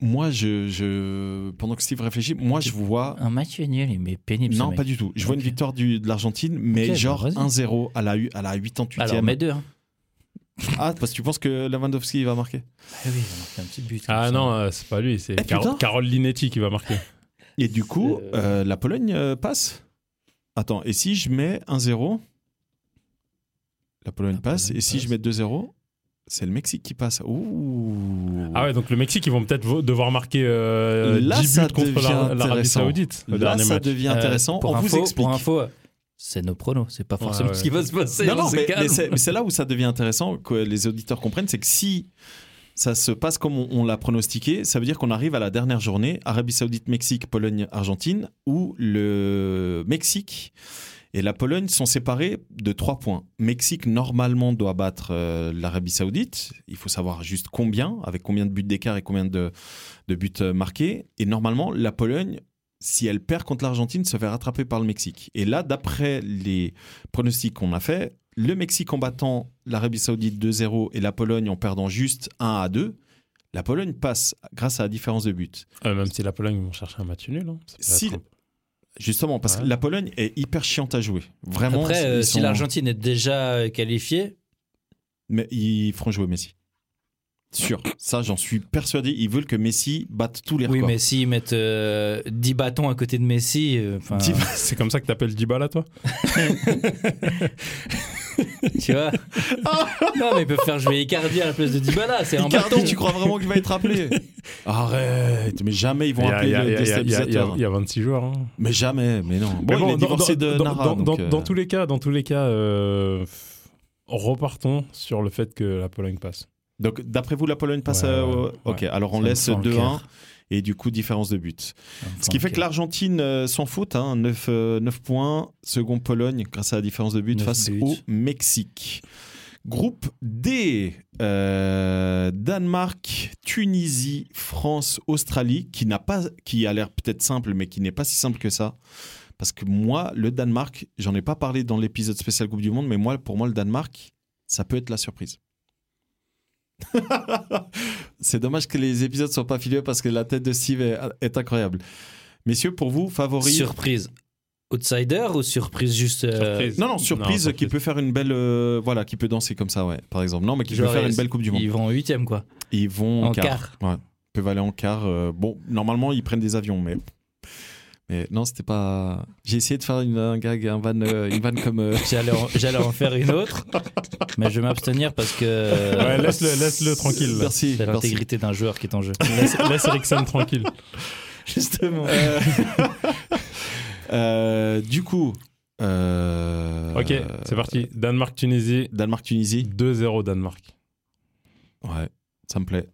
Speaker 1: Moi, je, je- pendant que Steve réfléchit, moi, je vois.
Speaker 2: un match nul, mais pénible.
Speaker 1: Non, pas du tout. Je vois
Speaker 2: Ok.
Speaker 1: une victoire du, de l'Argentine, mais
Speaker 2: Ok, bah,
Speaker 1: genre
Speaker 2: vas-y.
Speaker 1: 1-0 à la, hu- à la 88e.
Speaker 2: Alors, mais 2. Hein.
Speaker 1: Ah, parce que tu penses que Lewandowski il va marquer
Speaker 2: Ah oui, il a marqué un petit but.
Speaker 3: Ah
Speaker 2: comme ça.
Speaker 3: non, euh, c'est pas lui, c'est
Speaker 1: Eh,
Speaker 3: Caro-
Speaker 1: putain.
Speaker 3: Carole Linetti qui va marquer.
Speaker 1: Et du coup,
Speaker 2: Euh.
Speaker 1: euh, la Pologne euh, passe Attends, et si je mets 1-0 La Pologne
Speaker 2: La
Speaker 1: passe.
Speaker 2: Pologne
Speaker 1: et si je
Speaker 2: passe.
Speaker 1: mets 2-0 c'est le Mexique qui passe. Ouh.
Speaker 3: Ah ouais, donc le Mexique, ils vont peut-être vo- devoir marquer euh,
Speaker 1: Là,
Speaker 3: 10
Speaker 1: ça
Speaker 3: buts contre
Speaker 1: devient
Speaker 3: l'Ar- l'Arabie
Speaker 1: intéressant.
Speaker 3: Saoudite le
Speaker 1: Là,
Speaker 3: dernier
Speaker 1: ça
Speaker 3: match.
Speaker 1: devient
Speaker 2: Euh,
Speaker 1: intéressant.
Speaker 2: pour
Speaker 1: On
Speaker 2: info,
Speaker 1: vous explique.
Speaker 2: Pour info, c'est nos pronos, c'est pas forcément
Speaker 3: ouais.
Speaker 2: ce qui va se passer.
Speaker 1: Non,
Speaker 2: on
Speaker 1: non,
Speaker 2: se
Speaker 1: mais,
Speaker 2: calme.
Speaker 1: mais c'est mais c'est là où ça devient intéressant, que les auditeurs comprennent, c'est que si ça se passe comme on, on l'a pronostiqué, ça veut dire qu'on arrive à la dernière journée, Arabie Saoudite, Mexique, Pologne, Argentine, où le Mexique et la Pologne sont séparés de trois points. Mexique, normalement, doit battre euh, l'Arabie Saoudite. Il faut savoir juste combien, avec combien de buts d'écart et combien de, de buts euh, marqués. Et normalement, la Pologne, si elle perd contre l'Argentine, se fait rattraper par le Mexique. Et là, d'après les pronostics qu'on a fait, le Mexique en battant l'Arabie Saoudite 2-0 et la Pologne en perdant juste 1 à 2, la Pologne passe grâce à la différence de but.
Speaker 3: Euh, même si la Pologne, ils vont chercher un match nul. hein. Ça peut
Speaker 1: Si-
Speaker 3: être un-
Speaker 1: Justement, parce que
Speaker 3: Ouais.
Speaker 1: la Pologne est hyper chiante à jouer. Vraiment.
Speaker 2: Après, euh,
Speaker 1: ils
Speaker 2: si
Speaker 1: sont-
Speaker 2: l'Argentine est déjà euh, qualifiée,
Speaker 1: Mais ils feront jouer Messi. Sûr. Ça, j'en suis persuadé. Ils veulent que Messi batte tous les
Speaker 2: Oui,
Speaker 1: records.
Speaker 2: mais s'ils mettent euh, 10 bâtons à côté de Messi, euh, enfin,
Speaker 3: Dib- <laughs> C'est comme ça que t'appelles Dybala, toi
Speaker 1: <laughs>
Speaker 2: tu vois. non, mais ils peuvent faire jouer Icardi à la place de Dybala, c'est un
Speaker 1: Icardi,
Speaker 2: bâton.
Speaker 1: tu crois vraiment qu'il va être
Speaker 2: <laughs>
Speaker 1: appelé Arrête, mais jamais ils
Speaker 3: Il
Speaker 1: vont
Speaker 3: y a- il
Speaker 1: appeler
Speaker 3: y
Speaker 1: le
Speaker 3: a- il y a- il y a- il y a-
Speaker 1: déstabilisateur.
Speaker 3: il y a 26 joueurs. hein.
Speaker 1: Mais jamais, mais non. Bon,
Speaker 3: Mais
Speaker 1: il est
Speaker 3: dans-
Speaker 1: divorcé
Speaker 3: dans-
Speaker 1: de
Speaker 3: dans-
Speaker 1: Nara.
Speaker 3: dans-
Speaker 1: donc,
Speaker 3: dans-
Speaker 1: euh,
Speaker 3: Dans tous les cas, dans tous les cas, euh, repartons sur le fait que la Pologne passe.
Speaker 1: donc, d'après vous, la Pologne passe
Speaker 3: Ouais,
Speaker 1: à-
Speaker 3: ouais,
Speaker 1: Ok,
Speaker 3: ouais.
Speaker 1: alors on
Speaker 2: Ça me
Speaker 1: laisse
Speaker 2: sent le
Speaker 1: 2-1
Speaker 2: cœur.
Speaker 1: et du coup, différence de but. Ce qui fait que
Speaker 2: là
Speaker 1: l'Argentine euh, s'en fout, hein, 9, euh, 9 points, second Pologne grâce à la différence de but
Speaker 2: 9
Speaker 1: face
Speaker 2: buts.
Speaker 1: au Mexique. Groupe D, euh, Danemark, Tunisie, France, Australie, qui, n'a pas, qui a l'air peut-être simple, mais qui n'est pas si simple que ça. Parce que moi, le Danemark, j'en ai pas parlé dans l'épisode spécial Coupe du Monde, mais moi, pour moi, le Danemark, ça peut être la surprise. <laughs> C'est dommage que les épisodes soient pas filés parce que la tête de Steve est, est incroyable. Messieurs, pour vous, favori
Speaker 2: Surprise. Outsider ou surprise juste. euh,
Speaker 3: Surprise.
Speaker 1: Non, non, surprise
Speaker 3: Non,
Speaker 1: qui peut faire une belle. euh, voilà, qui peut danser comme ça, ouais, par exemple. Non, mais qui peut
Speaker 2: genre,
Speaker 1: faire une
Speaker 2: ils-
Speaker 1: belle Coupe du Monde.
Speaker 2: Ils vont en huitième, quoi.
Speaker 1: Ils vont
Speaker 2: En
Speaker 1: en quart.
Speaker 2: quart.
Speaker 1: Ouais, ils peuvent aller en quart. euh, bon, normalement, ils prennent des avions, mais. Mais non, c'était pas. J'ai essayé de faire une, un gag, un van, euh, une vanne comme.
Speaker 3: <laughs>
Speaker 1: euh,
Speaker 2: J'allais en, j'allais en faire une autre, mais je vais m'abstenir parce que.
Speaker 3: Ouais, laisse-le laisse-le tranquille. là.
Speaker 1: Merci.
Speaker 2: C'est
Speaker 1: merci.
Speaker 2: l'intégrité d'un joueur qui est en jeu.
Speaker 3: Laisse, laisse
Speaker 1: <laughs>
Speaker 3: Eriksen tranquille.
Speaker 2: Justement.
Speaker 1: Euh, euh, du coup. euh,
Speaker 3: Ok, c'est parti. Danemark-Tunisie,
Speaker 1: Danemark-Tunisie.
Speaker 3: 2-0 Danemark.
Speaker 1: Ouais, ça me plaît.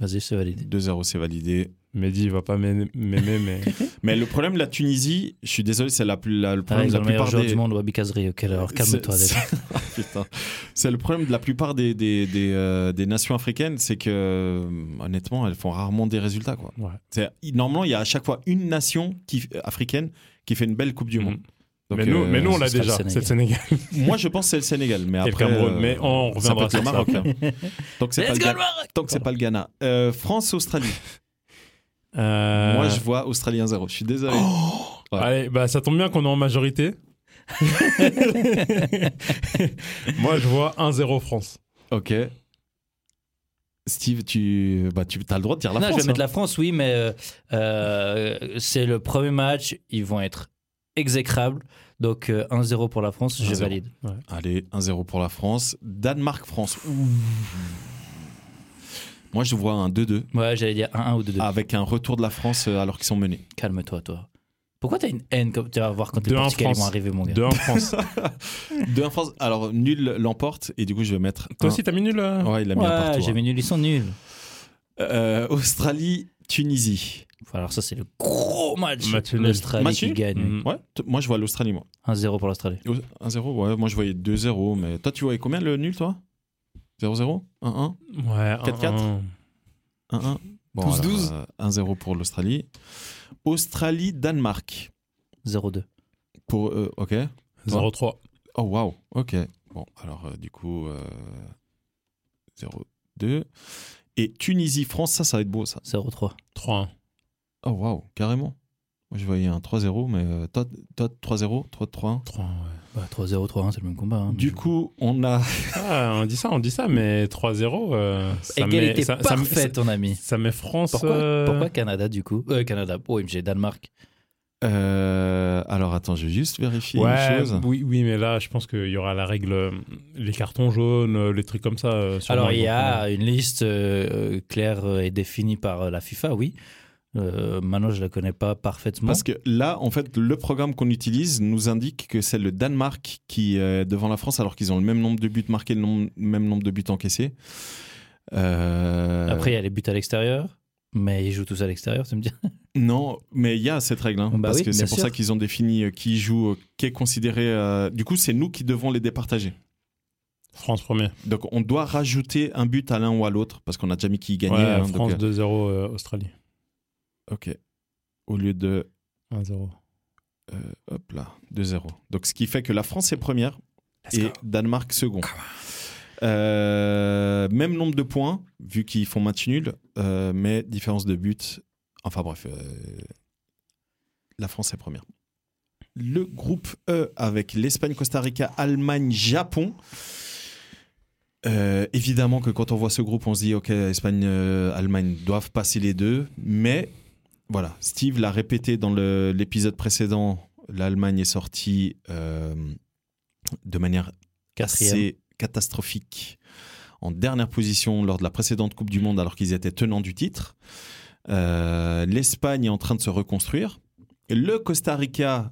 Speaker 2: Vas-y, c'est validé.
Speaker 1: 2-0, c'est validé.
Speaker 3: Mehdi, il va pas m'aimer, m'aimer, mais
Speaker 1: Mais le problème de la Tunisie, je suis désolé, c'est la plus, la- le
Speaker 2: Ah,
Speaker 1: problème
Speaker 2: ils
Speaker 1: de la
Speaker 2: ont le meilleur
Speaker 1: plupart
Speaker 2: joueur
Speaker 1: des.
Speaker 2: du monde, Wabi Kazri. Ok, alors calme-toi.
Speaker 1: C'est-
Speaker 2: déjà.
Speaker 1: <laughs> c'est- Putain. C'est le problème de la plupart des, des, des, euh, des nations africaines, c'est que euh, honnêtement, elles font rarement des résultats. Quoi.
Speaker 3: ouais.
Speaker 1: C'est- Normalement, il y a à chaque fois une nation qui, euh, africaine qui fait une belle Coupe du
Speaker 3: Mhm.
Speaker 1: Monde. Donc,
Speaker 3: mais, nous,
Speaker 1: euh,
Speaker 3: mais nous, on l'a
Speaker 2: ce sera
Speaker 3: déjà.
Speaker 2: le
Speaker 3: C'est le Sénégal
Speaker 1: Moi, je pense que c'est le Sénégal, mais
Speaker 3: et le
Speaker 1: après.
Speaker 3: Cameroun.
Speaker 1: euh,
Speaker 3: Mais on
Speaker 1: ça peut être
Speaker 3: reviendra
Speaker 1: le
Speaker 3: sur ça.
Speaker 1: Maroc. hein.
Speaker 3: <laughs>
Speaker 1: Donc, c'est pas
Speaker 2: Let's
Speaker 1: le
Speaker 2: go, le
Speaker 1: Ghana.
Speaker 2: Maroc
Speaker 1: Tant que c'est pas le Ghana. Euh, France-Australie.
Speaker 3: Euh,
Speaker 1: Moi, je vois Australie 1-0. Je suis désolé.
Speaker 2: Oh.
Speaker 1: Ouais.
Speaker 3: Allez, bah, ça tombe bien qu'on est en majorité.
Speaker 1: <laughs>
Speaker 3: Moi, je vois 1-0 France.
Speaker 1: Ok. Steve, tu, bah, tu as le droit de dire la
Speaker 2: Non,
Speaker 1: France.
Speaker 2: je vais mettre
Speaker 1: hein.
Speaker 2: la France, oui, mais euh, euh, c'est le premier match. Ils vont être exécrables. Donc euh, 1-0 pour la France, je
Speaker 1: 1-0.
Speaker 2: valide.
Speaker 1: hein. Allez, 1-0 pour la France. Danemark-France. Ouh. Moi, je vois un 2-2
Speaker 2: Ouais, j'allais dire 1-1 ou 2-2.
Speaker 1: avec un retour de la France euh, alors qu'ils sont menés.
Speaker 2: Calme-toi, toi. Pourquoi t'as une haine comme tu vas voir quand les
Speaker 3: 2-1
Speaker 2: Portugais
Speaker 3: France.
Speaker 2: vont arriver, mon gars
Speaker 3: 2-1 France.
Speaker 1: 2-1 France. Alors, nul l'emporte et du coup, je vais mettre.
Speaker 3: Toi
Speaker 1: un-
Speaker 3: aussi, t'as mis nul euh
Speaker 1: Ouais, il l'a mis un
Speaker 2: Ouais,
Speaker 1: partout.
Speaker 2: j'ai
Speaker 1: hein.
Speaker 2: mis nul, ils sont nuls.
Speaker 1: Euh, Australie-Tunisie.
Speaker 2: Enfin, alors ça, c'est le gros match.
Speaker 3: Match nul.
Speaker 2: L'Australie
Speaker 1: Match
Speaker 2: qui
Speaker 1: nul
Speaker 2: gagne. oui.
Speaker 3: Mhm.
Speaker 1: Ouais, t- moi, je vois l'Australie, moi.
Speaker 2: 1-0 pour l'Australie.
Speaker 1: Au- 1-0, ouais, moi, je voyais 2-0. Mais toi, tu voyais combien le nul, toi 0-0 1-1
Speaker 3: Ouais,
Speaker 1: 4-4.
Speaker 3: 1-1.
Speaker 1: 1-1 Bon,
Speaker 3: 12-12.
Speaker 1: alors, euh, 1-0 pour l'Australie. Australie-Danemark.
Speaker 2: 0-2.
Speaker 1: Pour, euh, ok.
Speaker 3: 0-3.
Speaker 1: Oh waouh, ok. Bon, alors euh, du coup, euh, 0-2. Et Tunisie-France, ça, ça va être beau, ça.
Speaker 2: 0-3.
Speaker 3: 3-1.
Speaker 1: Oh waouh, carrément. Moi, je voyais un 3-0, mais euh, toi, toi 3-0, 3-3.
Speaker 3: 3 ouais.
Speaker 2: Bah, 3-0, 3-1, c'est le même combat. hein.
Speaker 1: Du coup, on a.
Speaker 3: Ah, on dit ça, on dit ça, mais 3-0. euh, ça
Speaker 2: égalité
Speaker 3: met- ça- ça met-
Speaker 2: parfaite, ton ami.
Speaker 3: Ça met France.
Speaker 2: Pourquoi,
Speaker 3: euh,
Speaker 2: pourquoi Canada, du coup euh, Canada, OMG, Danemark.
Speaker 1: euh, alors attends, je vais juste vérifier une
Speaker 3: Ouais,
Speaker 1: chose.
Speaker 3: oui, oui, mais là, je pense qu'il y aura la règle, euh, les cartons jaunes, euh, les trucs comme ça. euh, sûrement,
Speaker 2: Alors, il
Speaker 3: ils
Speaker 2: y
Speaker 3: vont prendre.
Speaker 2: a une liste euh, euh, claire euh, et définie par euh, la FIFA, oui. Euh, maintenant, je la connais pas parfaitement.
Speaker 1: Parce que là, en fait, le programme qu'on utilise nous indique que c'est le Danemark qui est devant la France, alors qu'ils ont le même nombre de buts marqués, le nom- même nombre de buts encaissés. Euh,
Speaker 2: Après, il y a les buts à l'extérieur, mais ils jouent tous à l'extérieur, tu me dis
Speaker 1: Non, mais il y a cette règle, hein,
Speaker 2: Bah
Speaker 1: parce
Speaker 2: oui,
Speaker 1: que
Speaker 2: bien
Speaker 1: c'est pour
Speaker 2: sûr.
Speaker 1: ça qu'ils ont défini euh, qui joue, euh, qui est considéré. euh, du coup, c'est nous qui devons les départager.
Speaker 3: France premier.
Speaker 1: Donc, on doit rajouter un but à l'un ou à l'autre, parce qu'on a déjà mis qui gagnait.
Speaker 3: Ouais,
Speaker 1: hein, donc,
Speaker 3: France
Speaker 1: euh,
Speaker 3: 2-0, euh, Australie.
Speaker 1: ok. Au lieu de
Speaker 3: 1-0.
Speaker 1: euh, hop là, 2-0. Donc, ce qui fait que la France est première et Danemark second. Euh, même nombre de points, vu qu'ils font match nul, euh, mais différence de but. Enfin bref, euh, la France est première. Le groupe E avec l'Espagne, Costa Rica, Allemagne, Japon. Euh, évidemment que quand on voit ce groupe, on se dit, OK, Espagne, euh, Allemagne doivent passer les deux. Mais voilà, Steve l'a répété dans le- l'épisode précédent, l'Allemagne est sortie euh, de manière
Speaker 2: Quatrième.
Speaker 1: assez catastrophique en dernière position lors de la précédente Coupe du Monde alors qu'ils étaient tenants du titre. Euh, L'Espagne est en train de se reconstruire. Et le Costa Rica,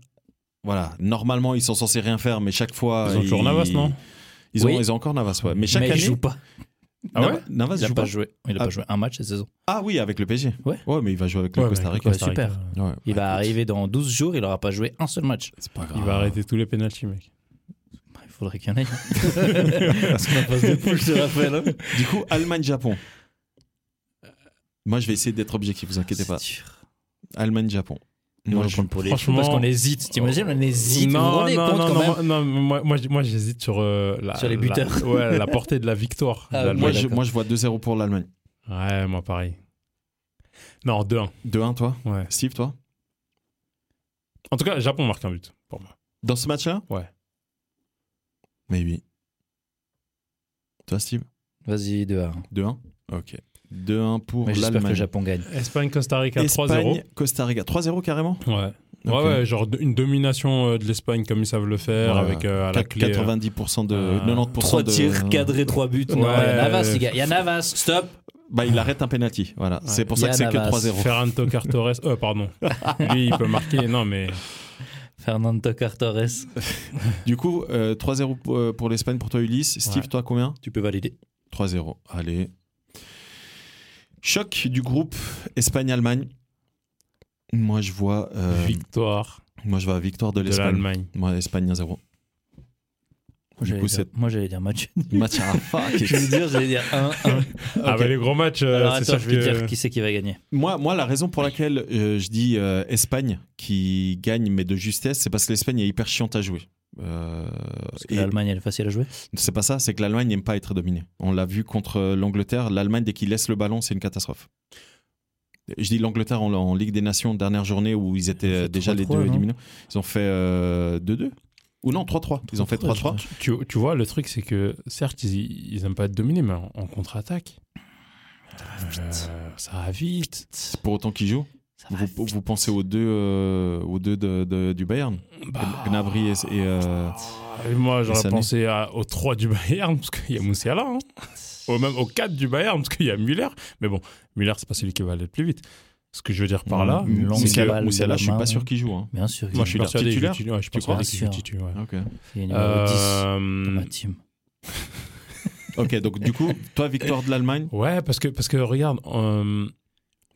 Speaker 1: voilà, normalement ils sont censés rien faire, mais chaque fois
Speaker 3: Ils ont toujours Navas, non
Speaker 1: ils ont,
Speaker 2: Oui.
Speaker 1: ils ont encore Navas, ouais. Mais chaque
Speaker 2: Mais
Speaker 1: année,
Speaker 2: il joue pas.
Speaker 3: Ah ouais
Speaker 1: Nava- Navas
Speaker 2: Il a
Speaker 1: joue
Speaker 2: pas
Speaker 1: pas.
Speaker 2: joué. Il a
Speaker 1: Ah.
Speaker 2: pas joué un match cette saison.
Speaker 1: Ah oui, avec le PSG.
Speaker 2: Ouais.
Speaker 1: mais il va jouer avec
Speaker 3: Ouais,
Speaker 1: le
Speaker 3: ouais,
Speaker 1: Costa Rica.
Speaker 2: Costa super.
Speaker 3: Rica.
Speaker 1: Ouais.
Speaker 2: Il va
Speaker 1: Écoute,
Speaker 2: arriver dans 12 jours, il aura pas joué un seul match.
Speaker 1: C'est pas grave.
Speaker 3: Il va arrêter tous les pénaltys, mec.
Speaker 2: Bah, Il faudrait qu'il y en ait. Parce qu'on a pas de poule, je te rappelle. hein.
Speaker 1: Du coup, Allemagne-Japon. Moi, je vais essayer d'être objectif, vous inquiétez pas.
Speaker 2: C'est dur.
Speaker 1: Allemagne-Japon.
Speaker 2: Nous,
Speaker 1: Moi,
Speaker 2: on
Speaker 1: je-
Speaker 2: prend pour les
Speaker 3: franchement-
Speaker 2: fous parce qu'on hésite. T'imagines, on hésite. vous vous
Speaker 3: Non,
Speaker 2: rendez
Speaker 3: non,
Speaker 2: compte
Speaker 3: non,
Speaker 2: quand
Speaker 3: non,
Speaker 2: même
Speaker 3: moi- non, moi, moi, j'- moi, j'hésite sur euh, la,
Speaker 2: Sur les
Speaker 3: la-
Speaker 2: buteurs.
Speaker 3: <laughs> ouais, la portée de la victoire. de
Speaker 2: Ah,
Speaker 3: l'Allemagne.
Speaker 1: moi, je,
Speaker 2: d'accord.
Speaker 1: moi, je vois 2-0 pour l'Allemagne.
Speaker 3: Ouais, moi pareil. Non, 2-1.
Speaker 1: 2-1, toi
Speaker 3: Ouais.
Speaker 1: Steve, toi
Speaker 3: En tout cas, Japon marque un but pour moi.
Speaker 1: Dans ce match-là
Speaker 3: Ouais.
Speaker 1: Mais oui. Toi, Steve
Speaker 2: Vas-y, 2-1.
Speaker 1: 2-1 Ok. 2-1 pour
Speaker 2: Mais j'espère que le
Speaker 1: l'Allemagne.
Speaker 2: Japon gagne.
Speaker 3: Espagne-Costa Rica 3-0.
Speaker 1: Espagne, Costa Rica. 3-0 carrément
Speaker 3: Ouais.
Speaker 1: Ok.
Speaker 3: ouais, ouais, genre de- une domination euh, de l'Espagne comme ils savent le faire,
Speaker 1: Ouais,
Speaker 3: avec euh, à la
Speaker 1: Quatre-
Speaker 3: clé. euh,
Speaker 1: 90% de.
Speaker 3: euh,
Speaker 1: 90%
Speaker 2: 3
Speaker 1: de-
Speaker 2: tirs cadrés, 3 buts. Non, il y
Speaker 3: Ouais.
Speaker 2: a Navas, les gars. Il y a Navas. Stop.
Speaker 1: Bah, il arrête un penalty. Voilà.
Speaker 3: Ouais.
Speaker 1: C'est pour ça
Speaker 2: Il y
Speaker 1: que
Speaker 2: a
Speaker 1: c'est que
Speaker 2: Navas.
Speaker 1: 3-0.
Speaker 3: Ferran Tocar Torres. Euh, pardon.
Speaker 1: <laughs>
Speaker 3: Lui, il peut marquer. Non, mais.
Speaker 2: Fernando Tocar Torres.
Speaker 1: Du coup, euh, 3-0 pour- euh, pour l'Espagne, pour toi, Ulysse. Steve,
Speaker 3: Ouais.
Speaker 1: toi, combien
Speaker 2: Tu peux valider.
Speaker 1: 3-0. Allez. Choc du groupe Espagne-Allemagne. Moi, je vois. euh,
Speaker 3: Victoire
Speaker 1: moi, je vois victoire de
Speaker 3: de
Speaker 1: l'Espagne.
Speaker 3: l'Allemagne.
Speaker 1: Moi, Espagne <laughs> 1-0.
Speaker 2: Moi,
Speaker 1: Du
Speaker 2: j'allais
Speaker 1: coup,
Speaker 2: dire-
Speaker 1: c'est
Speaker 2: Moi, j'allais dire match. <laughs>
Speaker 1: match à fuck
Speaker 2: Je
Speaker 1: it.
Speaker 2: veux dire, j'allais dire 1-1.
Speaker 3: Ah,
Speaker 2: Ok.
Speaker 3: bah les gros matchs, euh,
Speaker 2: Alors
Speaker 3: c'est
Speaker 2: attends,
Speaker 3: sûr
Speaker 2: je vais
Speaker 3: que-
Speaker 2: dire qui c'est qui va gagner.
Speaker 1: moi, moi, la raison pour laquelle euh, je dis euh, Espagne qui gagne, mais de justesse, c'est parce que l'Espagne est hyper chiante à jouer. Euh,
Speaker 2: Parce que
Speaker 1: et
Speaker 2: l'Allemagne, elle est facile à jouer.
Speaker 1: c'est pas ça, c'est que l'Allemagne n'aime pas être dominée. On l'a vu contre l'Angleterre. L'Allemagne, dès qu'il laisse le ballon, c'est une catastrophe. Je dis l'Angleterre en, en Ligue des Nations, dernière journée où ils
Speaker 2: Ils ont
Speaker 1: étaient euh,
Speaker 2: fait
Speaker 1: déjà les
Speaker 2: 3-3,
Speaker 1: deux
Speaker 2: non
Speaker 1: éliminés. Ils ont fait euh, 2-2 Ou non, 3-3. Ils ont fait 3-3.
Speaker 3: Tu, tu vois, le truc, c'est que certes, ils, ils aiment pas être dominés, mais en, en contre-attaque, euh, ça va vite.
Speaker 1: Pour autant qu'ils jouent.
Speaker 2: Ça va.
Speaker 1: Vous, vous pensez aux deux, euh, aux deux de- de- du Bayern
Speaker 3: Bah, Ah,
Speaker 1: Gnabry et- et, euh,
Speaker 3: et moi,
Speaker 1: et
Speaker 3: j'aurais
Speaker 1: Sané.
Speaker 3: pensé à- aux 3 du Bayern, parce qu'il y a Moussiala. hein. Ou même aux 4 du Bayern, parce qu'il y a Müller. Mais bon, Müller, c'est pas celui qui va aller le plus vite. Ce que je veux dire par là,
Speaker 1: Mmh,
Speaker 2: Une longue
Speaker 1: Moussiala,
Speaker 2: balle de
Speaker 1: Moussiala,
Speaker 2: la
Speaker 1: je suis pas
Speaker 2: main.
Speaker 1: sûr qu'il joue. hein.
Speaker 2: Bien sûr.
Speaker 3: moi, je suis
Speaker 1: Müller
Speaker 3: persuadé qu'il
Speaker 1: titulaire
Speaker 3: est titulaire. Ouais, je
Speaker 2: Tu
Speaker 3: pense persuadé
Speaker 2: crois
Speaker 3: qu'il est
Speaker 2: Sûr.
Speaker 3: titulaire. ouais.
Speaker 1: Ok.
Speaker 2: Il est numéro 10 de
Speaker 3: Euh,
Speaker 2: ma
Speaker 3: <laughs>
Speaker 2: team.
Speaker 1: Ok, donc du <laughs> coup, toi, victoire de l'Allemagne.
Speaker 3: Ouais, parce que, parce que regarde. euh,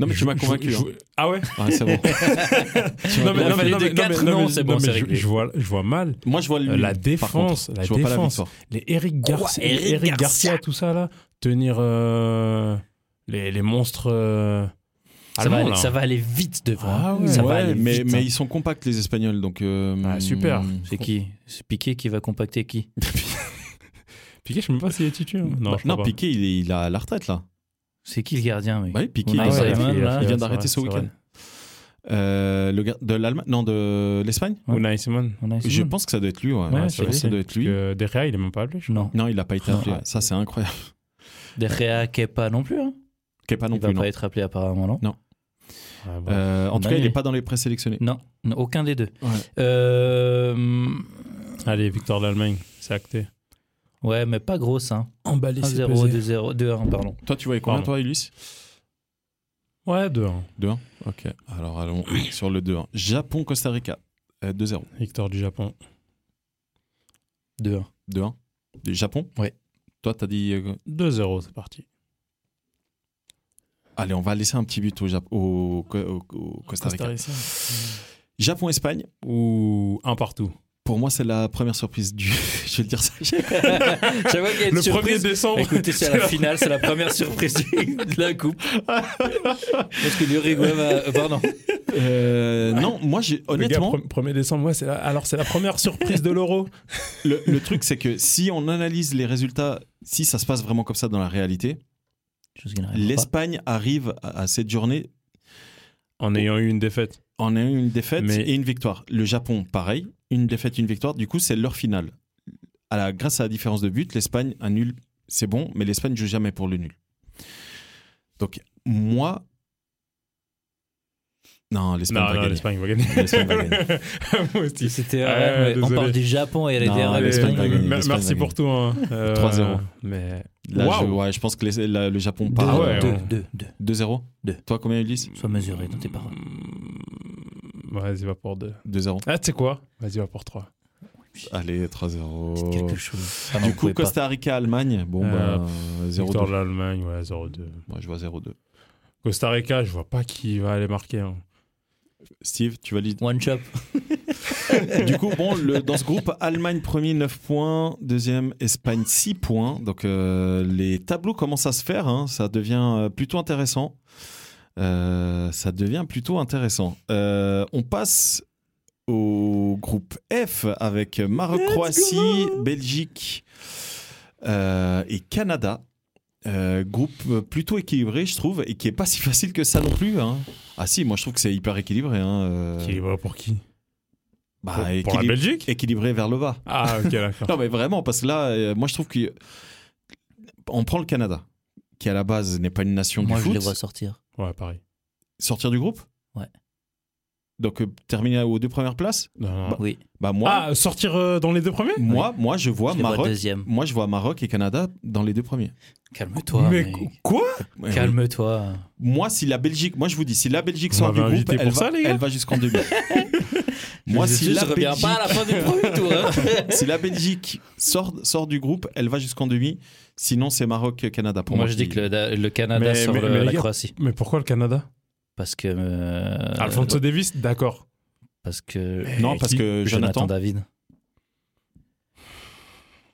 Speaker 1: Non, mais tu
Speaker 3: je-
Speaker 1: m'as
Speaker 3: je-
Speaker 1: convaincu.
Speaker 3: je-
Speaker 1: hein.
Speaker 3: Ah ouais
Speaker 1: Ouais, c'est bon. Tu m'as
Speaker 3: Non, mais-
Speaker 2: Il a
Speaker 1: convaincu.
Speaker 3: non, mais-
Speaker 2: fallu
Speaker 3: non,
Speaker 2: des
Speaker 3: mais-
Speaker 2: quatre,
Speaker 3: mais-
Speaker 2: non,
Speaker 3: mais-
Speaker 2: c'est bon,
Speaker 3: mais
Speaker 2: c'est
Speaker 3: je-
Speaker 2: réglé.
Speaker 3: je vois- je vois mal.
Speaker 1: <laughs> Moi, je vois
Speaker 3: Euh,
Speaker 1: le
Speaker 3: la défense, la
Speaker 1: Je vois pas la
Speaker 3: défense,
Speaker 1: victoire.
Speaker 3: les Eric Garcia,
Speaker 2: Quoi, Eric
Speaker 3: Eric Garcia,
Speaker 2: Garcia
Speaker 3: tout ça là, tenir euh, les, les monstres euh,
Speaker 2: Ça va,
Speaker 3: allemands,
Speaker 2: aller,
Speaker 3: là.
Speaker 2: ça va aller vite devant.
Speaker 3: Ah ouais.
Speaker 2: ça va
Speaker 1: Ouais,
Speaker 2: aller
Speaker 1: mais,
Speaker 2: vite.
Speaker 1: mais
Speaker 2: hein.
Speaker 1: ils sont compacts, les Espagnols. Donc, euh,
Speaker 3: Ah, super.
Speaker 1: hum,
Speaker 2: C'est qui C'est Piqué qui va compacter qui
Speaker 3: Piqué, je sais même pas s'il est titulaire. Non,
Speaker 1: bah,
Speaker 3: je crois
Speaker 1: non
Speaker 3: pas.
Speaker 1: Piqué, il est, il a la retraite, là.
Speaker 2: C'est qui le gardien mec
Speaker 1: Bah oui, Piqué,
Speaker 2: On a
Speaker 1: il est
Speaker 3: Ah ouais,
Speaker 1: à la
Speaker 2: Simon,
Speaker 1: retraite.
Speaker 3: il est-
Speaker 2: là.
Speaker 1: Il
Speaker 3: c'est
Speaker 1: vient d'arrêter
Speaker 3: vrai,
Speaker 1: ce
Speaker 3: c'est
Speaker 1: week-end.
Speaker 3: vrai.
Speaker 1: Euh, le gar- de l'Allemagne Non, de l'Espagne
Speaker 2: Ouais.
Speaker 3: Unai Simon.
Speaker 2: On a
Speaker 1: Je pense que ça doit être lui. Ouais.
Speaker 2: Ouais,
Speaker 1: Ouais,
Speaker 2: c'est
Speaker 1: je pense que ça
Speaker 2: lui.
Speaker 1: doit être
Speaker 3: Parce
Speaker 1: lui.
Speaker 3: que Derrière, il est même pas appelé. je crois.
Speaker 2: Non.
Speaker 1: Non, il n'a pas été
Speaker 2: Non.
Speaker 1: appelé. Ça, c'est incroyable. <laughs>
Speaker 2: Derrea Kepa non plus. hein.
Speaker 1: Kepa non
Speaker 2: il va
Speaker 1: plus. non.
Speaker 2: pas être appelé apparemment, non
Speaker 3: Ah, bon.
Speaker 1: Euh, en tout cas, il
Speaker 2: Annulé.
Speaker 1: n'est pas dans les présélectionnés.
Speaker 2: Non, non, aucun des deux.
Speaker 1: Ouais.
Speaker 2: Euh,
Speaker 3: Allez, victoire d'Allemagne, c'est acté.
Speaker 2: Ouais, mais pas grosse. Hein.
Speaker 3: Emballé,
Speaker 2: 1-0, 2-0, 2-1,
Speaker 3: <laughs>
Speaker 2: pardon. <laughs>
Speaker 1: Toi, tu voyais combien,
Speaker 3: Pardon.
Speaker 1: toi, Ulysse
Speaker 3: Ouais, 2-1.
Speaker 1: 2-1. Ok. Alors, allons <coughs> sur le 2-1. Japon-Costa Rica. Euh, 2-0.
Speaker 3: Victoire du Japon.
Speaker 2: 2-1.
Speaker 1: 2-1. Du Japon
Speaker 2: Ouais.
Speaker 1: Toi, t'as dit. euh,
Speaker 3: 2-0, c'est parti.
Speaker 1: Allez, on va laisser un petit but au, Jap- au, au- au- au Costa Rica. Japon-Espagne.
Speaker 3: Ou un partout.
Speaker 1: Pour moi, c'est la première surprise du. <laughs> Je vais le dire ça.
Speaker 3: <laughs>
Speaker 2: J'avoue qu'il y a une
Speaker 3: Le 1er
Speaker 2: surprise.
Speaker 3: décembre.
Speaker 2: Écoutez, c'est
Speaker 3: <laughs>
Speaker 2: à la finale, c'est la première surprise du- de la coupe. Parce que l'Uruguay va. euh, pardon.
Speaker 1: Euh, non, moi, j'ai-
Speaker 3: Le gars,
Speaker 1: honnêtement,
Speaker 3: pre- 1er décembre, ouais, c'est la- alors c'est la première surprise de l'euro.
Speaker 1: le, le truc, c'est que si on analyse les résultats, si ça se passe vraiment comme ça dans la réalité,
Speaker 3: Ah,
Speaker 2: Chose qui n'arrivera pas.
Speaker 1: l'Espagne arrive à, à cette journée
Speaker 3: En ayant eu une défaite.
Speaker 1: en ayant une défaite
Speaker 3: Mais-
Speaker 1: et une victoire. Le Japon, pareil, une défaite, une victoire. Du coup, c'est leur finale. À la, grâce à la différence de but, l'Espagne annule c'est bon, mais l'Espagne ne joue jamais pour le nul. Donc, moi. Non, l'Espagne
Speaker 3: Non,
Speaker 1: va
Speaker 3: non,
Speaker 1: gagner.
Speaker 3: l'Espagne va gagner.
Speaker 1: L'Espagne va gagner.
Speaker 3: <laughs> Moi aussi.
Speaker 2: C'était,
Speaker 3: Ah,
Speaker 2: ouais, mais on
Speaker 3: désolé.
Speaker 2: parle du Japon et elle
Speaker 1: Non,
Speaker 2: était
Speaker 1: Ah,
Speaker 3: Allez,
Speaker 1: l'Espagne va
Speaker 3: euh,
Speaker 1: gagner,
Speaker 3: mer-
Speaker 1: l'Espagne
Speaker 3: Merci
Speaker 1: va
Speaker 3: pour tout. hein. Euh,
Speaker 1: 3-0.
Speaker 3: Mais
Speaker 1: Là, je,
Speaker 3: Waouh.
Speaker 1: ouais, je pense que les- la- le Japon
Speaker 2: Deux,
Speaker 1: part.
Speaker 3: ouais,
Speaker 2: deux,
Speaker 3: on-
Speaker 2: deux, deux.
Speaker 1: 2-0
Speaker 2: Deux.
Speaker 1: Toi, combien, Ulysse
Speaker 2: Sois mesuré dans tes paroles.
Speaker 3: bah, Vas-y, va pour 2.
Speaker 1: 2-0.
Speaker 3: Ah, tu sais quoi Vas-y, va pour 3.
Speaker 1: Allez,
Speaker 2: Dites quelque
Speaker 1: 3-0.
Speaker 2: chose. Ah non,
Speaker 1: Du
Speaker 2: vous
Speaker 1: coup,
Speaker 2: pouvez pas.
Speaker 1: Costa Rica-Allemagne, bon,
Speaker 3: Euh,
Speaker 1: bah,
Speaker 3: Victoire de
Speaker 1: 0-2.
Speaker 3: l'Allemagne, ouais, 0-2.
Speaker 1: Moi, je vois 0-2.
Speaker 3: Costa Rica, je vois pas qui va aller marquer. hein.
Speaker 1: Steve, tu valides
Speaker 2: One chop.
Speaker 1: Du coup, bon, le- dans ce groupe, Allemagne premier 9 points, deuxième Espagne 6 points. Donc euh, les tableaux commencent à se faire, hein. ça devient euh, plutôt intéressant. Euh, ça devient plutôt intéressant. Euh, on passe au groupe F avec Maroc, Croatie, Belgique euh, et Canada. Euh, groupe plutôt équilibré, je trouve, et qui est pas si <laughs> facile que ça non plus. hein. Ah si, moi je trouve que c'est hyper équilibré. hein, euh,
Speaker 3: Qui va pour qui
Speaker 1: bah,
Speaker 3: Pour- Pour la
Speaker 1: équili-
Speaker 3: Belgique
Speaker 1: équilibré vers le bas.
Speaker 3: Ah, ok, d'accord.
Speaker 1: Non, mais vraiment, parce que là, euh, moi, je trouve que on prend le Canada, qui à la base n'est pas une nation
Speaker 2: Moi,
Speaker 1: du
Speaker 2: je
Speaker 1: foot,
Speaker 2: les vois sortir.
Speaker 3: Ouais, pareil.
Speaker 1: sortir du groupe.
Speaker 2: Ouais.
Speaker 1: Donc euh, terminer aux deux premières places.
Speaker 3: Non, non, non.
Speaker 1: Bah,
Speaker 2: Oui,
Speaker 1: Bah moi,
Speaker 3: ah, sortir euh, dans les deux premiers
Speaker 1: moi, moi, je vois
Speaker 2: je les vois
Speaker 1: Maroc.
Speaker 2: deuxième.
Speaker 1: moi, je vois Maroc et Canada dans les deux premiers.
Speaker 2: Calme-toi.
Speaker 3: Mais
Speaker 2: mec.
Speaker 3: qu- quoi
Speaker 1: Ouais, oui.
Speaker 2: Calme-toi.
Speaker 1: Moi, si la Belgique, moi, je vous dis, si la Belgique
Speaker 3: Vous
Speaker 1: sort du
Speaker 3: m'avez
Speaker 1: groupe,
Speaker 3: invité
Speaker 1: elle
Speaker 3: pour
Speaker 1: va,
Speaker 3: ça, les gars
Speaker 1: elle va jusqu'en
Speaker 3: <laughs>
Speaker 1: demi. moi, si
Speaker 2: je
Speaker 1: la,
Speaker 2: reviens
Speaker 1: Belgique,
Speaker 2: pas à la fin du premier tour. hein.
Speaker 1: si la Belgique sort, sort du groupe, elle va jusqu'en demi. Sinon, c'est Maroc-Canada. Pour
Speaker 2: Pour
Speaker 1: moi,
Speaker 2: moi, je dis
Speaker 1: qui-
Speaker 2: que le, le Canada
Speaker 3: Mais-
Speaker 2: sort
Speaker 3: mais-
Speaker 2: le-
Speaker 3: mais les
Speaker 2: la
Speaker 3: gars-
Speaker 2: Croatie.
Speaker 3: Mais pourquoi le Canada
Speaker 2: Parce que. euh,
Speaker 1: bah.
Speaker 3: Alfonso Davis, d'accord.
Speaker 2: Parce que.
Speaker 1: Non, parce
Speaker 3: qui-
Speaker 1: que
Speaker 2: Jonathan
Speaker 1: Euh, Jonathan,
Speaker 2: David.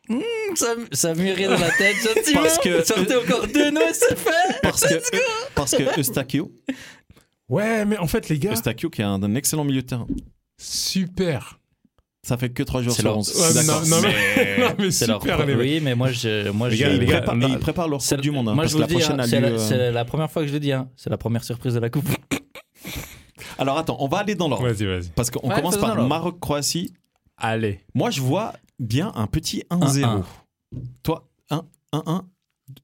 Speaker 2: Hmm, ça, ça mûrit dans la tête, <laughs> gentiment.
Speaker 1: Parce que-
Speaker 2: Sortez encore deux noix, <laughs> c'est fait.
Speaker 1: parce que parce que Eustachio,
Speaker 3: Ouais, mais en fait, les gars,
Speaker 1: Eustachio qui est un, un excellent milieu de terrain.
Speaker 3: super.
Speaker 1: Ça fait que 3 jours
Speaker 2: C'est
Speaker 1: sur
Speaker 2: leur-
Speaker 1: 11.
Speaker 3: Ouais, mais
Speaker 1: D'accord.
Speaker 3: non, non,
Speaker 1: Eh,
Speaker 3: mais, <laughs> non, mais
Speaker 2: C'est leur.
Speaker 3: super, les mecs.
Speaker 2: Oui, mais moi, je. Moi,
Speaker 3: Les
Speaker 2: je...
Speaker 3: gars,
Speaker 1: Ils
Speaker 3: les gars,
Speaker 1: préparent- mais ils préparent leur
Speaker 2: C'est
Speaker 1: Coupe du Monde. hein,
Speaker 2: moi,
Speaker 1: parce
Speaker 2: je
Speaker 1: que
Speaker 2: vous
Speaker 1: la
Speaker 2: le dis,
Speaker 1: prochaine
Speaker 2: hein,
Speaker 1: a
Speaker 2: c'est
Speaker 1: lieu,
Speaker 2: la,
Speaker 1: euh,
Speaker 2: c'est la première fois que je le dis. hein. C'est la première surprise de la Coupe.
Speaker 1: Alors attends, on va aller dans l'ordre.
Speaker 3: Vas-y, vas-y.
Speaker 1: Parce qu'on
Speaker 2: Ouais,
Speaker 1: commence
Speaker 2: faisons dans
Speaker 1: par
Speaker 2: l'ordre.
Speaker 1: Maroc-Croatie.
Speaker 3: Allez.
Speaker 1: Moi, je vois bien un petit 1-0. Toi, 1 1-1.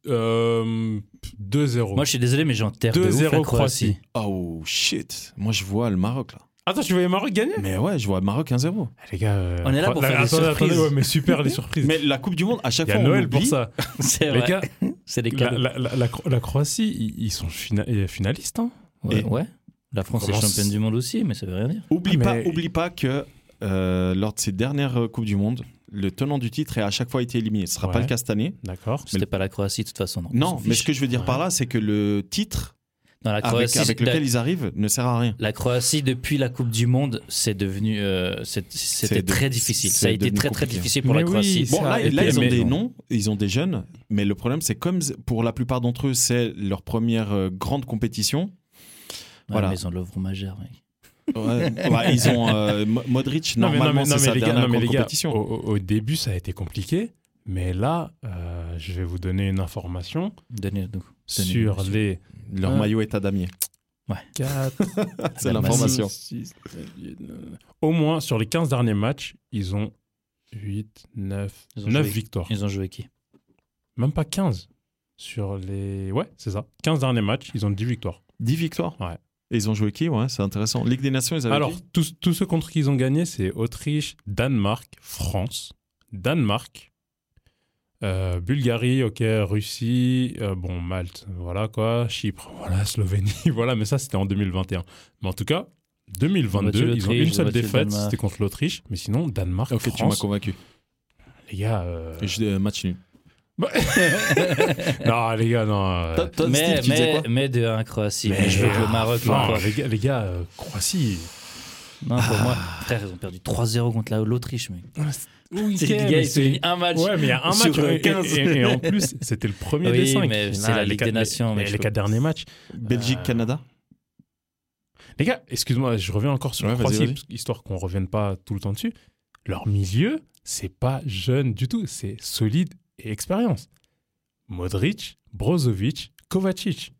Speaker 3: Euh, 2-0.
Speaker 2: Moi, je suis désolé, mais j'enterre de ouf
Speaker 3: 2-0
Speaker 2: la
Speaker 3: Croatie.
Speaker 2: Croatie.
Speaker 1: Oh shit. Moi, je vois le Maroc là.
Speaker 3: Attends, tu voyais Maroc gagner
Speaker 1: Mais ouais, je vois Maroc 1-0.
Speaker 3: Ah, Les gars, euh,
Speaker 2: On est là pour
Speaker 3: la-
Speaker 2: faire des
Speaker 3: attendez,
Speaker 2: surprises.
Speaker 3: attendez, ouais, mais super les surprises.
Speaker 1: Mais la Coupe du Monde, à chaque
Speaker 3: Il y
Speaker 1: fois,
Speaker 3: a
Speaker 1: on
Speaker 3: Noël
Speaker 1: oublie.
Speaker 3: pour ça.
Speaker 2: <laughs> C'est
Speaker 3: Les
Speaker 2: vrai.
Speaker 3: gars,
Speaker 2: C'est les
Speaker 3: la,
Speaker 2: cadeaux.
Speaker 3: la, la, la, Cro- la Croatie, ils, ils sont fina- euh, finalistes. Hein
Speaker 2: Ouais,
Speaker 1: Et-
Speaker 2: ouais. La France est
Speaker 3: Comment
Speaker 2: championne
Speaker 3: c'est-
Speaker 2: du monde aussi, mais ça veut rien dire.
Speaker 1: Oublie,
Speaker 3: Ah, Mais-
Speaker 1: pas, oublie pas que euh, lors de ces dernières euh, Coupes du Monde, le tenant du titre est à chaque fois été éliminé. Ce sera pas
Speaker 3: Ouais.
Speaker 1: le cas cette année.
Speaker 3: D'accord.
Speaker 2: C'était pas la Croatie de toute façon. donc on
Speaker 1: Non,
Speaker 2: s'en
Speaker 1: mais
Speaker 2: fiche.
Speaker 1: ce que je veux dire
Speaker 3: Ouais.
Speaker 1: par là, c'est que le titre
Speaker 2: Non, la
Speaker 1: avec,
Speaker 2: Croatie,
Speaker 1: avec
Speaker 2: la-
Speaker 1: lequel ils arrivent ne sert à rien.
Speaker 2: la Croatie, depuis la Coupe du Monde, c'est devenu. euh, c'est- C'était
Speaker 1: C'est de-
Speaker 2: très difficile.
Speaker 1: c'est
Speaker 2: Ça a été
Speaker 1: devenu
Speaker 2: très, très
Speaker 1: compliqué.
Speaker 2: difficile pour
Speaker 3: Mais
Speaker 2: la
Speaker 3: oui,
Speaker 2: Croatie.
Speaker 1: Bon,
Speaker 3: Ça
Speaker 1: là,
Speaker 3: a été-
Speaker 1: là, ils ont
Speaker 3: mais-
Speaker 1: des noms, ils ont des jeunes, mais le problème, c'est comme pour la plupart d'entre eux, c'est leur première euh, grande compétition. voilà.
Speaker 2: voilà. Maison de l'œuvre majeure, mec.
Speaker 1: Ouais, bah, ils ont euh, Mo- Modric,
Speaker 3: Non, mais-
Speaker 1: normalement,
Speaker 3: non, mais- non,
Speaker 1: c'est
Speaker 3: mais
Speaker 1: sa
Speaker 3: les gars,
Speaker 1: dernière
Speaker 3: non, mais
Speaker 1: grande
Speaker 3: les gars, oh.
Speaker 1: compétition.
Speaker 3: Au, au- au début, ça a été compliqué. Mais là, euh, je vais vous donner une information
Speaker 2: Donnez-nous.
Speaker 3: sur
Speaker 2: monsieur.
Speaker 3: les
Speaker 1: Leur
Speaker 3: Euh,
Speaker 1: maillot est à damier.
Speaker 3: 4,
Speaker 1: C'est
Speaker 2: la
Speaker 1: l'information.
Speaker 3: Au moins, sur les 15 derniers matchs, ils ont 8, 9,
Speaker 2: Ils ont
Speaker 3: 9
Speaker 2: joué.
Speaker 3: victoires.
Speaker 2: Ils ont joué qui
Speaker 3: Même pas 15. Sur les. Ouais, c'est ça. 15 derniers matchs, ils ont 10 victoires.
Speaker 1: 10 victoires Euh,
Speaker 3: Ouais.
Speaker 1: Et ils ont joué qui Ouais, c'est intéressant. Ligue des Nations, ils avaient
Speaker 3: Alors,
Speaker 1: qui
Speaker 3: tous, tous ceux contre qui ils ont gagné, c'est Autriche, Danemark, France, Danemark, euh, Bulgarie, ok, Russie, euh, bon, Malte, voilà quoi, Chypre, voilà, Slovénie, <laughs> voilà, mais ça c'était en 2021. Mais en tout cas, 2022,
Speaker 2: Ils ont battu
Speaker 3: ils ont
Speaker 2: l'Autriche,
Speaker 3: une
Speaker 2: ils ont
Speaker 3: seule
Speaker 2: battu le
Speaker 3: défaite,
Speaker 2: Danemark.
Speaker 3: c'était contre l'Autriche, mais sinon, Danemark,
Speaker 1: Ok, tu m'as
Speaker 3: France,
Speaker 1: convaincu.
Speaker 3: les gars.
Speaker 1: <laughs>
Speaker 3: euh,
Speaker 1: Je dis, euh, match nul.
Speaker 3: non, les gars, non. euh,
Speaker 1: Toi, toi,
Speaker 2: mais,
Speaker 1: Steve, tu disais
Speaker 2: mais,
Speaker 1: quoi
Speaker 2: mais de 1 Croatie.
Speaker 3: Mais-
Speaker 2: Mais je veux que le Maroc.
Speaker 3: non,
Speaker 2: encore.
Speaker 3: ah, les gars, les gars euh, Croatie.
Speaker 2: Non, pour moi, frère, ils ont perdu 3-0 contre la- l'Autriche, mec.
Speaker 3: Oui,
Speaker 2: C'est les gars, ils gagnent un match.
Speaker 3: Ouais, mais il y a un
Speaker 2: sur
Speaker 3: match et-
Speaker 2: 15.
Speaker 3: Et, et- et en plus, c'était le premier
Speaker 2: Oui,
Speaker 3: des cinq.
Speaker 2: mais c'est
Speaker 3: Là,
Speaker 2: la
Speaker 3: les
Speaker 2: Ligue
Speaker 3: quatre-
Speaker 2: des Nations,
Speaker 3: Les,
Speaker 2: mais je
Speaker 3: les
Speaker 2: peux-
Speaker 3: quatre derniers matchs.
Speaker 1: Belgique,
Speaker 3: Euh,
Speaker 1: Canada
Speaker 3: Les gars, excuse-moi, je reviens encore sur
Speaker 1: Ouais,
Speaker 3: la
Speaker 1: vas-y,
Speaker 3: Croatie,
Speaker 1: vas-y.
Speaker 3: parce- histoire qu'on revienne pas tout le temps dessus. Leur milieu, c'est pas jeune du tout, c'est solide et expérience. Modric, Brozovic, Kovacic.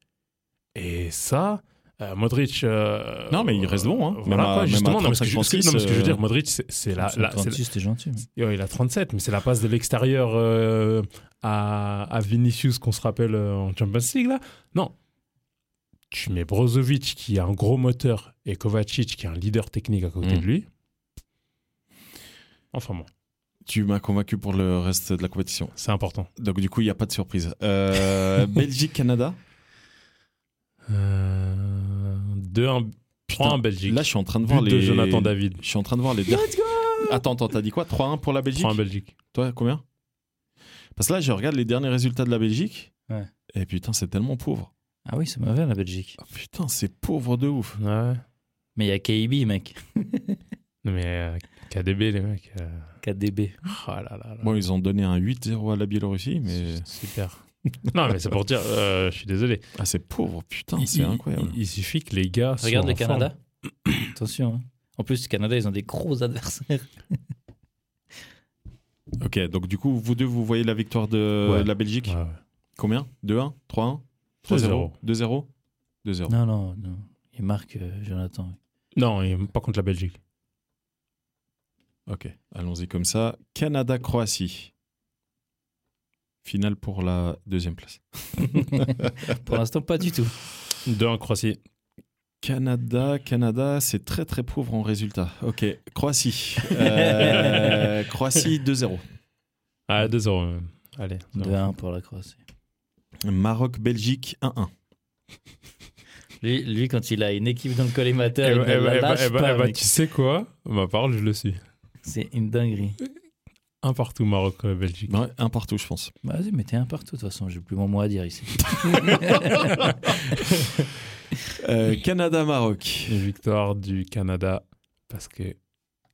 Speaker 3: Et ça, Euh, Modric. euh,
Speaker 1: Non, mais il reste bon, hein.
Speaker 3: Voilà,
Speaker 1: Même
Speaker 3: quoi,
Speaker 1: à- même
Speaker 3: justement,
Speaker 1: à
Speaker 3: non, parce que, je-
Speaker 1: 35,
Speaker 3: non, parce que je veux dire,
Speaker 1: euh,
Speaker 3: Modric, c'est- c'est la. la- c'est la-
Speaker 2: c'était gentil. mais-
Speaker 3: Ouais, il a 37, mais c'est la passe de l'extérieur euh, à, à Vinicius qu'on se rappelle euh, en Champions League, là. Non. Tu mets Brozovic, qui est un gros moteur, et Kovacic, qui est un leader technique à côté
Speaker 1: Mm.
Speaker 3: de lui. Enfin bon,
Speaker 1: Tu m'as convaincu pour le reste de la compétition.
Speaker 3: c'est important.
Speaker 1: Donc du coup, il n'y a pas de surprise.
Speaker 3: <laughs>
Speaker 1: Euh, Belgique-Canada.
Speaker 3: Euh, 2-1
Speaker 1: Putain,
Speaker 3: Belgique.
Speaker 1: Là, je suis en train de voir
Speaker 3: But
Speaker 1: les.
Speaker 3: de Jonathan David.
Speaker 1: Je suis en train de voir les. Attends, attends, t'as dit quoi 3-1 pour la Belgique
Speaker 3: 3-1 Belgique.
Speaker 1: Toi, combien Parce que là, je regarde les derniers résultats de la Belgique.
Speaker 2: Ouais.
Speaker 1: Et putain, c'est tellement pauvre.
Speaker 2: Ah oui, c'est mauvais la Belgique.
Speaker 1: Ah, putain, c'est pauvre de ouf.
Speaker 3: Ouais.
Speaker 2: Mais il y a KIB, mec.
Speaker 3: Mais euh, KDB, les mecs. euh,
Speaker 2: 4DB.
Speaker 3: Oh là là là.
Speaker 1: Bon, ils ont donné un 8-0 à la Biélorussie, mais.
Speaker 3: Super. <laughs> non, mais c'est pour dire, euh, je suis désolé.
Speaker 1: Ah, c'est pauvre, putain,
Speaker 3: Il-
Speaker 1: c'est
Speaker 3: il-
Speaker 1: incroyable.
Speaker 3: Il, il suffit que les gars. soient
Speaker 2: Regarde le
Speaker 3: en forme.
Speaker 2: Canada. <coughs> Attention. hein. En plus, le Canada, ils ont des gros adversaires.
Speaker 1: Ok, donc du coup, vous deux, vous voyez la victoire de
Speaker 3: Ouais.
Speaker 1: la Belgique
Speaker 3: Ouais, ouais.
Speaker 1: Combien 2-1 3-1 3-0 2-0 2-0.
Speaker 2: Non, non, non. Il marque euh, Jonathan.
Speaker 3: Non, et pas contre la Belgique.
Speaker 1: Ok, allons-y comme ça. Canada-Croatie. Finale pour la deuxième place.
Speaker 2: <laughs> Pour l'instant, pas du tout.
Speaker 3: 2-1 Croatie.
Speaker 1: Canada, Canada, c'est très très pauvre en résultat. Ok, Croatie.
Speaker 2: <laughs>
Speaker 1: Euh, Croatie 2-0.
Speaker 3: Ah, 2-0. même. Allez.
Speaker 2: 2-1 pour la Croatie.
Speaker 1: Maroc, Belgique 1-1.
Speaker 2: Lui, lui, quand il a une équipe dans le
Speaker 3: Eh
Speaker 2: collimateur,
Speaker 3: ben,
Speaker 2: il
Speaker 3: eh
Speaker 2: ne
Speaker 3: ben,
Speaker 2: la
Speaker 3: eh ben,
Speaker 2: lâche
Speaker 3: eh ben,
Speaker 2: pas,
Speaker 3: eh ben,
Speaker 2: mec.
Speaker 3: tu sais quoi Ma parole, je le suis.
Speaker 2: C'est une dinguerie.
Speaker 3: Un partout euh, Maroc-Belgique.
Speaker 1: Ouais, un partout, je pense.
Speaker 2: Bah, Vas-y, mettez un partout. De toute façon, j'ai plus mon mot à dire
Speaker 3: <laughs>
Speaker 2: ici.
Speaker 1: Euh, Canada, Maroc.
Speaker 3: Une victoire du Canada parce que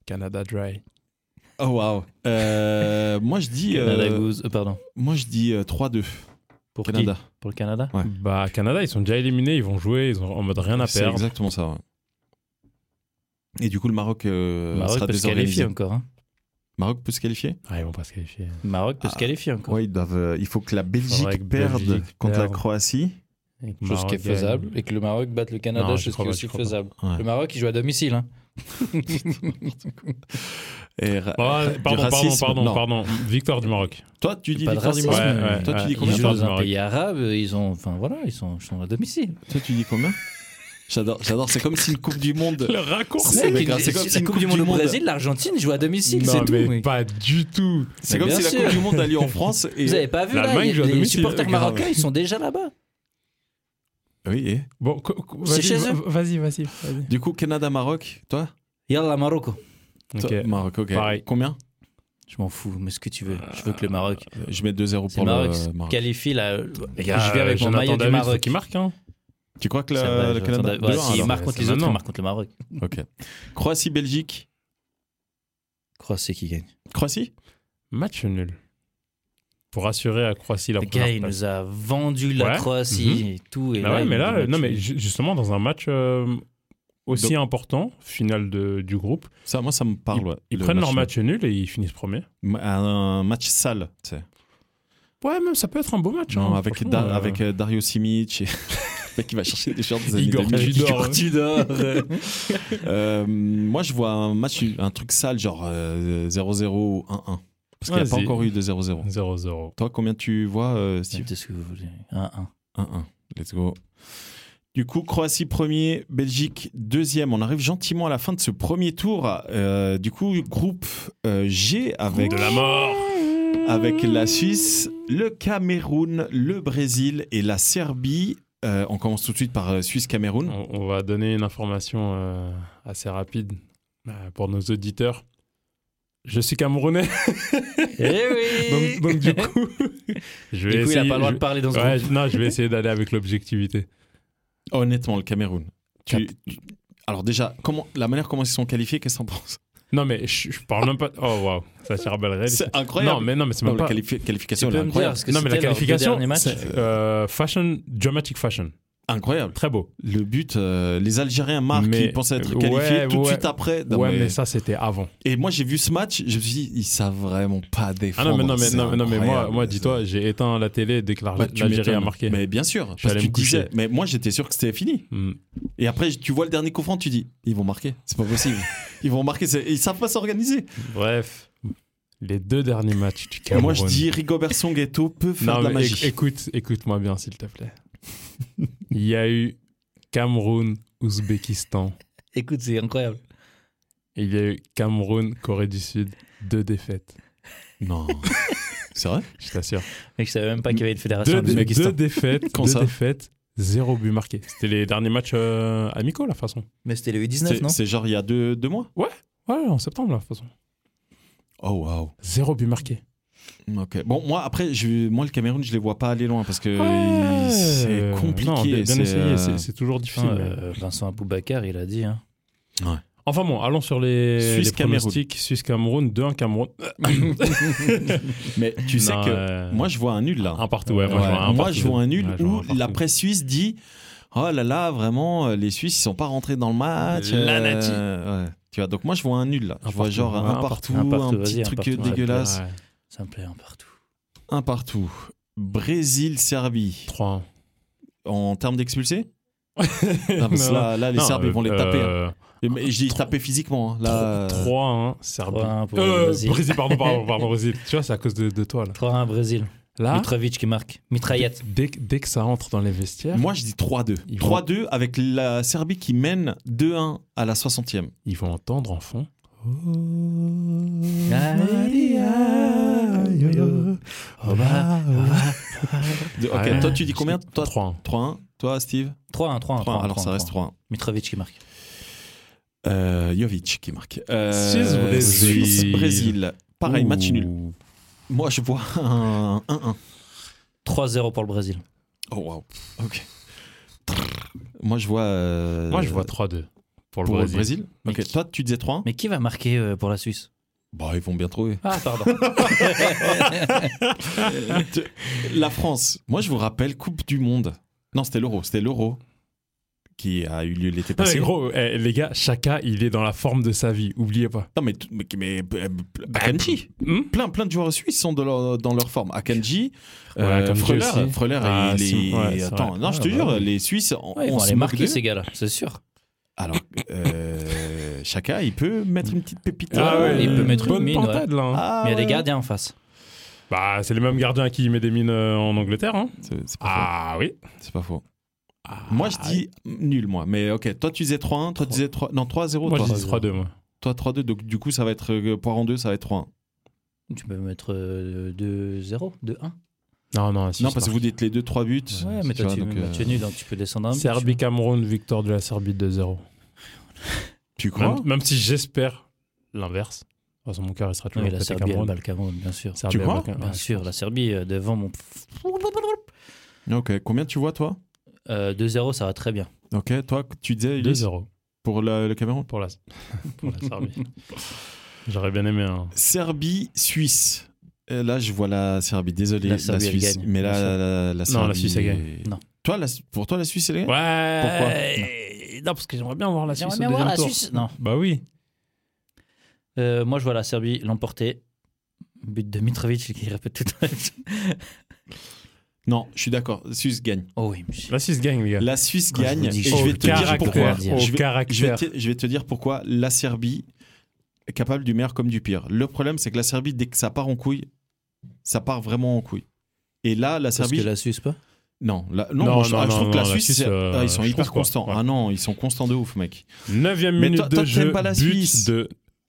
Speaker 3: Canada dry.
Speaker 1: Oh waouh. Euh, moi je dis, euh,
Speaker 2: Canada Goose. euh, pardon.
Speaker 1: moi je dis euh, 3-2
Speaker 2: Pour qui
Speaker 1: Canada.
Speaker 2: Pour le Canada
Speaker 1: Ouais.
Speaker 3: Bah, Canada, ils sont déjà éliminés, ils vont jouer, ils ont en mode
Speaker 2: Ah,
Speaker 3: rien à
Speaker 1: C'est
Speaker 3: perdre.
Speaker 1: exactement ça. ouais. Et du coup le Maroc, euh,
Speaker 2: Maroc
Speaker 1: sera
Speaker 2: peut se qualifier
Speaker 1: désorganisé.
Speaker 2: encore. hein.
Speaker 1: Maroc peut se qualifier
Speaker 3: Ah, ils vont pas se qualifier.
Speaker 2: Maroc peut se
Speaker 1: Ah.
Speaker 2: qualifier encore.
Speaker 1: Ouais, ils doivent, euh, il faut que la Belgique
Speaker 3: Faudrait que
Speaker 1: perde
Speaker 3: Belgique
Speaker 1: contre
Speaker 3: perde.
Speaker 1: la Croatie.
Speaker 2: Quelque chose qui est
Speaker 3: Maroc gagne.
Speaker 2: faisable. Et que le Maroc batte le Canada,
Speaker 3: Non, je
Speaker 2: chose qui
Speaker 3: crois
Speaker 2: est
Speaker 3: pas,
Speaker 2: aussi
Speaker 3: je crois pas.
Speaker 2: faisable.
Speaker 1: Ouais.
Speaker 2: Le Maroc, il joue à domicile. hein.
Speaker 1: Et ra-
Speaker 3: Ah,
Speaker 1: du
Speaker 3: pardon, pardon,
Speaker 1: racisme,
Speaker 3: pardon,
Speaker 1: non.
Speaker 3: pardon. Victoire du Maroc.
Speaker 1: Toi, tu dis
Speaker 2: Pas de
Speaker 1: victoire du
Speaker 2: racisme. Ah,
Speaker 1: Maroc.
Speaker 3: Ouais, ouais,
Speaker 1: Toi, tu
Speaker 3: ouais.
Speaker 1: dis
Speaker 2: Ils
Speaker 1: combien
Speaker 2: jouent
Speaker 3: Victoire
Speaker 2: dans
Speaker 3: du
Speaker 2: un
Speaker 3: Maroc.
Speaker 2: pays arabe. Ils ont, enfin voilà, ils sont, ils sont à domicile.
Speaker 1: Toi, tu dis combien J'adore, j'adore. C'est comme si une Coupe du Monde.
Speaker 3: Le raccourci.
Speaker 1: C'est-
Speaker 2: Mec,
Speaker 1: mais c'est
Speaker 2: une-
Speaker 1: comme si
Speaker 2: la
Speaker 1: une
Speaker 2: Coupe du Monde au Brésil, l'Argentine joue à domicile, c'est
Speaker 3: non,
Speaker 2: tout.
Speaker 3: mais
Speaker 2: mec.
Speaker 3: pas du tout.
Speaker 1: C'est
Speaker 2: Mais
Speaker 1: comme
Speaker 2: bien
Speaker 1: si la
Speaker 2: sûr.
Speaker 1: Coupe du Monde allait en France. Et...
Speaker 2: Vous avez pas vu là,
Speaker 3: L'Allemagne
Speaker 2: les,
Speaker 3: joue à
Speaker 2: les
Speaker 3: domicile,
Speaker 2: supporters
Speaker 1: grave.
Speaker 2: marocains, ils sont déjà là-bas.
Speaker 1: Oui. et
Speaker 3: Bon, co- co-
Speaker 2: C'est
Speaker 3: vas-y,
Speaker 2: chez
Speaker 3: va-
Speaker 2: eux.
Speaker 3: vas-y, vas-y, vas-y.
Speaker 1: Du coup, Canada, Maroc, toi,
Speaker 2: Yallah Marocco.
Speaker 1: Toi,
Speaker 3: Ok.
Speaker 1: Maroc, ok.
Speaker 3: Pareil.
Speaker 1: Combien
Speaker 2: Je m'en fous, mais ce que tu veux. Je veux que le Maroc,
Speaker 3: Euh,
Speaker 1: Je mets 2-0
Speaker 2: c'est
Speaker 1: pour
Speaker 2: le Maroc,
Speaker 1: le Maroc.
Speaker 2: qualifie la.
Speaker 3: Les
Speaker 2: Les
Speaker 3: gars, euh,
Speaker 2: je vais avec mon
Speaker 3: Jonathan
Speaker 2: maillot du
Speaker 3: David, faut
Speaker 2: Maroc.
Speaker 3: qu'il marque, euh, hein.
Speaker 1: Tu crois que
Speaker 2: Ça va,
Speaker 1: le, le
Speaker 2: Jonathan
Speaker 1: Canada.
Speaker 2: David. Ouais,
Speaker 1: Deux, un,
Speaker 2: s'il
Speaker 1: alors.
Speaker 2: marque
Speaker 3: C'est
Speaker 2: contre les autres,
Speaker 3: maintenant.
Speaker 2: il marque contre le Maroc.
Speaker 1: Ok. Croatie, Belgique.
Speaker 2: Croatie qui gagne.
Speaker 1: Croatie
Speaker 3: Match nul. Pour assurer à Croatie la
Speaker 2: Le gars,
Speaker 3: première
Speaker 2: il
Speaker 3: place.
Speaker 2: nous a vendu la
Speaker 3: Ouais.
Speaker 2: Croatie et tout. Et
Speaker 3: Ah ouais, mais
Speaker 2: il
Speaker 3: là,
Speaker 2: nous a
Speaker 3: euh, non,
Speaker 2: tués.
Speaker 3: mais ju- justement, dans un match euh, aussi
Speaker 1: Donc-
Speaker 3: important, finale de- du groupe,
Speaker 1: ça, Moi, ça me parle. ouais,
Speaker 3: ils
Speaker 1: le
Speaker 3: prennent leur match nul et ils finissent premier.
Speaker 1: Ma- Un match sale, tu sais.
Speaker 3: Ouais, même ça peut être un beau match.
Speaker 1: Non,
Speaker 3: hein,
Speaker 1: avec,
Speaker 3: franchement,
Speaker 1: Da-
Speaker 3: euh,
Speaker 1: avec euh, Dario Simic. et- <laughs> le mec, il va chercher des shorts des années
Speaker 3: Igor
Speaker 1: 2000.
Speaker 3: Tudor.
Speaker 1: Igor
Speaker 3: <laughs>
Speaker 1: Tudor. Euh, moi, je vois un match, un truc sale, genre euh, 0-0 ou 1-1. Parce qu'il n'y a pas
Speaker 3: Vas-y.
Speaker 1: encore eu de
Speaker 3: Euh,
Speaker 1: 0-0.
Speaker 3: 0-0.
Speaker 1: Toi, combien tu vois, euh, Steve
Speaker 2: Dites ce que vous voulez. 1-1.
Speaker 1: 1-1. Let's go. Du coup, Croatie premier, Belgique deuxième. On arrive gentiment à la fin de ce premier tour. Euh, du coup, groupe euh, G avec,
Speaker 3: De la mort.
Speaker 1: avec la Suisse, le Cameroun, le Brésil et la Serbie. Euh, on commence tout de suite par euh, Suisse-Cameroun.
Speaker 3: On, on va donner une information euh, assez rapide euh, pour nos auditeurs. Je suis camerounais, <laughs>
Speaker 2: Eh
Speaker 3: donc,
Speaker 2: oui <laughs>
Speaker 3: donc du coup, je vais
Speaker 2: Du coup, il
Speaker 3: essayer.
Speaker 2: a pas le droit
Speaker 3: je-
Speaker 2: de parler dans ce
Speaker 3: Ouais,
Speaker 2: groupe.
Speaker 3: non, je vais essayer d'aller avec l'objectivité.
Speaker 1: Honnêtement, le Cameroun. Tu- tu- Alors déjà, comment, la manière comment ils se sont qualifiés, qu'est-ce que t'en penses
Speaker 3: Non, mais je, je parle même pas. Oh waouh, ça tire à balles réelles.
Speaker 1: C'est
Speaker 3: Non,
Speaker 1: incroyable.
Speaker 3: mais non, mais c'est
Speaker 1: Non,
Speaker 3: même
Speaker 1: la
Speaker 3: pas.
Speaker 1: qualifi- qualification,
Speaker 2: Tu
Speaker 1: elle est
Speaker 2: peux me dire
Speaker 1: incroyable.
Speaker 2: ce que
Speaker 3: non, mais la
Speaker 2: c'était leurs deux
Speaker 3: qualification,
Speaker 2: derniers matchs
Speaker 3: c'est, euh, fashion, dramatic fashion.
Speaker 1: incroyable.
Speaker 3: Très beau.
Speaker 1: Le but, euh, les Algériens marquent,
Speaker 3: Mais-
Speaker 1: ils pensaient être
Speaker 3: ouais,
Speaker 1: qualifiés tout de
Speaker 3: ouais.
Speaker 1: suite après. Non,
Speaker 3: ouais,
Speaker 1: mais-
Speaker 3: mais... ça, c'était avant.
Speaker 1: Et moi, j'ai vu ce match, je me suis dit, ils savent vraiment pas
Speaker 3: Ah
Speaker 1: défendre.
Speaker 3: non, mais, non, mais,
Speaker 1: c'est
Speaker 3: non, mais- non, mais moi,
Speaker 1: incroyable.
Speaker 3: moi dis-toi, j'ai éteint la télé dès que l'Ar-
Speaker 1: Bah, tu
Speaker 3: l'Algérie a
Speaker 1: m'étonnes.
Speaker 3: marqué.
Speaker 1: Mais bien sûr,
Speaker 3: Je suis
Speaker 1: parce que
Speaker 3: allé
Speaker 1: tu
Speaker 3: me
Speaker 1: disais,
Speaker 3: coucher.
Speaker 1: mais moi j'étais sûr que c'était fini.
Speaker 3: Mm.
Speaker 1: Et après, tu vois le dernier coup franc, tu dis, ils vont marquer, c'est pas
Speaker 3: <laughs>
Speaker 1: possible. ils vont marquer, c'est- ils savent pas s'organiser.
Speaker 3: Bref, les deux derniers matchs du Cameroun.
Speaker 1: Moi je dis, Rigobert Song et tout peut faire
Speaker 3: Non,
Speaker 1: de la
Speaker 3: mais éc-
Speaker 1: magie.
Speaker 3: écoute, écoute-moi bien, s'il te plaît. <laughs> Il y a eu Cameroun, Ouzbékistan.
Speaker 2: Écoute, c'est incroyable.
Speaker 3: Et il y a eu Cameroun, Corée du Sud. Deux défaites,
Speaker 1: Non. <laughs> c'est vrai
Speaker 3: je t'assure.
Speaker 2: Mec, je savais même pas qu'il y avait une fédération
Speaker 3: Deux,
Speaker 2: en
Speaker 3: dé-
Speaker 2: Ouzbékistan.
Speaker 3: deux défaites,
Speaker 1: Quand
Speaker 3: deux
Speaker 1: ça
Speaker 3: défaites, zéro but marqué. C'était les derniers matchs euh, amicaux, la façon.
Speaker 2: Mais c'était le U19,
Speaker 1: C'est
Speaker 2: non
Speaker 1: c'est genre il y a deux, deux mois
Speaker 3: Ouais, en septembre, la façon.
Speaker 1: Oh waouh.
Speaker 3: Zéro but marqué.
Speaker 1: Ok. Bon, moi après, je, moi le Cameroun, je les vois pas aller loin parce que
Speaker 3: Ouais.
Speaker 1: Euh, c'est
Speaker 3: Non, bien
Speaker 1: compliqué.
Speaker 3: bien
Speaker 1: c'est,
Speaker 3: essayé,
Speaker 1: euh,
Speaker 3: c'est- c'est toujours difficile.
Speaker 2: Putain,
Speaker 3: mais-
Speaker 2: euh, Vincent Aboubakar, il a dit. hein.
Speaker 3: Enfin bon, allons sur les,
Speaker 1: Suisse,
Speaker 3: les pronostics. Suisse-Cameroun, 2-1 Cameroun.
Speaker 1: Mais tu sais
Speaker 3: Non,
Speaker 1: que
Speaker 3: euh,
Speaker 1: moi je vois un nul là.
Speaker 3: un partout, ouais, moi,
Speaker 1: Ouais,
Speaker 3: je vois un
Speaker 1: moi,
Speaker 3: partout.
Speaker 1: je vois un nul
Speaker 3: Ouais, je vois un
Speaker 1: où
Speaker 3: partout.
Speaker 1: la presse suisse dit Oh là là, vraiment, euh, les Suisses, ils sont pas rentrés dans le match.
Speaker 3: La
Speaker 1: nati. Tu vois, donc moi, je vois un nul là.
Speaker 3: Un
Speaker 1: je vois
Speaker 3: partout,
Speaker 1: genre
Speaker 3: ouais,
Speaker 1: un
Speaker 3: un
Speaker 1: partout,
Speaker 3: partout,
Speaker 1: un,
Speaker 2: un partout,
Speaker 1: petit
Speaker 2: vas-y, un
Speaker 1: truc
Speaker 2: partout, ouais,
Speaker 1: dégueulasse.
Speaker 3: Ouais,
Speaker 2: Ça me plaît un partout.
Speaker 1: Un partout. Brésil-Serbie.
Speaker 3: 3-1.
Speaker 1: En termes
Speaker 3: <laughs>
Speaker 1: d'expulsés Non, parce que
Speaker 3: Non,
Speaker 1: là, là, les
Speaker 3: Non,
Speaker 1: Serbes, ils vont les
Speaker 3: euh,
Speaker 1: taper. hein. Et- Mais je dis taper physiquement. hein. Là,
Speaker 3: 3-1, Serbie.
Speaker 2: 3-1 pour le
Speaker 3: Euh,
Speaker 2: Brésil.
Speaker 3: Brésil, pardon, pardon, pardon, <laughs> Brésil. Tu vois, c'est à cause de, de toi, là.
Speaker 2: 3-1 Brésil. Bah.
Speaker 3: Là,
Speaker 2: Mitrovic qui marque. Mitraillette.
Speaker 3: dès, que- dès que ça entre dans les vestiaires,
Speaker 1: Moi, je dis 3-2.
Speaker 3: Ils vont-
Speaker 1: 3-2 avec la Serbie qui mène 2-1 à la 60e.
Speaker 3: ils vont entendre en fond.
Speaker 1: De- ok,
Speaker 3: Ouais.
Speaker 1: toi, tu dis combien Toi,
Speaker 3: 3-1.
Speaker 1: 3-1. Toi, Steve
Speaker 2: 3-1, 3-1.
Speaker 1: 3-1. Alors, ça reste 3-1.
Speaker 2: Mitrovic qui marque.
Speaker 1: Euh, Jovic qui marque. Euh,
Speaker 3: Suisse, Brésil.
Speaker 1: Suisse, Brésil. Pareil, match
Speaker 3: Ouh.
Speaker 1: nul. Moi, je vois un 1-1.
Speaker 2: 3-0 pour le Brésil.
Speaker 1: Oh, waouh. Ok. Moi, je vois. euh,
Speaker 3: Moi, je vois 3-2 pour le
Speaker 1: pour le
Speaker 3: Brésil.
Speaker 1: Brésil. Ok.
Speaker 2: Mais-
Speaker 1: Toi, tu disais 3-1.
Speaker 2: Mais qui va marquer euh, pour la Suisse
Speaker 1: Bah, ils vont bien trouver.
Speaker 2: Ah, <laughs> pardon.
Speaker 1: La France. Moi, je vous rappelle, Coupe du Monde. Non, c'était l'Euro. C'était l'Euro qui a eu lieu l'été
Speaker 3: Non, mais
Speaker 1: passé.
Speaker 3: gros, eh, les gars, Chaka, il est dans la forme de sa vie. Oubliez pas.
Speaker 1: Non, mais, tout- mais, mais- euh, Akanji.
Speaker 3: Hmm
Speaker 1: Plein, plein de joueurs suisses sont dans leur, dans leur forme. Akanji,
Speaker 3: Ouais,
Speaker 1: euh,
Speaker 3: Akanji
Speaker 1: Freuler,
Speaker 3: aussi.
Speaker 1: Freuler
Speaker 3: Ah,
Speaker 1: et les...
Speaker 3: Sim- ouais, c'est
Speaker 1: Attends,
Speaker 3: vrai.
Speaker 1: non, je te
Speaker 3: Ah, bah
Speaker 1: jure,
Speaker 3: oui.
Speaker 1: les Suisses, on,
Speaker 2: Ouais, ils
Speaker 1: on
Speaker 2: vont
Speaker 1: se
Speaker 2: aller
Speaker 1: moque
Speaker 2: marquer,
Speaker 1: d'eux. <laughs>
Speaker 2: ces gars-là, c'est sûr.
Speaker 1: Alors, euh, Chaka, il peut mettre une petite pépite.
Speaker 3: Ah
Speaker 1: là.
Speaker 3: ouais,
Speaker 2: il peut mettre une
Speaker 3: bonne
Speaker 2: mine,
Speaker 3: pintade, là. hein.
Speaker 1: Ah
Speaker 2: Mais il y a
Speaker 1: ouais.
Speaker 2: des gardiens en face.
Speaker 3: Bah, c'est le même gardien qui met des mines euh, en Angleterre. hein.
Speaker 1: C'est c'est pas,
Speaker 3: Ah oui.
Speaker 1: faux. C'est pas faux.
Speaker 2: Ah
Speaker 1: Moi, je dis nul, moi. Mais ok, toi, tu disais 3-1, toi, tu disais 3... Non, 3-0.
Speaker 3: Moi,
Speaker 1: toi.
Speaker 3: je dis 3-2. moi.
Speaker 1: Toi, 3-2, donc du coup, ça va être euh, Poirant 2, ça va être 3-1.
Speaker 2: Tu peux mettre euh, 2-0, 2-1.
Speaker 3: Non, non, si,
Speaker 1: Non,
Speaker 3: je
Speaker 1: parce que
Speaker 3: marque.
Speaker 1: vous dites les deux, trois buts.
Speaker 2: Ouais, mais toi,
Speaker 1: vois,
Speaker 2: tu,
Speaker 1: donc,
Speaker 2: bah,
Speaker 1: euh,
Speaker 2: tu es nul, donc tu peux descendre un peu.
Speaker 3: Serbie-Cameroun, victoire de la Serbie 2-0.
Speaker 1: tu crois
Speaker 3: Même, même si j'espère l'inverse. De toute façon, mon cœur, il sera
Speaker 2: Non,
Speaker 3: toujours
Speaker 2: et la
Speaker 3: peut-être
Speaker 2: Serbie, elle bat le Cameroun, bien sûr.
Speaker 3: Serbie,
Speaker 1: crois
Speaker 3: elle bat le Cameroun.
Speaker 2: Bien sûr, la Serbie euh, devant mon.
Speaker 1: Ok, combien tu vois, toi
Speaker 2: Euh, 2-0, ça va très bien.
Speaker 1: Ok, toi, tu disais Ulysse,
Speaker 3: 2-0
Speaker 1: pour le, le Cameroun
Speaker 3: pour la, pour la
Speaker 2: <laughs>
Speaker 3: Serbie. J'aurais bien aimé un.
Speaker 1: Serbie-Suisse. Euh, Là, je vois la Serbie, désolé, la,
Speaker 2: La Serbie, elle
Speaker 1: Suisse.
Speaker 2: gagne,
Speaker 1: Mais là,
Speaker 2: bien sûr.
Speaker 1: la, la- Serbie.
Speaker 3: Non, la Suisse, elle
Speaker 1: gagne.
Speaker 2: Non.
Speaker 1: Toi, la- pour toi, la Suisse, elle gagne
Speaker 3: Ouais. Non, parce que j'aimerais bien voir la Suisse. au deuxième tour.
Speaker 2: Non.
Speaker 3: Bah oui.
Speaker 2: Euh, moi, je vois la Serbie l'emporter. But de Mitrovic qui répète tout le match.
Speaker 1: Non, je suis d'accord, la Suisse gagne.
Speaker 2: <laughs> Oh oui, monsieur.
Speaker 3: La Suisse gagne, les gars.
Speaker 1: La Suisse
Speaker 2: Quand je
Speaker 1: gagne,
Speaker 2: vous dis
Speaker 1: et
Speaker 2: que
Speaker 1: je
Speaker 2: je
Speaker 1: vais
Speaker 2: joue
Speaker 1: te
Speaker 2: le
Speaker 1: dire
Speaker 2: caractère,
Speaker 1: pourquoi.
Speaker 2: je vais-
Speaker 3: au
Speaker 1: je Je vais,
Speaker 3: caractère.
Speaker 1: te, je vais te dire pourquoi la Serbie est capable du meilleur comme du pire. Le problème, c'est que la Serbie, dès que ça part en couille, ça part vraiment en couille. Et là, la
Speaker 2: Parce
Speaker 1: Serbie.
Speaker 2: que la Suisse, pas
Speaker 1: Non, la- non,
Speaker 3: Non,
Speaker 1: moi, je,
Speaker 3: non,
Speaker 1: ah, je
Speaker 3: non,
Speaker 1: trouve que la
Speaker 3: non, la
Speaker 1: Suisse,
Speaker 3: Suisse,
Speaker 1: c'est-
Speaker 3: euh,
Speaker 1: ah, ils sont
Speaker 3: je
Speaker 1: hyper
Speaker 3: trouve quoi.
Speaker 1: constants.
Speaker 3: Ouais.
Speaker 1: Ah non, ils sont constants de ouf, mec.
Speaker 3: 9
Speaker 1: Mais
Speaker 3: minute
Speaker 1: toi- toi,
Speaker 3: de
Speaker 1: t'aimes
Speaker 3: jeu.
Speaker 1: pas la Suisse.
Speaker 3: but de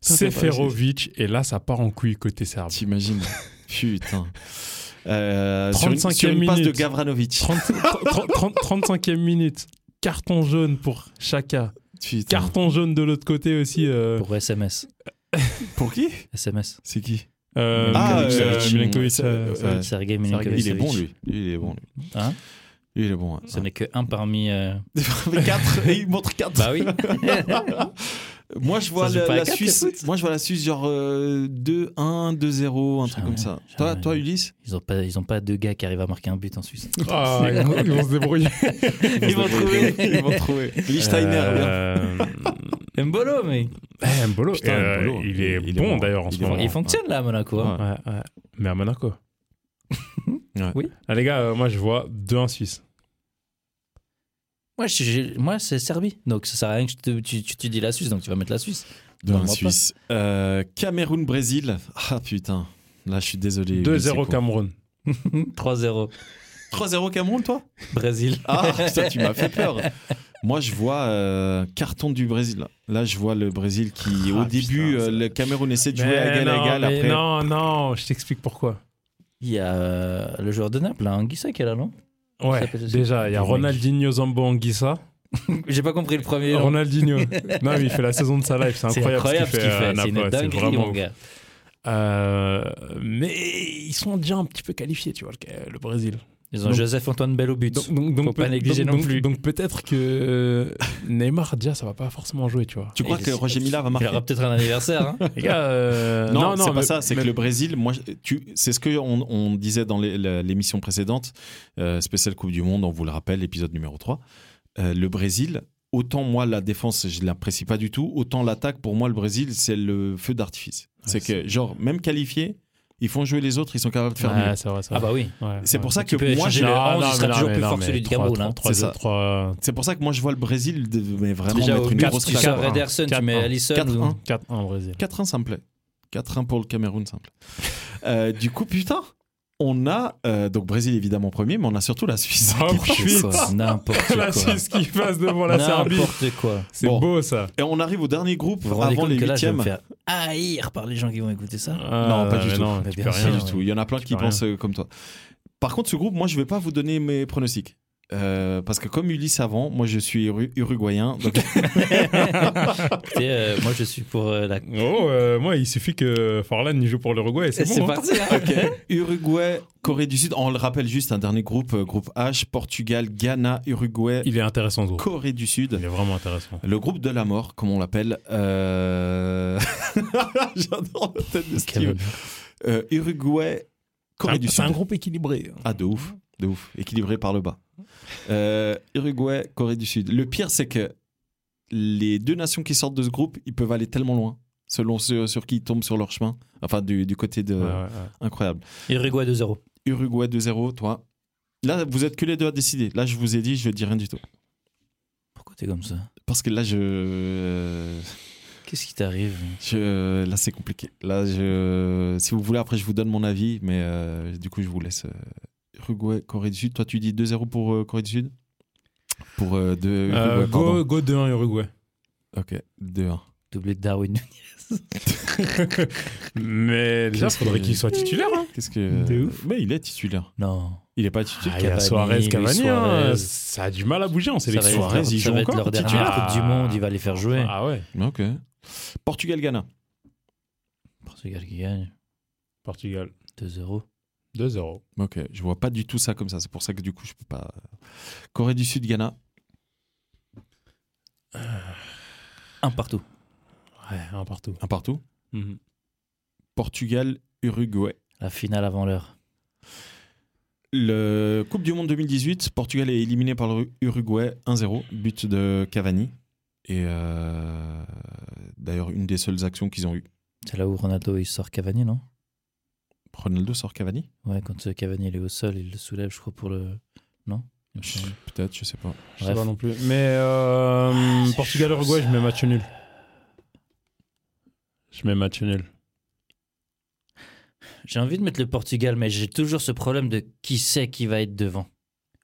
Speaker 1: Toi, t'aimes pas la
Speaker 3: Seferovic. Et là, ça part en couille côté serbe.
Speaker 1: T'imagines Putain. Euh, sur une,
Speaker 3: 35e
Speaker 1: sur une passe de
Speaker 3: minute.
Speaker 1: Gavranovic.
Speaker 3: 30 30 35e minute. Carton jaune pour Chaka.
Speaker 1: Putain.
Speaker 3: Carton jaune de l'autre côté aussi. euh,
Speaker 2: Pour SMS.
Speaker 1: Pour qui
Speaker 2: SMS.
Speaker 1: C'est qui
Speaker 3: euh,
Speaker 1: Ah,
Speaker 3: Milinkovic,
Speaker 1: euh,
Speaker 3: euh, Milinkovic,
Speaker 1: euh,
Speaker 3: euh,
Speaker 1: euh,
Speaker 2: Sergei Milinkovic.
Speaker 1: Il est bon, lui. Il est bon, lui.
Speaker 2: Hein
Speaker 1: Lui, il est bon. hein. <laughs>
Speaker 2: <laughs> Ce n'est que un parmi. euh,
Speaker 1: Quatre, et il montre 4.
Speaker 2: Bah oui.
Speaker 1: Moi, je vois
Speaker 2: Ça joue
Speaker 1: la,
Speaker 2: pas à
Speaker 1: la
Speaker 2: quatre, le
Speaker 1: Suisse.
Speaker 2: foot
Speaker 1: Moi, je vois la Suisse genre euh, 2-1, 2-0, un truc
Speaker 2: Jamais,
Speaker 1: comme ça. Toi,
Speaker 2: jamais.
Speaker 1: toi,
Speaker 2: <laughs>
Speaker 1: Ulysse
Speaker 2: Ils n'ont pas, ils ont pas deux gars qui arrivent à marquer un but en Suisse.
Speaker 3: Ah, ils vont- ils vont se
Speaker 1: <laughs>
Speaker 3: débrouiller.
Speaker 1: Ils vont trouver. Ils vont
Speaker 2: <laughs>
Speaker 1: trouver. Lichtsteiner. bien.
Speaker 3: Euh,
Speaker 2: Mbolo, mais
Speaker 3: eh, Mbolo,
Speaker 1: Putain,
Speaker 3: euh,
Speaker 1: Mbolo,
Speaker 3: il est
Speaker 1: il est
Speaker 3: bon
Speaker 1: bon.
Speaker 3: d'ailleurs en
Speaker 1: Il
Speaker 3: ce
Speaker 1: est
Speaker 3: moment.
Speaker 1: bon.
Speaker 2: ils fonctionnent là à Monaco. hein.
Speaker 3: Ouais, ouais. Mais à <laughs> Monaco.
Speaker 1: Ouais.
Speaker 3: Ah, les gars, euh, moi je vois 2-1 Suisse.
Speaker 2: Moi, je- je- moi c'est Serbie. Donc, ça sert à rien que je te- tu, tu, tu dis la Suisse, donc tu vas mettre la Suisse.
Speaker 1: Dans
Speaker 2: Non,
Speaker 1: la
Speaker 2: moi
Speaker 1: Suisse. Euh, Cameroun-Brésil. Ah putain. Là, je suis désolé. Ulysse,
Speaker 3: 2-0
Speaker 1: c'est
Speaker 3: Cameroun.
Speaker 2: 3-0.
Speaker 1: quoi 3-0 Cameroun, toi
Speaker 2: Brésil.
Speaker 1: Ah, ça, tu m'as fait peur. Moi, je vois euh, carton du Brésil. Là, je vois le Brésil qui, au
Speaker 3: Ah,
Speaker 1: début,
Speaker 3: putain,
Speaker 1: euh,
Speaker 3: ça-
Speaker 1: le Cameroun essaie de jouer
Speaker 3: Mais
Speaker 1: à égal à
Speaker 3: non,
Speaker 1: égal.
Speaker 3: mais
Speaker 1: Après,
Speaker 3: non, non, je t'explique pourquoi.
Speaker 2: Il y a euh, le joueur de Naples, là, Anguissa, qui est là, non
Speaker 3: Ouais,
Speaker 2: Ça peut se-
Speaker 3: déjà, il y a
Speaker 2: Mec.
Speaker 3: Ronaldinho Zambo Anguissa.
Speaker 2: J'ai pas compris le premier.
Speaker 3: <laughs>
Speaker 2: nom.
Speaker 3: Ronaldinho. non, mais il fait la saison de sa life, Hein. c'est
Speaker 2: C'est
Speaker 3: incroyable,
Speaker 2: incroyable ce qu'il
Speaker 3: à
Speaker 2: fait. C'est
Speaker 3: euh, Naples,
Speaker 2: une
Speaker 3: ouais,
Speaker 2: dinguerie,
Speaker 3: vraiment
Speaker 2: mon gars.
Speaker 3: Euh, mais ils sont déjà un petit peu qualifiés, tu vois, le, le Brésil.
Speaker 2: Ils ont
Speaker 3: Donc-
Speaker 2: Joseph-Antoine Bell au but.
Speaker 3: Donc, donc, donc,
Speaker 2: Faut pas
Speaker 3: peut-
Speaker 2: négliger
Speaker 3: donc-
Speaker 2: non plus.
Speaker 3: donc- donc peut-être que euh, Neymar, déjà, ça va pas forcément jouer, tu vois.
Speaker 1: Tu crois
Speaker 2: Et
Speaker 1: que
Speaker 2: je-
Speaker 1: Roger Mila va
Speaker 2: il
Speaker 1: marquer
Speaker 2: aura peut-être un anniversaire. hein.
Speaker 3: Les gars, euh,
Speaker 1: Non, c'est pas
Speaker 3: mais-
Speaker 1: ça. C'est
Speaker 3: mais-
Speaker 1: que le Brésil, moi, je- tu, c'est ce que on, on disait dans les- la- l'émission précédente, euh, spéciale Coupe du Monde, on vous le rappelle, l'épisode numéro 3. Euh, le Brésil, autant moi la défense, je l'apprécie pas du tout, autant l'attaque, pour moi le Brésil, c'est le feu d'artifice. c'est que genre même qualifié, ils font jouer les autres, ils sont capables de faire mieux.
Speaker 3: Ouais, c'est vrai, c'est
Speaker 2: Ah
Speaker 3: vrai.
Speaker 2: bah oui.
Speaker 3: Ouais,
Speaker 1: C'est
Speaker 3: ouais.
Speaker 1: pour ça que
Speaker 2: Tu peux
Speaker 1: moi,
Speaker 2: échanger
Speaker 1: je-
Speaker 2: le 11, il sera toujours plus fort que celui du Cameroun, hein.
Speaker 1: C'est ça.
Speaker 3: 3
Speaker 1: c'est pour ça que moi je vois le Brésil de- mais vraiment
Speaker 2: Déjà, au
Speaker 1: mettre une
Speaker 2: but,
Speaker 1: grosse
Speaker 2: tu
Speaker 3: quatre-
Speaker 1: claque.
Speaker 2: sors Ederson, tu mets
Speaker 3: 4-1.
Speaker 2: Allison.
Speaker 1: 4-1.
Speaker 3: 4-1 <laughs> Brésil.
Speaker 1: 4-1, ça me plaît. 4-1 pour le Cameroun, ça me plaît. Euh, du coup, putain, on a euh, donc Brésil évidemment premier, mais on a surtout la Suisse. qui
Speaker 3: <laughs> Ah,
Speaker 1: poursuit.
Speaker 3: oui.
Speaker 2: Quoi, N'importe
Speaker 3: <laughs>
Speaker 2: quoi.
Speaker 3: la Suisse qui passe devant la Serbie.
Speaker 2: N'importe quoi.
Speaker 3: C'est
Speaker 1: Bon.
Speaker 3: beau ça.
Speaker 1: Et on arrive au dernier groupe
Speaker 2: Vous vous rendez
Speaker 1: avant
Speaker 2: compte
Speaker 1: les
Speaker 2: que là, je vais me
Speaker 1: huitièmes.
Speaker 2: faire haïr par les gens qui vont écouter ça
Speaker 1: Non, pas du
Speaker 3: Ah, mais
Speaker 1: tout.
Speaker 3: Non,
Speaker 2: Mais
Speaker 3: tu
Speaker 2: bien
Speaker 3: peux
Speaker 2: sûr.
Speaker 1: Pas
Speaker 3: rien.
Speaker 1: du tout. Il y en a plein
Speaker 3: Tu
Speaker 1: qui
Speaker 3: peux
Speaker 1: pensent euh, comme toi. Par contre, ce groupe, moi, je vais pas vous donner mes pronostics. Euh, parce que comme Ulysse avant, moi je suis uru- uruguayen, donc <laughs>
Speaker 2: Écoutez, euh, moi, je suis pour euh, la.
Speaker 3: Oh, euh, moi, il suffit que Farlan il joue pour l'Uruguay et
Speaker 2: <laughs>
Speaker 3: c'est bon. hein.
Speaker 2: parti. hein.
Speaker 3: <laughs>
Speaker 1: Uruguay, Corée du Sud, on le rappelle juste, un dernier groupe, euh, groupe H, Portugal, Ghana, Uruguay,
Speaker 3: Il est intéressant ce groupe.
Speaker 1: Corée du Sud.
Speaker 3: Il est vraiment intéressant.
Speaker 1: Le groupe de la mort, comme on l'appelle. Euh... <laughs> J'adore la tête de Steve. Euh, Uruguay, Corée du
Speaker 3: C'est
Speaker 1: Sud.
Speaker 3: un groupe équilibré. hein.
Speaker 1: Ah, de ouf, de ouf. Équilibré par le bas. Euh, Uruguay, Corée du Sud. Le pire, c'est que les deux nations qui sortent de ce groupe, ils peuvent aller tellement loin, selon ceux sur qui ils tombent sur leur chemin. Enfin, du, du côté de.
Speaker 3: Ouais, ouais, ouais.
Speaker 1: Incroyable.
Speaker 2: Uruguay 2-0.
Speaker 1: Uruguay 2-0, toi. Là, vous êtes que les deux à décider. Là, je vous ai dit, je dis rien du tout.
Speaker 2: Pourquoi t'es comme ça
Speaker 1: Parce que là, euh, je.
Speaker 2: Qu'est-ce qui t'arrive
Speaker 1: Je- là, c'est compliqué. Là, je, si vous voulez, après, je vous donne mon avis, mais euh, du coup, je vous laisse. euh, Uruguay, Corée du Sud. Toi, tu dis 2-0 pour euh, Corée du Sud Pour euh, deux-
Speaker 3: Euh,
Speaker 1: Uruguay,
Speaker 3: go,
Speaker 1: pardon.
Speaker 3: go 2-1 Uruguay.
Speaker 1: Ok, 2-1.
Speaker 2: Doublé de Darwin.
Speaker 3: <laughs>
Speaker 2: <laughs>
Speaker 3: Mais déjà,
Speaker 2: Qu'est-ce
Speaker 3: faudrait
Speaker 2: que-
Speaker 3: qu'il soit titulaire. hein.
Speaker 1: Qu'est-ce que.
Speaker 3: De ouf.
Speaker 1: Mais il est titulaire.
Speaker 2: Non.
Speaker 1: Il est pas titulaire.
Speaker 2: Ah, il y a Cavani, Luis Suarez.
Speaker 3: hein. Ça a du mal à bouger hein. en
Speaker 2: Ça va
Speaker 3: sélection.
Speaker 2: être leur,
Speaker 1: Suarez, ils
Speaker 2: ça
Speaker 1: jouent
Speaker 2: va être
Speaker 1: encore
Speaker 2: leur
Speaker 1: petit
Speaker 2: dernière
Speaker 3: tueur.
Speaker 2: Coupe du Monde, il va les faire jouer.
Speaker 3: Ah ouais.
Speaker 1: Ok. Portugal-Ghana.
Speaker 2: Portugal qui gagne
Speaker 3: Portugal.
Speaker 2: 2-0.
Speaker 3: 2-0.
Speaker 1: Ok, je vois pas du tout ça comme ça. C'est pour ça que du coup, je peux pas. euh, Corée du Sud-Ghana.
Speaker 2: Un partout.
Speaker 3: Ouais, un partout.
Speaker 1: Un partout.
Speaker 3: Mhm.
Speaker 1: Portugal-Uruguay.
Speaker 2: La finale avant l'heure.
Speaker 1: Le Coupe du Monde 2018, Portugal est éliminé par l'Uruguay 1-0, but de Cavani. Et euh, d'ailleurs, une des seules actions qu'ils ont eues.
Speaker 2: C'est là où Ronaldo il sort Cavani, non
Speaker 1: Ronaldo sort Cavani
Speaker 2: Ouais, quand euh, Cavani il est au sol, il le soulève, je crois, pour le. Non Il me semble.
Speaker 1: Peut-être, je sais pas.
Speaker 3: Je sais
Speaker 2: Bref. Ah,
Speaker 3: pas non plus. Mais euh,
Speaker 2: c'est
Speaker 3: Portugal-Uruguay,
Speaker 2: chaud,
Speaker 3: je mets match nul. Je mets match nul.
Speaker 2: J'ai envie de mettre le Portugal, mais j'ai toujours ce problème de qui c'est qui va être devant.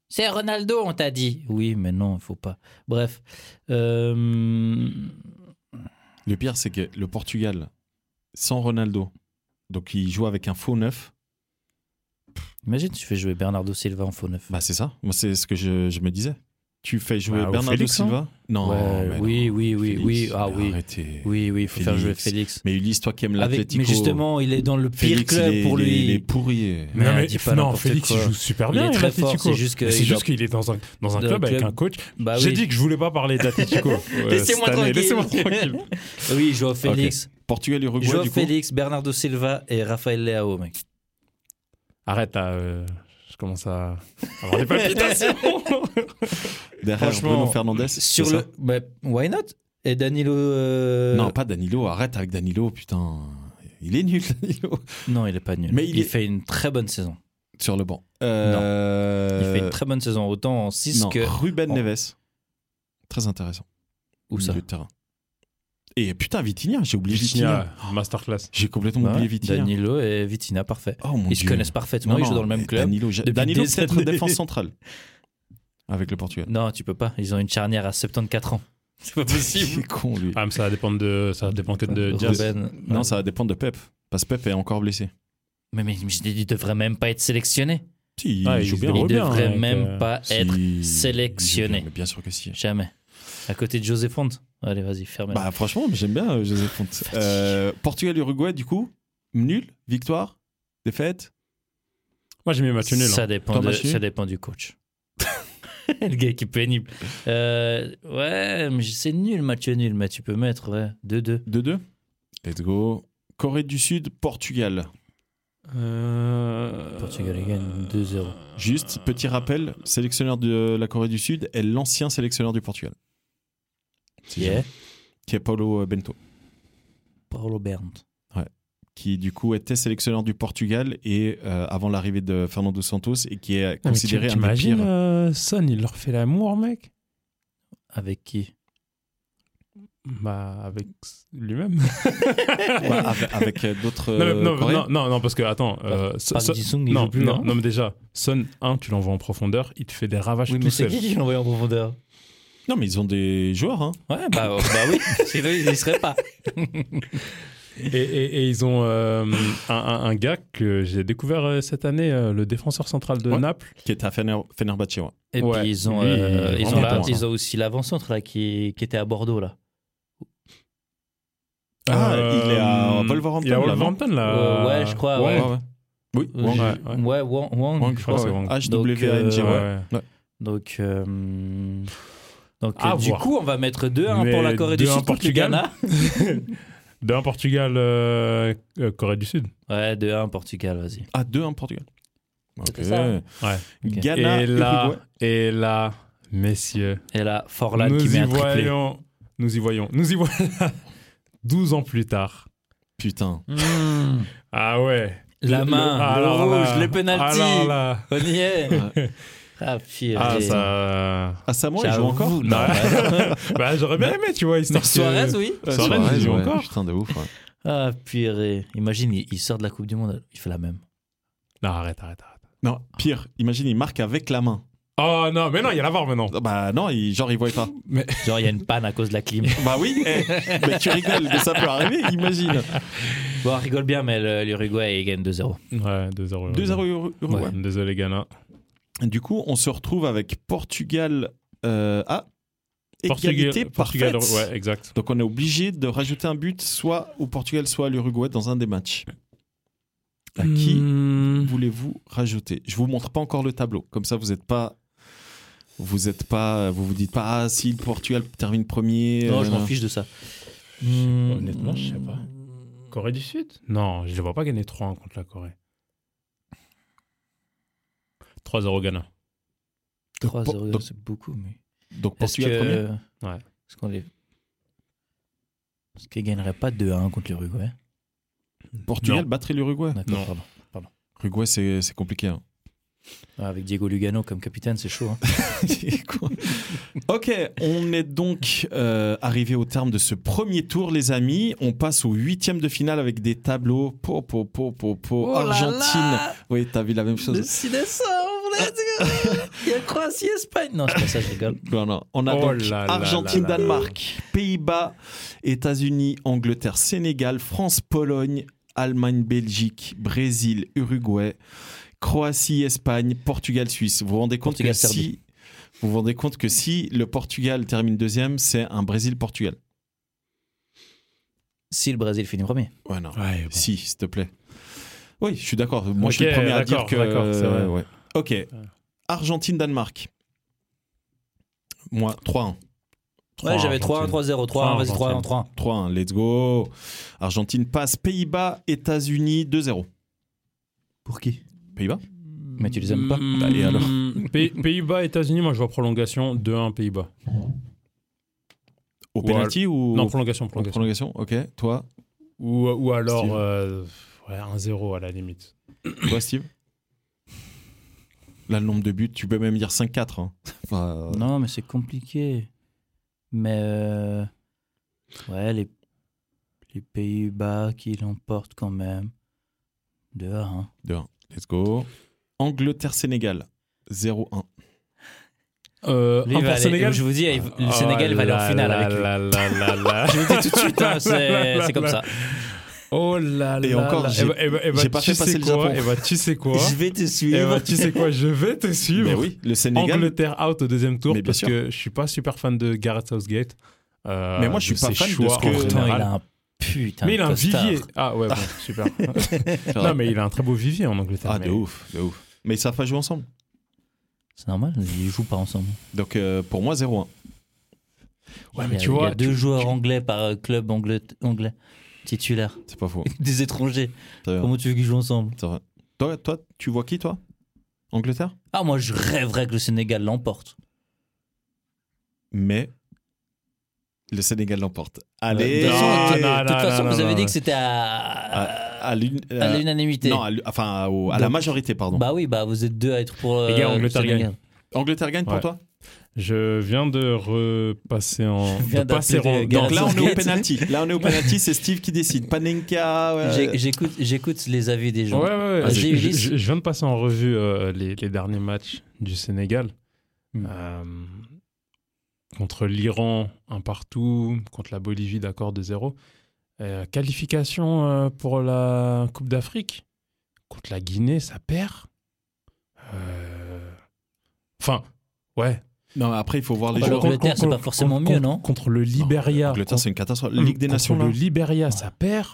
Speaker 2: C'est Ronaldo, on t'a dit. Oui, mais non, il faut pas. Bref. Euh,
Speaker 1: Le pire, c'est que le Portugal, sans Ronaldo, donc il joue avec un faux neuf,
Speaker 2: Imagine, tu fais jouer Bernardo Silva en faux neuf.
Speaker 1: bah c'est ça. Moi, c'est ce que je, je me disais. Tu fais jouer
Speaker 3: Bah, ou
Speaker 1: Bernardo
Speaker 3: Félix, hein
Speaker 1: Silva Non.
Speaker 2: Ouais,
Speaker 1: mais
Speaker 2: oui,
Speaker 1: non,
Speaker 2: oui, oui, oui, ah
Speaker 1: mais
Speaker 2: oui.
Speaker 1: arrêtez.
Speaker 2: Oui, oui, il faut faire jouer
Speaker 1: Félix.
Speaker 2: Félix.
Speaker 1: Mais Ulysse, toi qui aimes
Speaker 2: Avec-
Speaker 1: l'Atlético.
Speaker 2: mais justement, il est dans le pire
Speaker 1: Félix,
Speaker 2: club
Speaker 1: il est-
Speaker 2: pour
Speaker 1: il est-
Speaker 2: lui.
Speaker 1: Il est pourri.
Speaker 2: Mais
Speaker 3: non,
Speaker 2: elle dit pas
Speaker 3: non,
Speaker 2: n'importe
Speaker 3: Félix
Speaker 2: quoi.
Speaker 3: il joue super
Speaker 2: Il est
Speaker 3: bien.
Speaker 2: très
Speaker 3: avec l'Atlético.
Speaker 2: fort, c'est juste que
Speaker 3: Mais c'est
Speaker 2: il
Speaker 3: juste
Speaker 2: doit-
Speaker 3: qu'il est dans un, dans un
Speaker 2: Dans
Speaker 3: club
Speaker 2: un
Speaker 3: avec
Speaker 2: club.
Speaker 3: un coach.
Speaker 2: Bah
Speaker 3: J'ai
Speaker 2: oui.
Speaker 3: dit que je voulais pas parler
Speaker 2: <laughs>
Speaker 3: d'Atlético. euh,
Speaker 2: Laissez-moi
Speaker 3: cette année.
Speaker 2: tranquille.
Speaker 3: Laissez-moi tranquille.
Speaker 2: Oui, Joao Félix.
Speaker 1: Portugal, Uruguay,
Speaker 2: Joao
Speaker 1: du coup.
Speaker 2: Félix, Bernardo Silva et Rafael Leao, mec.
Speaker 3: Arrête là, euh, je commence à avoir des
Speaker 2: <laughs>
Speaker 3: palpitations.
Speaker 1: Derrière
Speaker 3: Franchement,
Speaker 1: Bruno Fernandez. c'est
Speaker 2: euh, Sur
Speaker 1: ça
Speaker 2: le. Bah, why not Et Danilo. euh,
Speaker 1: Non, pas Danilo. Arrête avec Danilo, putain. Il est nul, <laughs> Danilo.
Speaker 2: non, il est pas nul.
Speaker 1: Mais il
Speaker 2: il
Speaker 1: est-
Speaker 2: fait une très bonne saison.
Speaker 1: Sur le banc. Euh,
Speaker 2: Il fait une très bonne saison, autant en 6
Speaker 1: non, Oh,
Speaker 2: que.
Speaker 1: Ruben
Speaker 2: en-
Speaker 1: Neves. Très intéressant.
Speaker 2: Où
Speaker 1: Milieu
Speaker 2: ça
Speaker 1: de terrain. Et putain, Vitinha, j'ai oublié Vitinha.
Speaker 3: Vitinha, masterclass.
Speaker 1: J'ai complètement
Speaker 2: Ouais,
Speaker 1: oublié Vitinha.
Speaker 2: Danilo et Vitina, parfait.
Speaker 1: Oh mon
Speaker 2: Ils se
Speaker 1: Dieu.
Speaker 2: connaissent parfaitement, ils jouent dans le même
Speaker 1: mais
Speaker 2: club.
Speaker 1: Danilo, j'ai-
Speaker 2: depuis
Speaker 1: Danilo
Speaker 2: des
Speaker 1: c'est être
Speaker 2: années.
Speaker 1: défense centrale avec le
Speaker 2: <laughs>
Speaker 1: Portugal.
Speaker 2: Non, tu peux pas. Ils ont une charnière à 74 ans. <laughs> C'est pas
Speaker 1: Il <laughs>
Speaker 2: possible.
Speaker 1: est con lui.
Speaker 3: Ah, mais ça va dépendre de, ça va dépendre que de Diaz.
Speaker 2: Ruben.
Speaker 1: Non, ça va dépendre de Pep. Parce que Pep est encore blessé.
Speaker 2: Mais, mais je dis, il devrait même pas être sélectionné.
Speaker 1: Si,
Speaker 3: Ah,
Speaker 1: il joue
Speaker 3: il
Speaker 1: bien.
Speaker 3: est
Speaker 2: Il
Speaker 3: Rebien,
Speaker 2: devrait
Speaker 3: avec,
Speaker 2: même
Speaker 3: euh,
Speaker 2: pas
Speaker 1: Si,
Speaker 2: être
Speaker 1: il joue
Speaker 2: sélectionné.
Speaker 1: bien, mais bien sûr que si.
Speaker 2: jamais. À côté de José Font. Allez, vas-y, ferme.
Speaker 1: Bah franchement, j'aime bien euh, José Fonte. Euh, Portugal Uruguay du coup, nul, victoire, défaite.
Speaker 3: Moi, j'ai mis match nul. hein.
Speaker 2: ça, dépend
Speaker 1: Toi,
Speaker 2: de-
Speaker 1: match nul
Speaker 2: ça dépend du coach. <laughs> le gars qui est pénible. Euh, ouais, mais c'est nul, match nul, mais tu peux mettre ouais, 2-2.
Speaker 1: 2-2. Let's go. Corée du Sud, Portugal.
Speaker 3: Euh,
Speaker 2: Portugal gagne 2-0.
Speaker 1: Juste petit rappel, sélectionneur de la Corée du Sud est l'ancien sélectionneur du Portugal, C'est
Speaker 2: Yeah.
Speaker 1: qui est Paulo euh, Bento.
Speaker 2: Paulo Bernd.
Speaker 1: qui du coup était sélectionneur du Portugal et euh, avant l'arrivée de Fernando Santos et qui est
Speaker 3: Ah, mais tu-
Speaker 1: considéré un des
Speaker 3: T'imagines,
Speaker 1: pires.
Speaker 3: euh, Son, il leur fait l'amour, mec
Speaker 2: Avec qui
Speaker 3: Bah, avec lui-même.
Speaker 1: Ouais, avec, avec, euh, d'autres
Speaker 3: non, mais-
Speaker 1: euh,
Speaker 3: non,
Speaker 1: Coréens.
Speaker 3: non, non, non, parce que, attends. euh, Son-
Speaker 2: Park
Speaker 3: Son-
Speaker 2: Ji-sung, il
Speaker 3: non,
Speaker 2: joue plus.
Speaker 3: non,
Speaker 2: hein
Speaker 3: non, mais déjà, Son 1, tu l'envoies en profondeur, il te fait des ravages
Speaker 2: oui, mais
Speaker 3: tout
Speaker 2: c'est
Speaker 3: seul.
Speaker 2: qui qui l'envoie en profondeur
Speaker 1: Non, mais ils ont des joueurs. hein.
Speaker 2: Ouais, bah, bah oui, <laughs> sinon il n'y serait <laughs> pas.
Speaker 3: Et, et- et ils ont euh, un, un- un gars que j'ai découvert euh, cette année, euh, le défenseur central de
Speaker 1: Ouais.
Speaker 3: Naples.
Speaker 1: qui était à Fener- Fenerbahçe. ouais.
Speaker 2: Et
Speaker 3: Ouais,
Speaker 2: puis ils ont,
Speaker 3: lui,
Speaker 2: euh,
Speaker 3: il est
Speaker 2: ils, ont
Speaker 1: vraiment
Speaker 2: la-
Speaker 1: bon, hein.
Speaker 2: ils ont aussi l'avant-centre là, qui, qui était à Bordeaux. là.
Speaker 1: Ah,
Speaker 3: Euh,
Speaker 1: il est à Wolverhampton,
Speaker 3: Il est à
Speaker 1: là, non
Speaker 3: Wolverhampton, là.
Speaker 2: Euh, ouais, je crois,
Speaker 3: Wang.
Speaker 2: ouais.
Speaker 1: Oui,
Speaker 2: Euh,
Speaker 1: Wang.
Speaker 3: Ouais,
Speaker 2: j'ai-
Speaker 3: ouais.
Speaker 2: ouais. Wang, Wang,
Speaker 3: Wang,
Speaker 2: je
Speaker 3: je crois
Speaker 2: crois.
Speaker 3: que c'est Wang.
Speaker 1: H-W-A-N-G.
Speaker 2: Donc,
Speaker 1: ouais.
Speaker 3: Ouais.
Speaker 2: Donc, euh, donc
Speaker 3: À
Speaker 2: euh, du
Speaker 3: voir.
Speaker 2: coup, on va mettre 2-1 pour
Speaker 3: Mais
Speaker 2: la Corée du
Speaker 3: 2-1
Speaker 2: Sud contre le
Speaker 3: Portugal.
Speaker 2: Ghana.
Speaker 3: De un Portugal, euh, euh, Corée du Sud.
Speaker 2: Ouais, 2-1 Portugal, vas-y.
Speaker 1: Ah, 2-1 Portugal. Ok.
Speaker 2: C'était ça, hein
Speaker 3: Ouais.
Speaker 2: Ok.
Speaker 1: Ghana,
Speaker 3: et là,
Speaker 1: Uruguay.
Speaker 3: et là, messieurs,
Speaker 2: Et là, Forlan
Speaker 3: nous
Speaker 2: qui met
Speaker 3: y
Speaker 2: un triplé.
Speaker 3: voyons, nous y voyons, <laughs> nous y voilà. 12 ans plus tard.
Speaker 1: Putain.
Speaker 2: Mmh.
Speaker 3: Ah ouais.
Speaker 2: La
Speaker 3: Le-
Speaker 2: main,
Speaker 3: ah,
Speaker 2: le
Speaker 3: alors là.
Speaker 2: rouge, le penalty.
Speaker 3: Alors là.
Speaker 2: On y est. Ah, purée.
Speaker 3: Ah ça.
Speaker 1: À Samoa, ils
Speaker 2: J'avoue,
Speaker 1: jouent encore
Speaker 2: non, bah, <laughs> non.
Speaker 3: Bah j'aurais bien aimé, tu vois, histoire
Speaker 2: Mais
Speaker 3: que-
Speaker 2: Suarez, oui.
Speaker 1: Euh,
Speaker 3: Suarez, ils jouent
Speaker 1: ouais,
Speaker 3: encore.
Speaker 1: Putain de ouf. ouais.
Speaker 2: Ah, purée. Imagine, il, il sort de la Coupe du Monde, il fait la même.
Speaker 3: Non, arrête, arrête, arrête.
Speaker 1: <laughs> Non, pire, imagine, il marque avec la main.
Speaker 3: Oh non, mais non, il y a la VAR maintenant.
Speaker 1: Ah, Bah non, il- genre, il voit pas.
Speaker 2: Genre, il y a une panne à cause de
Speaker 3: <laughs>
Speaker 2: la clim.
Speaker 1: Bah oui, eh, mais tu rigoles, mais ça peut arriver, imagine.
Speaker 2: Bon, on rigole bien, mais le- l'Uruguay il gagne 2-0.
Speaker 3: Ouais, 2-0.
Speaker 1: 2-0 Ur- Uruguay.
Speaker 3: Ouais, Désolé Ghana.
Speaker 1: Du coup, on se retrouve avec Portugal euh, à égalité
Speaker 3: Portugal,
Speaker 1: parfaite.
Speaker 3: ouais, exact.
Speaker 1: Donc on est obligé de rajouter un but soit au Portugal, soit à l'Uruguay dans un des matchs. À qui
Speaker 3: Hmm.
Speaker 1: voulez-vous rajouter Je vous montre pas encore le tableau, comme ça vous n'êtes pas, vous êtes pas, vous vous dites pas ah si le Portugal termine premier.
Speaker 2: non,
Speaker 1: euh,
Speaker 2: je m'en fiche de ça. Hmm, Honnêtement,
Speaker 3: Honnêtement, je sais pas. Corée du Sud Non, je ne les vois pas gagner 3-1 contre la Corée. 3-0 Ghana.
Speaker 1: Donc,
Speaker 2: 3-0,
Speaker 1: donc-
Speaker 2: c'est beaucoup, mais.
Speaker 1: euh, Donc
Speaker 2: Est-ce
Speaker 1: Portugal premier.
Speaker 2: que.
Speaker 3: premier Ouais.
Speaker 2: Est-ce qu'on les. Est-ce qu'ils gagneraient pas 2-1 contre l'Uruguay
Speaker 1: Portugal
Speaker 3: Non.
Speaker 1: battrait l'Uruguay.
Speaker 2: D'accord,
Speaker 3: Non.
Speaker 2: pardon.
Speaker 1: Uruguay c'est c'est compliqué. hein. <laughs>
Speaker 2: Ouais, Avec Diego Lugano comme capitaine, c'est chaud. hein.
Speaker 1: ok, on est donc euh, arrivé au terme de ce premier tour, les amis. On passe au huitième de finale avec des tableaux. Po, po, po, po, po.
Speaker 2: Oh là
Speaker 1: Argentine.
Speaker 2: là
Speaker 1: oui, t'as vu la même chose.
Speaker 2: 6 décembre, let's go Il y a Croatie, Espagne Non, c'est pas ça, je rigole.
Speaker 1: Non, non. On a
Speaker 3: Oh
Speaker 1: donc
Speaker 3: là là
Speaker 1: Argentine,
Speaker 3: là là.
Speaker 1: Danemark, Pays-Bas, États-Unis, Angleterre, Sénégal, France, Pologne, Allemagne, Belgique, Brésil, Uruguay, Croatie, Espagne, Portugal, Suisse. Vous vous rendez compte
Speaker 2: Portugal,
Speaker 1: que si Vous vous rendez compte que si le Portugal termine deuxième, c'est un Brésil-Portugal.
Speaker 2: Si le Brésil finit premier.
Speaker 1: Ouais, non.
Speaker 3: Ouais, bon.
Speaker 1: Si, s'il te plaît. Oui, je suis d'accord. Moi, je suis
Speaker 3: Ok,
Speaker 1: le premier à dire
Speaker 3: d'accord,
Speaker 1: que.
Speaker 3: d'accord, c'est vrai.
Speaker 1: ouais. Ok. Argentine-Danemark. Moi, 3-1.
Speaker 2: Ouais, j'avais 3-1,
Speaker 3: Argentine.
Speaker 2: 3-0, 3-1,
Speaker 3: Trois,
Speaker 2: vas-y, 3-1,
Speaker 3: Argentine.
Speaker 2: 3-1.
Speaker 1: 3-1, hein. let's go. Argentine passe Pays-Bas, États-Unis 2-0.
Speaker 2: Pour qui
Speaker 1: Pays-Bas
Speaker 2: Mais tu les aimes pas
Speaker 3: Mm,
Speaker 1: Allez, alors.
Speaker 3: Pays- Pays-Bas, États-Unis, moi je vois prolongation 2-1 Pays-Bas.
Speaker 1: Au
Speaker 3: Ou alors-
Speaker 1: penalty ou
Speaker 3: Non,
Speaker 1: en
Speaker 3: prolongation, prolongation.
Speaker 1: prolongation Ok, toi
Speaker 3: Ou, ou alors
Speaker 1: Steve.
Speaker 3: euh, ouais, 1-0 à la limite.
Speaker 1: Toi, Steve Là, le nombre de buts, tu peux même dire 5-4. hein. Enfin,
Speaker 2: Non, mais c'est compliqué. Mais euh, ouais, les, les Pays-Bas qui l'emportent quand même. 2 à 1.
Speaker 1: 2-1, let's go. Angleterre-Sénégal 0-1.
Speaker 3: Euh, un pour Sénégal
Speaker 2: je vous dis, il- le Sénégal
Speaker 3: Oh
Speaker 2: va aller en
Speaker 3: là
Speaker 2: finale
Speaker 3: là
Speaker 2: avec lui.
Speaker 3: là là là <laughs> là.
Speaker 2: Je vous le dis tout de suite, hein, c'est c'est comme ça.
Speaker 3: Oh là là.
Speaker 1: Et encore,
Speaker 3: là.
Speaker 1: j'ai-
Speaker 3: Eh ben- eh ben- eh ben,
Speaker 1: j'ai pas
Speaker 3: tu
Speaker 1: fait
Speaker 3: sais
Speaker 1: passer le
Speaker 3: quoi
Speaker 1: Japon.
Speaker 3: Eh ben, tu
Speaker 1: <laughs>
Speaker 3: sais quoi
Speaker 2: Je vais te
Speaker 3: Eh ben,
Speaker 2: suivre.
Speaker 3: tu sais quoi Je vais te suivre.
Speaker 1: Mais oui, le Sénégal.
Speaker 3: Angleterre out au deuxième tour
Speaker 1: Mais bien
Speaker 3: parce
Speaker 1: sûr.
Speaker 3: que je suis pas super fan de Gareth Southgate. euh,
Speaker 1: Mais moi, je suis
Speaker 3: de
Speaker 1: pas
Speaker 3: ses
Speaker 1: fan de
Speaker 3: choix
Speaker 1: ce que-
Speaker 3: en
Speaker 1: Pourtant,
Speaker 2: Putain, il
Speaker 3: général.
Speaker 2: a un putain
Speaker 3: Mais il a
Speaker 2: de
Speaker 3: un
Speaker 2: costard.
Speaker 3: vivier.
Speaker 1: <laughs>
Speaker 3: Ah ouais, bon, super. non, mais il a un très beau vivier en Angleterre.
Speaker 1: Ah,
Speaker 3: mais-
Speaker 1: de ouf, de ouf. Mais ils savent pas jouer ensemble.
Speaker 2: C'est normal, ils jouent pas ensemble.
Speaker 1: Donc, euh, pour moi, 0-1.
Speaker 3: Ouais,
Speaker 2: il y
Speaker 3: mais
Speaker 2: a,
Speaker 3: tu
Speaker 2: il y a
Speaker 3: vois.
Speaker 2: deux joueurs anglais par euh, club anglais, anglais titulaire. <laughs>
Speaker 1: C'est pas
Speaker 3: <laughs>
Speaker 1: faux.
Speaker 2: Des étrangers.
Speaker 1: T'as raison,
Speaker 2: Comment tu veux qu'ils jouent ensemble
Speaker 1: t'as raison. Toi, toi, tu vois qui, toi Angleterre
Speaker 2: Ah, moi, je rêverais que le Sénégal l'emporte.
Speaker 1: mais le Sénégal l'emporte. Allez,
Speaker 2: de toute façon,
Speaker 3: Non,
Speaker 2: de toute
Speaker 3: non,
Speaker 2: façon,
Speaker 3: non,
Speaker 2: vous
Speaker 3: non,
Speaker 2: avez
Speaker 3: non.
Speaker 2: dit que c'était à, à,
Speaker 1: à, à l'une- à-
Speaker 2: l'unanimité.
Speaker 1: non, à l'u- enfin au- à la
Speaker 2: Donc-
Speaker 1: majorité pardon.
Speaker 2: Bah oui, bah vous êtes deux à être pour euh,
Speaker 3: Les gars,
Speaker 2: le
Speaker 3: Angleterre
Speaker 2: Sénégal.
Speaker 1: Angleterre gagne pour
Speaker 3: Ouais.
Speaker 1: toi.
Speaker 3: Je viens de repasser en.
Speaker 2: viens
Speaker 3: de passer
Speaker 2: d'appeler
Speaker 3: en.
Speaker 2: des
Speaker 1: Donc là on est au
Speaker 2: Galatasaray.
Speaker 1: penalty. Là on est au penalty, c'est Steve qui décide. Panenka. ouais.
Speaker 2: J'ai- J'écoute, j'écoute les avis des
Speaker 3: Ouais,
Speaker 2: gens.
Speaker 3: ouais, ouais.
Speaker 2: Vas-y,
Speaker 3: Je-
Speaker 2: Ulysse.
Speaker 3: je, je viens de passer en revue euh, les, les derniers matchs du Sénégal.
Speaker 2: Hmm.
Speaker 3: Euh, contre l'Iran, un partout. Contre la Bolivie, d'accord, 2-0. Euh, qualification euh, pour la Coupe d'Afrique. Contre la Guinée, ça perd. Euh, Enfin, ouais.
Speaker 1: Non mais après il faut voir les
Speaker 2: Bah,
Speaker 1: joueurs.
Speaker 2: l'Angleterre,
Speaker 3: Contre-
Speaker 2: c'est pas
Speaker 3: contre-
Speaker 2: forcément
Speaker 3: contre-
Speaker 2: mieux, non
Speaker 3: Contre le Liberia.
Speaker 1: Angleterre c'est une catastrophe.
Speaker 3: Contre-
Speaker 1: Ligue des Nations
Speaker 3: contre
Speaker 1: là.
Speaker 3: le Liberia, ça perd.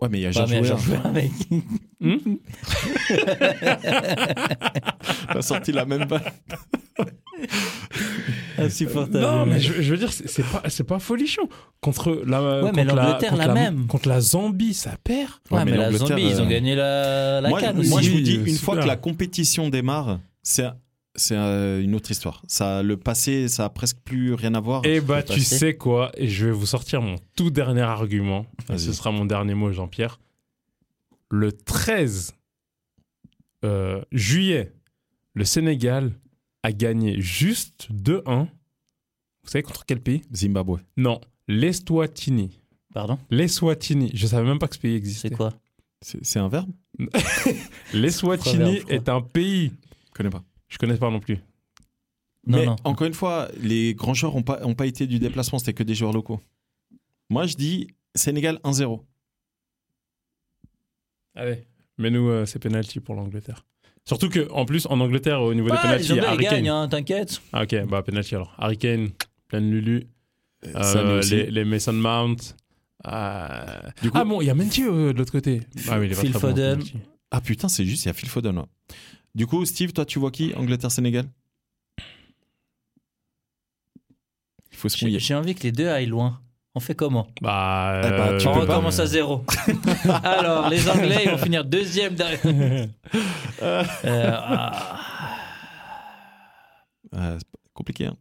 Speaker 1: Ouais mais il y a
Speaker 2: Pas
Speaker 1: Georges
Speaker 2: mais
Speaker 1: Weah.
Speaker 2: genre, ouais, mec.
Speaker 1: T'as sorti la même balle.
Speaker 2: Insupportable.
Speaker 3: Non, mais je, je veux dire, c'est c'est pas, c'est pas folichon. Contre la,
Speaker 2: Ouais, mais
Speaker 3: contre
Speaker 2: l'Angleterre,
Speaker 3: contre
Speaker 2: la même.
Speaker 3: Contre la Zambie, ça perd.
Speaker 2: Ouais,
Speaker 1: Ouais, mais
Speaker 2: mais, la
Speaker 1: l'Angleterre,
Speaker 2: Zambie, ils ont
Speaker 1: euh,
Speaker 2: gagné la, la
Speaker 1: moi,
Speaker 2: canne
Speaker 1: moi,
Speaker 2: aussi.
Speaker 1: je vous
Speaker 3: Oui,
Speaker 1: dis,
Speaker 3: euh,
Speaker 1: une fois
Speaker 3: super.
Speaker 1: que la compétition démarre, c'est un- c'est euh, une autre histoire. Ça, le passé, ça a presque plus rien à voir.
Speaker 3: Eh bah,
Speaker 2: peux
Speaker 3: tu
Speaker 2: Oh, passer.
Speaker 3: sais quoi Et je vais vous sortir mon tout dernier argument. Et
Speaker 1: Vas-y.
Speaker 3: Ce sera mon dernier mot, Jean-Pierre. Le 13 euh, juillet, le Sénégal a gagné juste 2-1. Vous savez contre quel pays
Speaker 1: Zimbabwe.
Speaker 3: Non, l'Eswatini.
Speaker 2: Pardon
Speaker 3: L'Eswatini. Je savais même pas que ce pays existait.
Speaker 2: C'est quoi
Speaker 1: C'est c'est un verbe
Speaker 3: L'Eswatini
Speaker 2: Proverbe, je
Speaker 3: est un pays.
Speaker 1: Je connais pas.
Speaker 3: Je connais pas non plus.
Speaker 2: Non,
Speaker 1: mais
Speaker 2: non.
Speaker 1: encore une fois, les grands joueurs n'ont pas, ont pas été du déplacement, c'était que des joueurs locaux. Moi, je dis Sénégal 1-0.
Speaker 3: Allez. Mais nous, euh, c'est penalty pour l'Angleterre. Surtout que, en plus, en Angleterre, au niveau des
Speaker 2: Ah, les
Speaker 3: penalties, il y
Speaker 2: Anglais,
Speaker 3: a
Speaker 2: ils
Speaker 3: Harry
Speaker 2: gagnent,
Speaker 3: Kane.
Speaker 2: hein, t'inquiète.
Speaker 3: Ah, ok, bah penalty alors. Harry Kane, pleine Lulu,
Speaker 1: Euh,
Speaker 3: euh,
Speaker 1: ça, nous aussi.
Speaker 3: les, les Mason Mount. euh,
Speaker 1: Du coup-
Speaker 3: ah bon, il y a Menti euh, de l'autre côté. Ah, mais il est pas
Speaker 2: Phil
Speaker 3: très bon,
Speaker 2: Foden.
Speaker 3: penalty.
Speaker 1: Ah putain, c'est juste, il y a Phil Foden. ouais. Du coup, Steve, toi, tu vois qui Angleterre-Sénégal Il faut se
Speaker 2: J'ai
Speaker 1: mouiller.
Speaker 2: j'ai envie que les deux aillent loin. On fait comment
Speaker 3: Bah,
Speaker 1: Eh bah, tu
Speaker 2: On
Speaker 1: peux pas.
Speaker 2: recommence
Speaker 1: <laughs>
Speaker 2: à zéro. Alors, les Anglais, ils vont finir deuxième derrière.
Speaker 1: <laughs>
Speaker 2: Euh, ah,
Speaker 1: Euh, c'est pas- compliqué, hein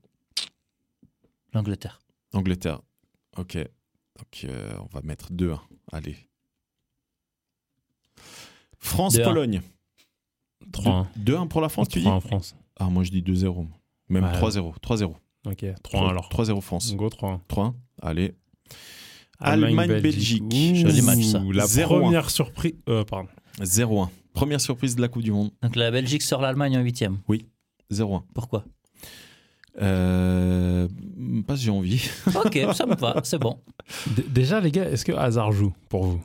Speaker 2: L'Angleterre.
Speaker 1: Angleterre. Ok. Donc, euh, on va mettre 2-1. Allez.
Speaker 2: 2-1.
Speaker 1: France-Pologne.
Speaker 3: 3-1.
Speaker 1: 2-1 pour la France, tu dis
Speaker 3: 3 en France.
Speaker 1: Ah, moi, je dis 2-0. Même
Speaker 3: Ouais.
Speaker 1: 3-0. 3-0.
Speaker 3: Ok, 3-1 alors. Mmh.
Speaker 1: 3-0 France.
Speaker 3: Go 3-1.
Speaker 1: 3-1. Allez. Allemagne, Belgique.
Speaker 2: Joli match, ça.
Speaker 3: Ouh, La
Speaker 1: 0-1.
Speaker 3: première surprise. Euh, pardon.
Speaker 1: 0-1. Première surprise de la Coupe du Monde.
Speaker 2: Donc la Belgique sort l'Allemagne en huitième.
Speaker 1: 0-1.
Speaker 2: Pourquoi
Speaker 1: Euh, pas si j'ai envie. <laughs>
Speaker 2: Ok, ça me va, c'est bon.
Speaker 3: D- déjà, les gars, est-ce que Hazard joue pour vous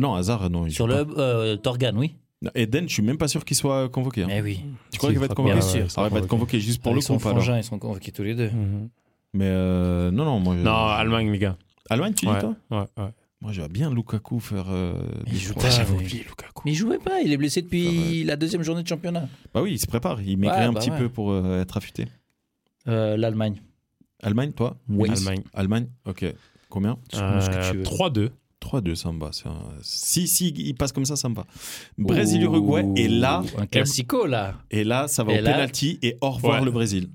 Speaker 1: Non, hasard, non. il
Speaker 2: Sur
Speaker 1: joue
Speaker 2: le euh, Torgan, oui.
Speaker 1: Eden, je suis même pas sûr qu'il soit convoqué. hein.
Speaker 2: Mais oui.
Speaker 1: Tu crois qu'il va être convoqué
Speaker 2: Bien sûr.
Speaker 1: Ah, Il va être convoqué juste pour
Speaker 2: Avec
Speaker 1: le
Speaker 2: son
Speaker 1: comp alors.
Speaker 2: frangin, ils sont convoqués tous les deux.
Speaker 3: Mhm.
Speaker 1: Mais euh, non, non, moi. je-
Speaker 3: Non, Allemagne, les gars.
Speaker 1: Allemagne, tu dis
Speaker 3: Ouais,
Speaker 1: toi
Speaker 3: ouais, ouais.
Speaker 1: Moi, je vois bien Lukaku faire. euh,
Speaker 2: Il
Speaker 1: des
Speaker 2: joue
Speaker 1: choses.
Speaker 2: pas,
Speaker 1: J'avais
Speaker 2: mais-
Speaker 1: oublié Lukaku.
Speaker 2: Mais il jouait pas, il est blessé
Speaker 1: Ah
Speaker 2: depuis la deuxième journée de championnat.
Speaker 1: Bah oui, il se prépare. Il maigrit
Speaker 2: Ouais,
Speaker 1: un
Speaker 2: bah
Speaker 1: petit
Speaker 2: ouais.
Speaker 1: peu pour euh, être affûté.
Speaker 2: Euh, L'Allemagne.
Speaker 1: Allemagne, toi
Speaker 2: Oui.
Speaker 3: Allemagne.
Speaker 1: Allemagne, ok. Combien
Speaker 2: Dis-moi ce que tu
Speaker 3: Euh,
Speaker 2: veux.
Speaker 3: 3-2.
Speaker 1: 3-2, ça me va. c'est un- Si, si, il passe comme ça, ça me va. Brésil-Uruguay,
Speaker 2: Oh,
Speaker 1: et là,
Speaker 2: Un classico, là.
Speaker 1: et là, ça va
Speaker 2: Et
Speaker 1: au
Speaker 2: là-
Speaker 1: penalty et au revoir
Speaker 3: Ouais.
Speaker 1: le Brésil.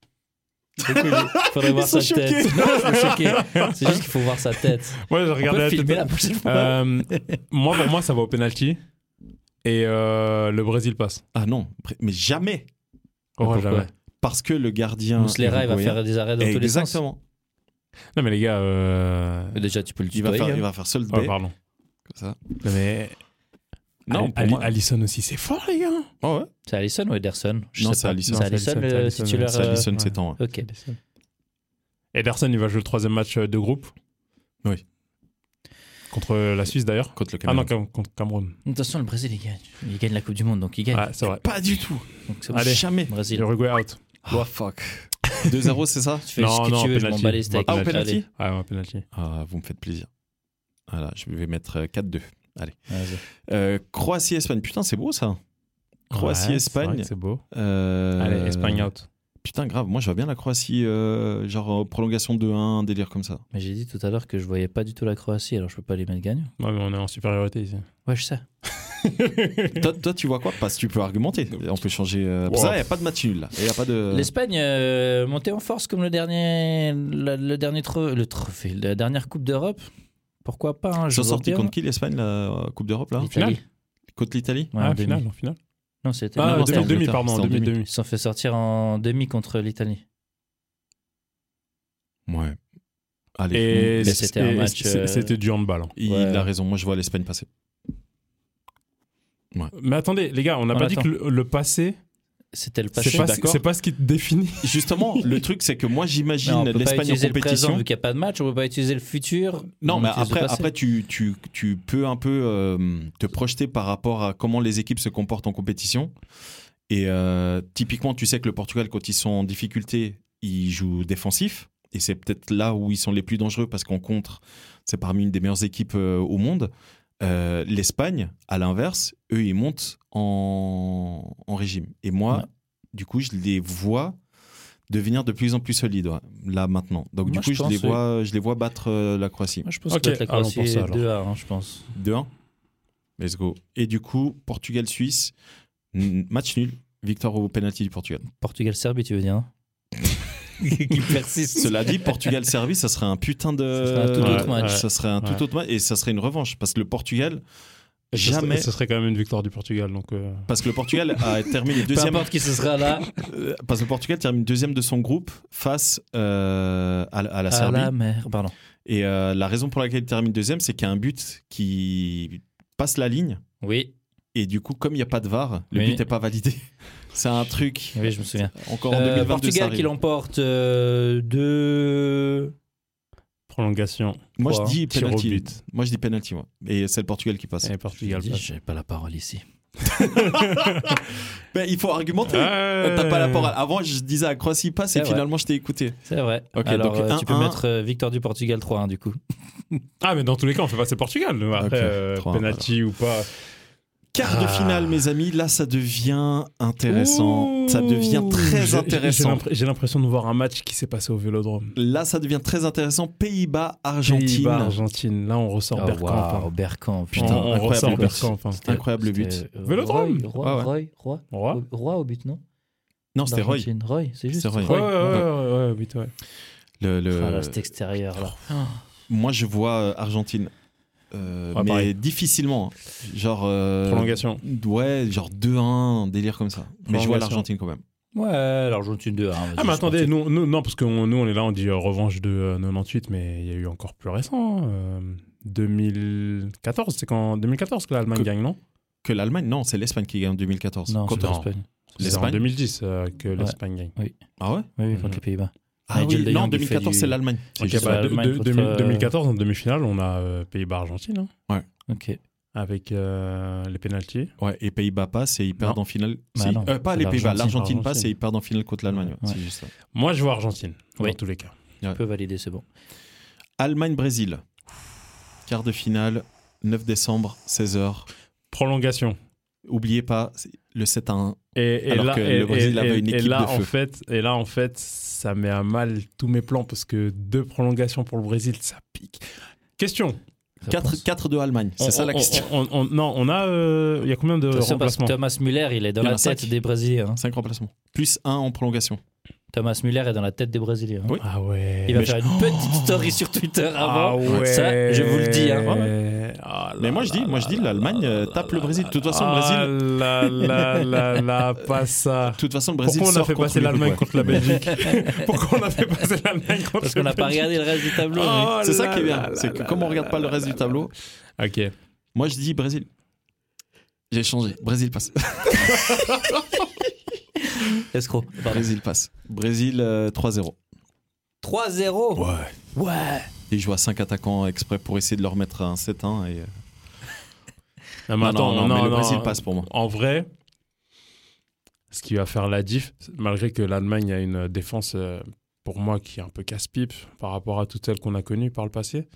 Speaker 1: <laughs>
Speaker 2: Faudrait voir
Speaker 1: sont
Speaker 2: sa tête.
Speaker 1: choqués.
Speaker 2: Non, <laughs> ils sont choqués. C'est juste qu'il faut voir sa tête.
Speaker 3: Moi, j'ai
Speaker 2: On
Speaker 3: regardé
Speaker 2: peut
Speaker 3: la
Speaker 2: filmer
Speaker 3: tête.
Speaker 2: la prochaine fois.
Speaker 3: Euh, moi, pour moi, ça va au penalty. Et euh, le Brésil passe.
Speaker 1: Ah non, pré- mais jamais
Speaker 3: Oh,
Speaker 2: Pourquoi
Speaker 3: jamais.
Speaker 1: Parce que le gardien.
Speaker 2: Mouslera, il va
Speaker 1: uruguayen-
Speaker 2: faire des arrêts dans tous les sens.
Speaker 1: Exactement.
Speaker 3: Non, mais les gars. euh,
Speaker 2: Mais déjà, tu peux le
Speaker 1: Il va,
Speaker 2: tutoyer.
Speaker 1: faire, il
Speaker 2: hein.
Speaker 1: va faire solde B,
Speaker 3: Ouais, pardon.
Speaker 1: comme ça.
Speaker 3: Mais.
Speaker 1: Non, pour
Speaker 3: Ali-
Speaker 1: moi-
Speaker 3: Allison aussi, c'est fort, les gars.
Speaker 1: Ah ouais
Speaker 2: C'est Allison ou Ederson Je
Speaker 1: Non,
Speaker 2: sais
Speaker 1: c'est
Speaker 2: pas.
Speaker 1: Alisson.
Speaker 2: C'est Allison
Speaker 3: C'est
Speaker 2: le
Speaker 3: Alisson,
Speaker 2: titulaire.
Speaker 1: C'est
Speaker 2: euh,
Speaker 1: Alisson,
Speaker 3: ouais.
Speaker 1: c'est temps. hein.
Speaker 2: Ok.
Speaker 3: Ederson, il va jouer le troisième match euh, de groupe.
Speaker 1: Oui.
Speaker 3: Contre la Suisse, d'ailleurs.
Speaker 1: Contre le
Speaker 3: Ah non,
Speaker 1: Cameroun.
Speaker 3: Cam- contre Cameroun.
Speaker 2: De toute façon, le Brésil, il gagne. Il gagne la Coupe du Monde, donc il gagne.
Speaker 3: Ouais, c'est vrai.
Speaker 1: Pas du tout.
Speaker 2: Donc c'est bon.
Speaker 3: Allez.
Speaker 1: Jamais.
Speaker 2: <laughs> Brésil.
Speaker 3: Uruguay out.
Speaker 1: Oh fuck. <laughs> 2-0, c'est ça
Speaker 2: Tu fais ce que tu veux, je m'en bats les steaks.
Speaker 1: Ah, au penalty
Speaker 3: Ouais, ouais, penalty.
Speaker 1: Ah, vous me faites plaisir. Voilà, je vais mettre euh, 4-2.
Speaker 2: Allez. Vas-y.
Speaker 1: Euh, Croatie-Espagne, putain, c'est beau ça. Croatie,
Speaker 3: Ouais,
Speaker 1: Espagne.
Speaker 3: c'est vrai que C'est beau.
Speaker 1: Euh,
Speaker 3: Allez, Espagne out.
Speaker 1: Putain, grave, moi je vois bien la Croatie, euh, genre euh, prolongation de 1, un délire comme ça.
Speaker 2: Mais j'ai dit tout à l'heure que je voyais pas du tout la Croatie, alors je peux pas les mettre gagnants.
Speaker 3: Ouais, mais on est en supériorité ici.
Speaker 2: Ouais, je sais.
Speaker 1: toi, toi, tu vois quoi Parce que tu peux argumenter. On peut changer. euh, Pour
Speaker 3: Wow.
Speaker 1: ça, il n'y a pas de match nul là. Il a pas de.
Speaker 2: L'Espagne euh, montée en force comme le dernier, le, le dernier tro- le trophée, la dernière Coupe d'Europe. Pourquoi pas hein, un
Speaker 1: Ils sont sortis contre qui l'Espagne, la euh, Coupe d'europe là
Speaker 3: Finale
Speaker 1: Contre l'Italie
Speaker 2: Ouais,
Speaker 3: ah,
Speaker 2: en
Speaker 3: en
Speaker 2: demi.
Speaker 3: finale, en finale.
Speaker 2: Non, c'était.
Speaker 3: Ah,
Speaker 2: non, non,
Speaker 1: c'était en
Speaker 3: demi, demi,
Speaker 1: Angleterre,
Speaker 3: pardon,
Speaker 1: c'était en
Speaker 3: demi,
Speaker 1: demi.
Speaker 2: Ils
Speaker 3: demi.
Speaker 2: se sont fait sortir en demi contre l'Italie.
Speaker 1: Ouais. Allez.
Speaker 3: Et
Speaker 2: Mais c'était un
Speaker 3: et
Speaker 2: match,
Speaker 3: c'est-
Speaker 2: euh,
Speaker 3: C'était du handball. hein.
Speaker 1: Il
Speaker 2: Ouais.
Speaker 1: a raison, moi je vois l'Espagne passer.
Speaker 3: Mais attendez, les gars, on n'a
Speaker 2: On
Speaker 3: pas dit
Speaker 2: attend.
Speaker 3: que le, le passé,
Speaker 2: C'était le passé.
Speaker 3: c'est
Speaker 1: suis
Speaker 3: pas,
Speaker 1: d'accord.
Speaker 3: c'est pas ce qui te définit.
Speaker 1: Justement, le truc c'est que moi
Speaker 2: Non, on
Speaker 1: j'imagine
Speaker 2: peut pas
Speaker 1: l'Espagne en
Speaker 2: utiliser le présent
Speaker 1: compétition.
Speaker 2: vu qu'il n'y a pas de match. On peut pas utiliser le futur.
Speaker 1: Non,
Speaker 2: On
Speaker 1: mais
Speaker 2: utilise le
Speaker 1: après,
Speaker 2: passé.
Speaker 1: après tu, tu, tu peux un peu euh, te projeter par rapport à comment les équipes se comportent en compétition. Et euh, typiquement, tu sais que le Portugal, quand ils sont en difficulté, ils jouent défensif. Et c'est peut-être là où ils sont les plus dangereux parce qu'en contre, c'est parmi une des meilleures équipes euh, au monde. Euh, L'Espagne, à l'inverse, eux, ils montent en, en régime. Et moi,
Speaker 2: Ouais.
Speaker 1: du coup, je les vois devenir de plus en plus solides, ouais, là maintenant. Donc, du
Speaker 2: Moi,
Speaker 1: coup, je,
Speaker 2: je
Speaker 1: les
Speaker 2: pense, oui.
Speaker 1: vois, je les vois battre euh, la Croatie.
Speaker 2: Moi, je pense
Speaker 3: Ok,
Speaker 2: que la
Speaker 3: allons
Speaker 2: Croatie
Speaker 3: pour ça,
Speaker 2: est
Speaker 3: alors.
Speaker 2: 2 à 1, je pense.
Speaker 1: 2-1. Let's go. Et du coup, Portugal-Suisse, n- match nul, victoire au penalty du Portugal.
Speaker 2: Portugal-Serbie, tu veux dire
Speaker 1: <laughs>
Speaker 2: hein
Speaker 1: Qui persiste. Cela dit, euh, Portugal-Serbie, ça serait un putain de.
Speaker 2: Ça serait un tout
Speaker 3: autre
Speaker 2: match.
Speaker 1: Ça serait un tout
Speaker 3: Ouais.
Speaker 1: autre match et ça serait une revanche parce que le Portugal,
Speaker 3: Et ce serait-
Speaker 1: Jamais.
Speaker 3: Ce serait quand même une victoire du Portugal. Donc, euh,
Speaker 1: parce que le Portugal
Speaker 2: <laughs>
Speaker 1: a terminé
Speaker 2: Peu
Speaker 1: deuxième,
Speaker 2: importe qui ce sera là.
Speaker 1: euh, parce que le Portugal termine deuxième de son groupe face euh, à, la- à la
Speaker 2: à
Speaker 1: Serbie.
Speaker 2: la mer. Pardon.
Speaker 1: Et euh, la raison pour laquelle il termine deuxième, c'est qu'il y a un but qui passe la ligne.
Speaker 2: Oui,
Speaker 1: Et du coup, comme il n'y a pas de VAR, le
Speaker 2: Oui.
Speaker 1: but n'est pas validé. <laughs> C'est un truc.
Speaker 2: oui, je me souviens.
Speaker 1: Encore en
Speaker 2: Euh,
Speaker 1: 2022, ça
Speaker 2: Portugal
Speaker 1: arrive.
Speaker 2: qui l'emporte euh, 2
Speaker 3: prolongation.
Speaker 1: Moi je
Speaker 2: Trois, hein.
Speaker 1: dis
Speaker 3: tir au
Speaker 1: penalty.
Speaker 3: but.
Speaker 1: Moi je dis penalty moi. Et c'est le Portugal qui passe.
Speaker 3: Et Portugal
Speaker 2: <laughs>
Speaker 3: passe.
Speaker 2: J'ai pas la parole ici.
Speaker 1: Ben, il faut argumenter. Euh,
Speaker 3: Ouais.
Speaker 1: T'as pas la parole. Avant je disais à Croatie passe et
Speaker 2: Ah. C'est vrai.
Speaker 1: finalement je t'ai écouté.
Speaker 2: C'est vrai.
Speaker 1: Ok,
Speaker 2: Alors,
Speaker 1: donc
Speaker 2: euh, tu peux
Speaker 1: 1-1.
Speaker 2: mettre euh, victoire du Portugal 3-1 du coup.
Speaker 3: Ah, mais dans tous les cas, on fait passer Portugal. Après,
Speaker 1: Ok,
Speaker 3: euh,
Speaker 1: trois,
Speaker 3: penalty ou pas.
Speaker 1: Quart de
Speaker 3: Ah.
Speaker 1: finale mes amis, là ça devient intéressant.
Speaker 3: Ouh.
Speaker 1: Ça devient
Speaker 3: J'ai-
Speaker 1: très
Speaker 3: j'ai- j'ai
Speaker 1: intéressant.
Speaker 3: l'impr- J'ai l'impression de voir un match qui s'est passé au Vélodrome.
Speaker 1: Là ça devient très intéressant. Pays-Bas Argentine.
Speaker 3: Pays-Bas, Argentine. Là, on
Speaker 2: Oh,
Speaker 3: ressort Bergkamp. hein.
Speaker 2: wow, Bergkamp.
Speaker 1: Putain,
Speaker 3: on, on
Speaker 1: incroyable
Speaker 3: ressort
Speaker 1: but.
Speaker 3: Bergkamp. hein.
Speaker 2: C'était-
Speaker 1: incroyable le but.
Speaker 2: c'était, euh,
Speaker 3: Vélodrome.
Speaker 1: Ah ouais.
Speaker 2: Roy, Roy, Roy,
Speaker 3: Roy
Speaker 2: Au- Roy au but, non
Speaker 1: Non c'était Roy.
Speaker 2: d'Argentine. Roy, c'est juste.
Speaker 1: C'est Roy.
Speaker 3: Ouais, ouais, ouais, ouais, ouais, but, ouais.
Speaker 1: Le, le-
Speaker 2: Ah là, cet extérieur là.
Speaker 1: Moi je vois euh, Argentine. Euh,
Speaker 3: Ouais,
Speaker 1: mais
Speaker 3: pareil.
Speaker 1: difficilement. Genre. euh,
Speaker 3: Prolongation.
Speaker 1: Ouais, genre 2-1, un délire comme ça. Mais je vois
Speaker 3: Prolongation.
Speaker 1: l'Argentine quand même.
Speaker 2: Ouais, l'Argentine 2-1.
Speaker 3: Ah, mais attendez, nous, nous- non, parce que on- nous, on est là, on dit euh, revanche de euh, 98, mais il y a eu encore plus récent. euh, 2014, c'est quand 2014 que l'Allemagne
Speaker 1: Que-
Speaker 3: gagne, non
Speaker 1: Que l'Allemagne, non, c'est l'Espagne qui gagne en 2014.
Speaker 2: Non,
Speaker 1: Contre-
Speaker 2: contre l'Espagne.
Speaker 3: C'est en
Speaker 1: L'Espagne
Speaker 3: 2010 euh, que l'Espagne gagne.
Speaker 1: Ah ouais
Speaker 2: Oui, oui,
Speaker 3: Mhm.
Speaker 2: contre les Pays-Bas.
Speaker 1: Ah
Speaker 2: Nigel
Speaker 1: oui,
Speaker 2: de
Speaker 1: non,
Speaker 2: Jong, il fait
Speaker 1: 2014,
Speaker 2: du-
Speaker 1: c'est l'Allemagne. C'est
Speaker 3: Ok,
Speaker 1: juste
Speaker 3: bah,
Speaker 1: l'Allemagne. euh,
Speaker 2: l'Allemagne
Speaker 3: de-
Speaker 2: contre,
Speaker 3: de-
Speaker 2: euh,
Speaker 3: 2014, en demi-finale, on a euh, Pays-Bas-Argentine. hein.
Speaker 2: Ok.
Speaker 3: avec euh, les pénalties.
Speaker 1: Ouais, et Pays-Bas passe et ils perdent
Speaker 3: Non.
Speaker 1: en finale.
Speaker 2: Bah
Speaker 1: Si,
Speaker 2: non,
Speaker 1: euh, pas les
Speaker 3: l'Argentine,
Speaker 1: Pays-Bas, l'Argentine
Speaker 3: l'Argentine.
Speaker 1: passe et ils perdent en finale contre l'Allemagne. ouais,
Speaker 2: Ouais.
Speaker 1: c'est juste ça.
Speaker 3: Moi, je vois Argentine,
Speaker 2: Oui.
Speaker 3: dans tous les cas.
Speaker 2: On peut valider, c'est bon.
Speaker 1: Allemagne-Brésil. Quart de finale, 9 décembre, 16h.
Speaker 3: Prolongation.
Speaker 1: Oubliez pas, c'est le 7 à 1.
Speaker 3: Et, et
Speaker 1: Alors
Speaker 3: là,
Speaker 1: que
Speaker 3: et-
Speaker 1: le Brésil
Speaker 3: et-
Speaker 1: avait une
Speaker 3: et- et
Speaker 1: équipe
Speaker 3: là,
Speaker 1: de feu.
Speaker 3: En fait, et là, en fait, ça met à mal tous mes plans parce que deux prolongations pour le Brésil, ça pique. Question.
Speaker 1: 4, 4 de Allemagne,
Speaker 3: On-
Speaker 1: c'est ça la
Speaker 3: on-
Speaker 1: question.
Speaker 3: on- on- non, on a. euh, Il y a combien de
Speaker 2: Attention, parce que
Speaker 3: remplacements
Speaker 2: Thomas Muller, il est dans
Speaker 1: Il y en
Speaker 2: la
Speaker 1: a
Speaker 2: tête
Speaker 1: cinq.
Speaker 2: des Brésiliens. hein.
Speaker 1: 5 remplacements. Plus 1 en prolongation.
Speaker 2: Thomas Muller est dans la tête des Brésiliens. hein.
Speaker 1: Oui.
Speaker 3: Ah ouais.
Speaker 2: Il va
Speaker 1: Mais
Speaker 2: faire une petite story sur Twitter
Speaker 3: Ah
Speaker 2: avant.
Speaker 3: ouais.
Speaker 2: Ça, je vous le dis, hein.
Speaker 3: Ah là
Speaker 1: Mais moi je dis,
Speaker 3: là
Speaker 1: moi je dis
Speaker 3: là
Speaker 1: l'Allemagne euh,
Speaker 3: là
Speaker 1: tape
Speaker 3: là
Speaker 1: le Brésil. De toute façon, le
Speaker 3: Ah
Speaker 1: Brésil,
Speaker 3: là là là là, pas ça.
Speaker 1: de toute façon, le <laughs> Brésil
Speaker 3: Pourquoi on a
Speaker 1: sort
Speaker 3: fait
Speaker 1: contre
Speaker 3: passer
Speaker 1: les
Speaker 3: l'Allemagne
Speaker 1: Uruguayens.
Speaker 3: contre la Belgique
Speaker 1: <laughs>
Speaker 3: Pourquoi on a fait passer l'Allemagne contre
Speaker 2: Parce qu'on
Speaker 3: la
Speaker 2: n'a pas
Speaker 3: Belgique
Speaker 2: regardé le reste du tableau. mais-
Speaker 3: Oh
Speaker 1: C'est ça
Speaker 3: là
Speaker 1: qui est
Speaker 3: là
Speaker 1: bien, c'est
Speaker 3: là
Speaker 1: que
Speaker 3: là
Speaker 1: comme on
Speaker 3: là
Speaker 1: regarde pas le
Speaker 3: là
Speaker 1: reste
Speaker 3: là
Speaker 1: du tableau,
Speaker 3: là. Ok.
Speaker 1: moi je dis Brésil. J'ai changé. Brésil <laughs> passe.
Speaker 2: Escroc. Pardon.
Speaker 1: Brésil passe. Brésil euh, 3-0.
Speaker 2: 3-0.
Speaker 3: Ouais.
Speaker 2: Ouais.
Speaker 1: Ils jouent à 5 attaquants exprès pour essayer de leur mettre un 7-1. Et... euh,
Speaker 3: Non, mais attends, non,
Speaker 1: mais le
Speaker 3: non,
Speaker 1: Brésil
Speaker 3: non.
Speaker 1: passe pour moi.
Speaker 3: En vrai, ce qui va faire la diff, malgré que l'Allemagne a une défense euh, pour moi qui est un peu casse-pipe par rapport à toutes celles qu'on a connues par le passé,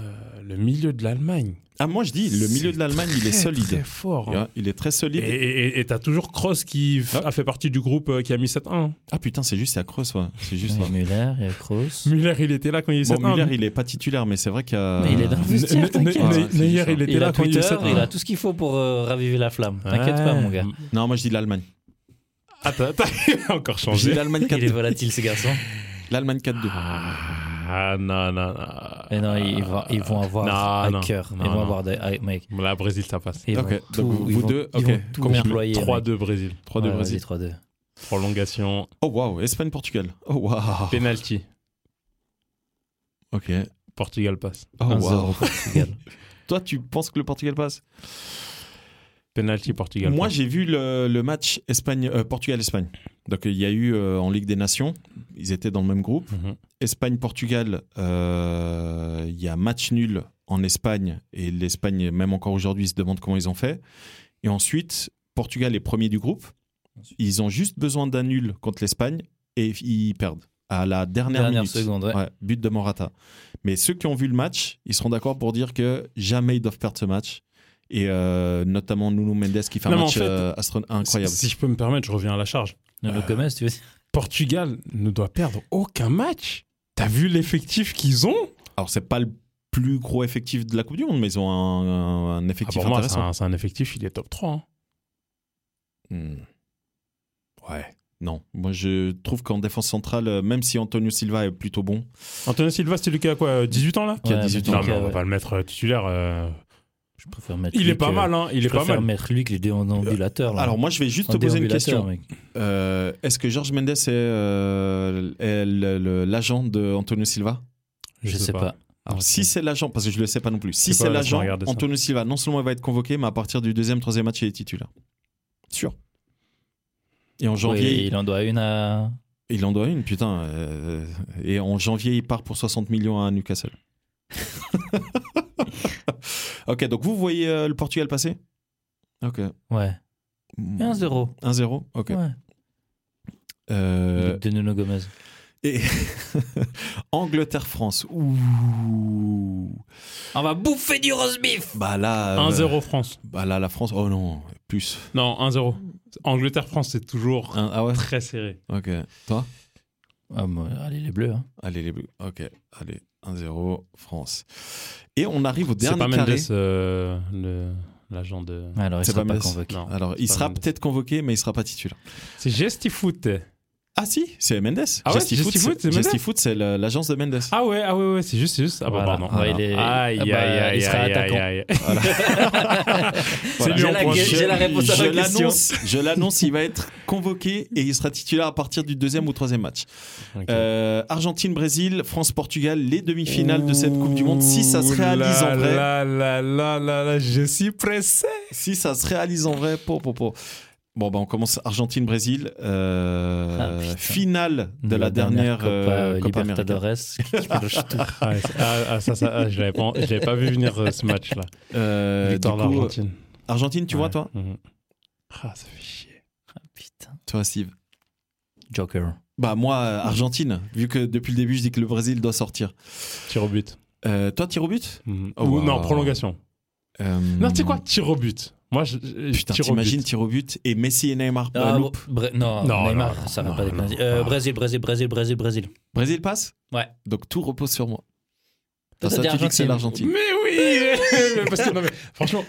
Speaker 3: euh, le milieu de l'Allemagne.
Speaker 1: Ah, moi je dis, le milieu
Speaker 3: c'est
Speaker 1: de l'Allemagne, il est
Speaker 3: très,
Speaker 1: solide.
Speaker 3: Très fort. hein.
Speaker 1: Tu vois, Il est très
Speaker 3: Et-
Speaker 1: solide.
Speaker 3: Et et- et t'as toujours Cross qui f-
Speaker 1: Ah.
Speaker 3: a fait partie du groupe euh, qui a mis 7-1.
Speaker 1: Ah putain, c'est juste, c'est accro, ouais. C'est juste.
Speaker 2: Il y a
Speaker 1: ouais.
Speaker 2: Muller, il y a Kroos.
Speaker 3: Müller, il était là quand il y a eu 7-1.
Speaker 1: Bon, Müller, il est pas titulaire, mais c'est vrai qu'il y a.
Speaker 2: Mais il est dans le
Speaker 3: Ne-
Speaker 2: vestiaire,
Speaker 3: ne-
Speaker 2: t'inquiète.
Speaker 3: ne- ne-
Speaker 1: Ah, c'est
Speaker 3: Neuer,
Speaker 1: juste,
Speaker 3: il était
Speaker 2: Il
Speaker 3: là
Speaker 2: a
Speaker 3: quand il y a eu
Speaker 2: Twitter,
Speaker 3: 7-1.
Speaker 2: il a tout ce qu'il faut pour euh, raviver la flamme. T'inquiète pas,
Speaker 3: Ouais.
Speaker 2: mon gars.
Speaker 1: Non, moi je dis l'Allemagne.
Speaker 3: Ah, t'as- t'as- <laughs> il a encore
Speaker 1: Je dis
Speaker 3: changé.
Speaker 1: l'Allemagne
Speaker 2: <laughs> Il est
Speaker 1: 4-2.
Speaker 2: volatile, ce garçon.
Speaker 1: L'Allemagne 4-2.
Speaker 3: Ah non, non, non.
Speaker 2: <laughs> Et non, ils, ils vont, ils vont avoir
Speaker 3: Non,
Speaker 2: à
Speaker 3: non,
Speaker 2: cœur.
Speaker 3: non,
Speaker 2: ils vont
Speaker 3: non.
Speaker 2: avoir des. ah, mec.
Speaker 3: La Brésil, ça passe.
Speaker 2: Ils
Speaker 1: Ok,
Speaker 2: vont
Speaker 1: donc
Speaker 2: tout,
Speaker 1: vous
Speaker 2: ils vont-
Speaker 1: deux,
Speaker 2: ils
Speaker 1: ok.
Speaker 2: vont tout
Speaker 1: Combien
Speaker 2: employer. mec.
Speaker 3: 3-2 Brésil.
Speaker 1: 3-2
Speaker 2: Ouais,
Speaker 1: Brésil.
Speaker 2: vas-y, 3-2.
Speaker 3: Prolongation.
Speaker 1: Oh waouh, Espagne-Portugal. Oh waouh.
Speaker 3: Penalty.
Speaker 1: Ok.
Speaker 3: Portugal passe.
Speaker 1: Oh
Speaker 2: 1-0
Speaker 1: waouh.
Speaker 2: Portugal.
Speaker 1: <laughs> Toi, tu penses que le Portugal passe
Speaker 3: Penalty Portugal.
Speaker 1: Moi,
Speaker 3: passe.
Speaker 1: j'ai vu le, le match Espagne, euh, Portugal-Espagne. Donc, il y a eu euh, en Ligue des Nations, ils étaient dans le même groupe.
Speaker 3: Mhm.
Speaker 1: Espagne-Portugal, euh, il y a match nul en Espagne et l'Espagne, même encore aujourd'hui, se demande comment ils ont fait. Et ensuite, Portugal est premier du groupe. Ils ont juste besoin d'un nul contre l'Espagne et ils perdent à la dernière,
Speaker 2: Dernière
Speaker 1: minute.
Speaker 2: seconde, ouais.
Speaker 1: Ouais, but de Morata. Mais ceux qui ont vu le match, ils seront d'accord pour dire que jamais ils doivent perdre ce match. Et euh, notamment Nuno Mendes qui fait
Speaker 3: Non,
Speaker 1: un
Speaker 3: mais en
Speaker 1: match
Speaker 3: fait,
Speaker 1: euh, astro- incroyable.
Speaker 3: Si, si je peux me permettre, je reviens à la charge.
Speaker 2: Nuno Gomez, tu veux dire
Speaker 3: Portugal ne doit perdre aucun match. T'as vu l'effectif qu'ils ont
Speaker 1: Alors, c'est pas le plus gros effectif de la Coupe du Monde, mais ils ont un, un- un
Speaker 3: Ah,
Speaker 1: effectif
Speaker 3: Pour moi, c'est
Speaker 1: intéressant.
Speaker 3: un, c'est un effectif, il est top 3. hein.
Speaker 1: Hmm. Ouais. Non, moi je trouve qu'en défense centrale, euh, même si Antonio Silva est plutôt bon,
Speaker 3: Antonio Silva, c'était lui qui a quoi euh, 18 ans là
Speaker 1: Qui a
Speaker 2: Ouais,
Speaker 1: 18
Speaker 2: mais
Speaker 1: ans.
Speaker 3: Non,
Speaker 2: donc,
Speaker 3: mais on
Speaker 2: euh,
Speaker 3: va pas le mettre euh, titulaire. euh.
Speaker 2: Je préfère mettre
Speaker 3: Il
Speaker 2: lui
Speaker 3: est pas
Speaker 2: que-
Speaker 3: mal, hein. Il
Speaker 2: Je
Speaker 3: est pas
Speaker 2: préfère
Speaker 3: mal.
Speaker 2: mettre lui que les déambulateurs. là.
Speaker 1: Alors moi je vais juste
Speaker 2: Un
Speaker 1: te poser une question.
Speaker 2: déambulateur, mec.
Speaker 1: Euh, Est-ce que Georges Mendes est, euh, est le- le- l'agent de Antonio Silva
Speaker 2: Je sais pas.
Speaker 1: Alors, si c'est l'agent, parce que je le sais pas non plus, si
Speaker 3: Je
Speaker 1: c'est
Speaker 3: sais pas, laisse-moi
Speaker 1: l'agent,
Speaker 3: regarder ça.
Speaker 1: Antonio Silva, non seulement il va être convoqué, mais à partir du deuxième, troisième match, il est titulaire. Sûr. Et en janvier,
Speaker 2: Oui, il en doit une à.
Speaker 1: il en doit une, putain. euh, et en janvier, il part pour 60 millions à Newcastle. <laughs> ok, donc vous voyez euh, le Portugal passer Ok.
Speaker 2: Ouais. 1-0.
Speaker 1: 1-0, ok.
Speaker 2: Ouais.
Speaker 1: Euh,
Speaker 2: De Nuno Gomez.
Speaker 1: Et <laughs> Angleterre-France. Ouh.
Speaker 2: On va bouffer du roast beef
Speaker 1: Bah
Speaker 2: Ah,
Speaker 1: là. euh,
Speaker 3: 1-0 France.
Speaker 1: Bah là, la France. Oh non, plus.
Speaker 3: Non, 1-0. Angleterre-France, c'est toujours
Speaker 1: Un- ah ouais
Speaker 3: très serré.
Speaker 1: Ok. Toi
Speaker 2: ah, bon, Allez, les bleus. hein.
Speaker 1: Allez, les bleus. Ok. Allez, 1-0, France. Et on arrive au
Speaker 3: C'est
Speaker 1: dernier
Speaker 3: pas
Speaker 1: carré.
Speaker 3: Mendes, euh, le- l'agent de.
Speaker 2: Ah, Alors, il
Speaker 1: C'est
Speaker 2: sera
Speaker 1: pas
Speaker 2: pas
Speaker 1: Mendes.
Speaker 2: convoqué.
Speaker 3: Non,
Speaker 1: Alors,
Speaker 3: c'est
Speaker 1: il
Speaker 3: pas
Speaker 1: sera
Speaker 3: Mendes.
Speaker 1: peut-être convoqué, mais il sera pas titulaire.
Speaker 3: C'est Gestifoot.
Speaker 1: Ah si, c'est Mendes.
Speaker 3: Ah ouais,
Speaker 1: Justifoot,
Speaker 3: Justifoot, c'est
Speaker 1: c'est
Speaker 3: Mendes
Speaker 1: Justifoot, c'est le- l'agence de Mendes.
Speaker 3: Ah ouais, ah ouais, ouais, c'est juste, c'est juste. Ah bah
Speaker 2: Voilà.
Speaker 3: pardon.
Speaker 2: Ouais, il est-
Speaker 3: Aïe,
Speaker 2: ah
Speaker 3: aïe,
Speaker 2: bah,
Speaker 3: aïe, aïe,
Speaker 2: il sera
Speaker 3: aïe,
Speaker 2: attaquant.
Speaker 3: aïe, aïe. <laughs>
Speaker 1: Voilà.
Speaker 3: lui en point.
Speaker 1: Je-
Speaker 2: j'ai la réponse à
Speaker 1: je
Speaker 2: la question.
Speaker 1: l'annonce- <laughs> Je l'annonce, il va être convoqué et il sera titulaire à partir du deuxième ou troisième match.
Speaker 3: Ok.
Speaker 1: Euh, Argentine-Brésil, France-Portugal, les demi-finales de cette Coupe du Monde, si ça se réalise en vrai.
Speaker 3: Là, là, là, là, là, je suis pressé.
Speaker 1: Si ça se réalise en vrai, pour, pour, pour. Bon, bah, on commence Argentine-Brésil. euh,
Speaker 2: Ah, putain.
Speaker 1: finale de la, dernière,
Speaker 2: Copa,
Speaker 1: euh,
Speaker 2: euh,
Speaker 1: Copa América.
Speaker 2: Libertadores. qui <laughs> cloche tout.
Speaker 3: Ah, ouais, c'est- ah, ah, ça, ça, ah, je l'avais pas, je l'avais pas vu venir euh, ce match-là.
Speaker 1: Euh,
Speaker 3: Victoire
Speaker 1: du coup,
Speaker 3: d'Argentine.
Speaker 1: Argentine, tu vois,
Speaker 3: Ouais.
Speaker 1: toi
Speaker 3: Mhm. Ah, ça fait chier.
Speaker 2: Ah, putain.
Speaker 1: Toi, Steve.
Speaker 2: Joker.
Speaker 1: Bah, moi, euh, Argentine, vu que depuis le début, je dis que le Brésil doit sortir.
Speaker 3: Tir au but.
Speaker 1: Euh, toi, tir au but
Speaker 3: Mhm.
Speaker 1: Oh,
Speaker 3: Ou-
Speaker 1: wow.
Speaker 3: Non, prolongation.
Speaker 1: Euh,
Speaker 3: Non, tu sais quoi Tir au but. Moi, je, je-
Speaker 1: Putain,
Speaker 3: tir au
Speaker 1: t'imagines
Speaker 3: but.
Speaker 1: tir au but et Messi et Neymar euh,
Speaker 2: Ah,
Speaker 1: loupent.
Speaker 2: Bra- non,
Speaker 3: Non,
Speaker 2: Neymar,
Speaker 3: non, non,
Speaker 2: ça va
Speaker 3: non,
Speaker 2: pas
Speaker 3: non,
Speaker 2: déconner.
Speaker 3: non.
Speaker 2: Euh,
Speaker 3: Ah.
Speaker 2: Brésil, Brésil, Brésil, Brésil, Brésil.
Speaker 1: Brésil passe
Speaker 2: Ouais.
Speaker 1: Donc tout repose sur moi.
Speaker 2: Toi,
Speaker 1: Dans ça,
Speaker 2: t'as dit
Speaker 1: tu dis que c'est
Speaker 2: Argentine.
Speaker 1: l'Argentine.
Speaker 3: Mais
Speaker 1: <laughs>
Speaker 3: oui <laughs> Parce que, non, mais, franchement,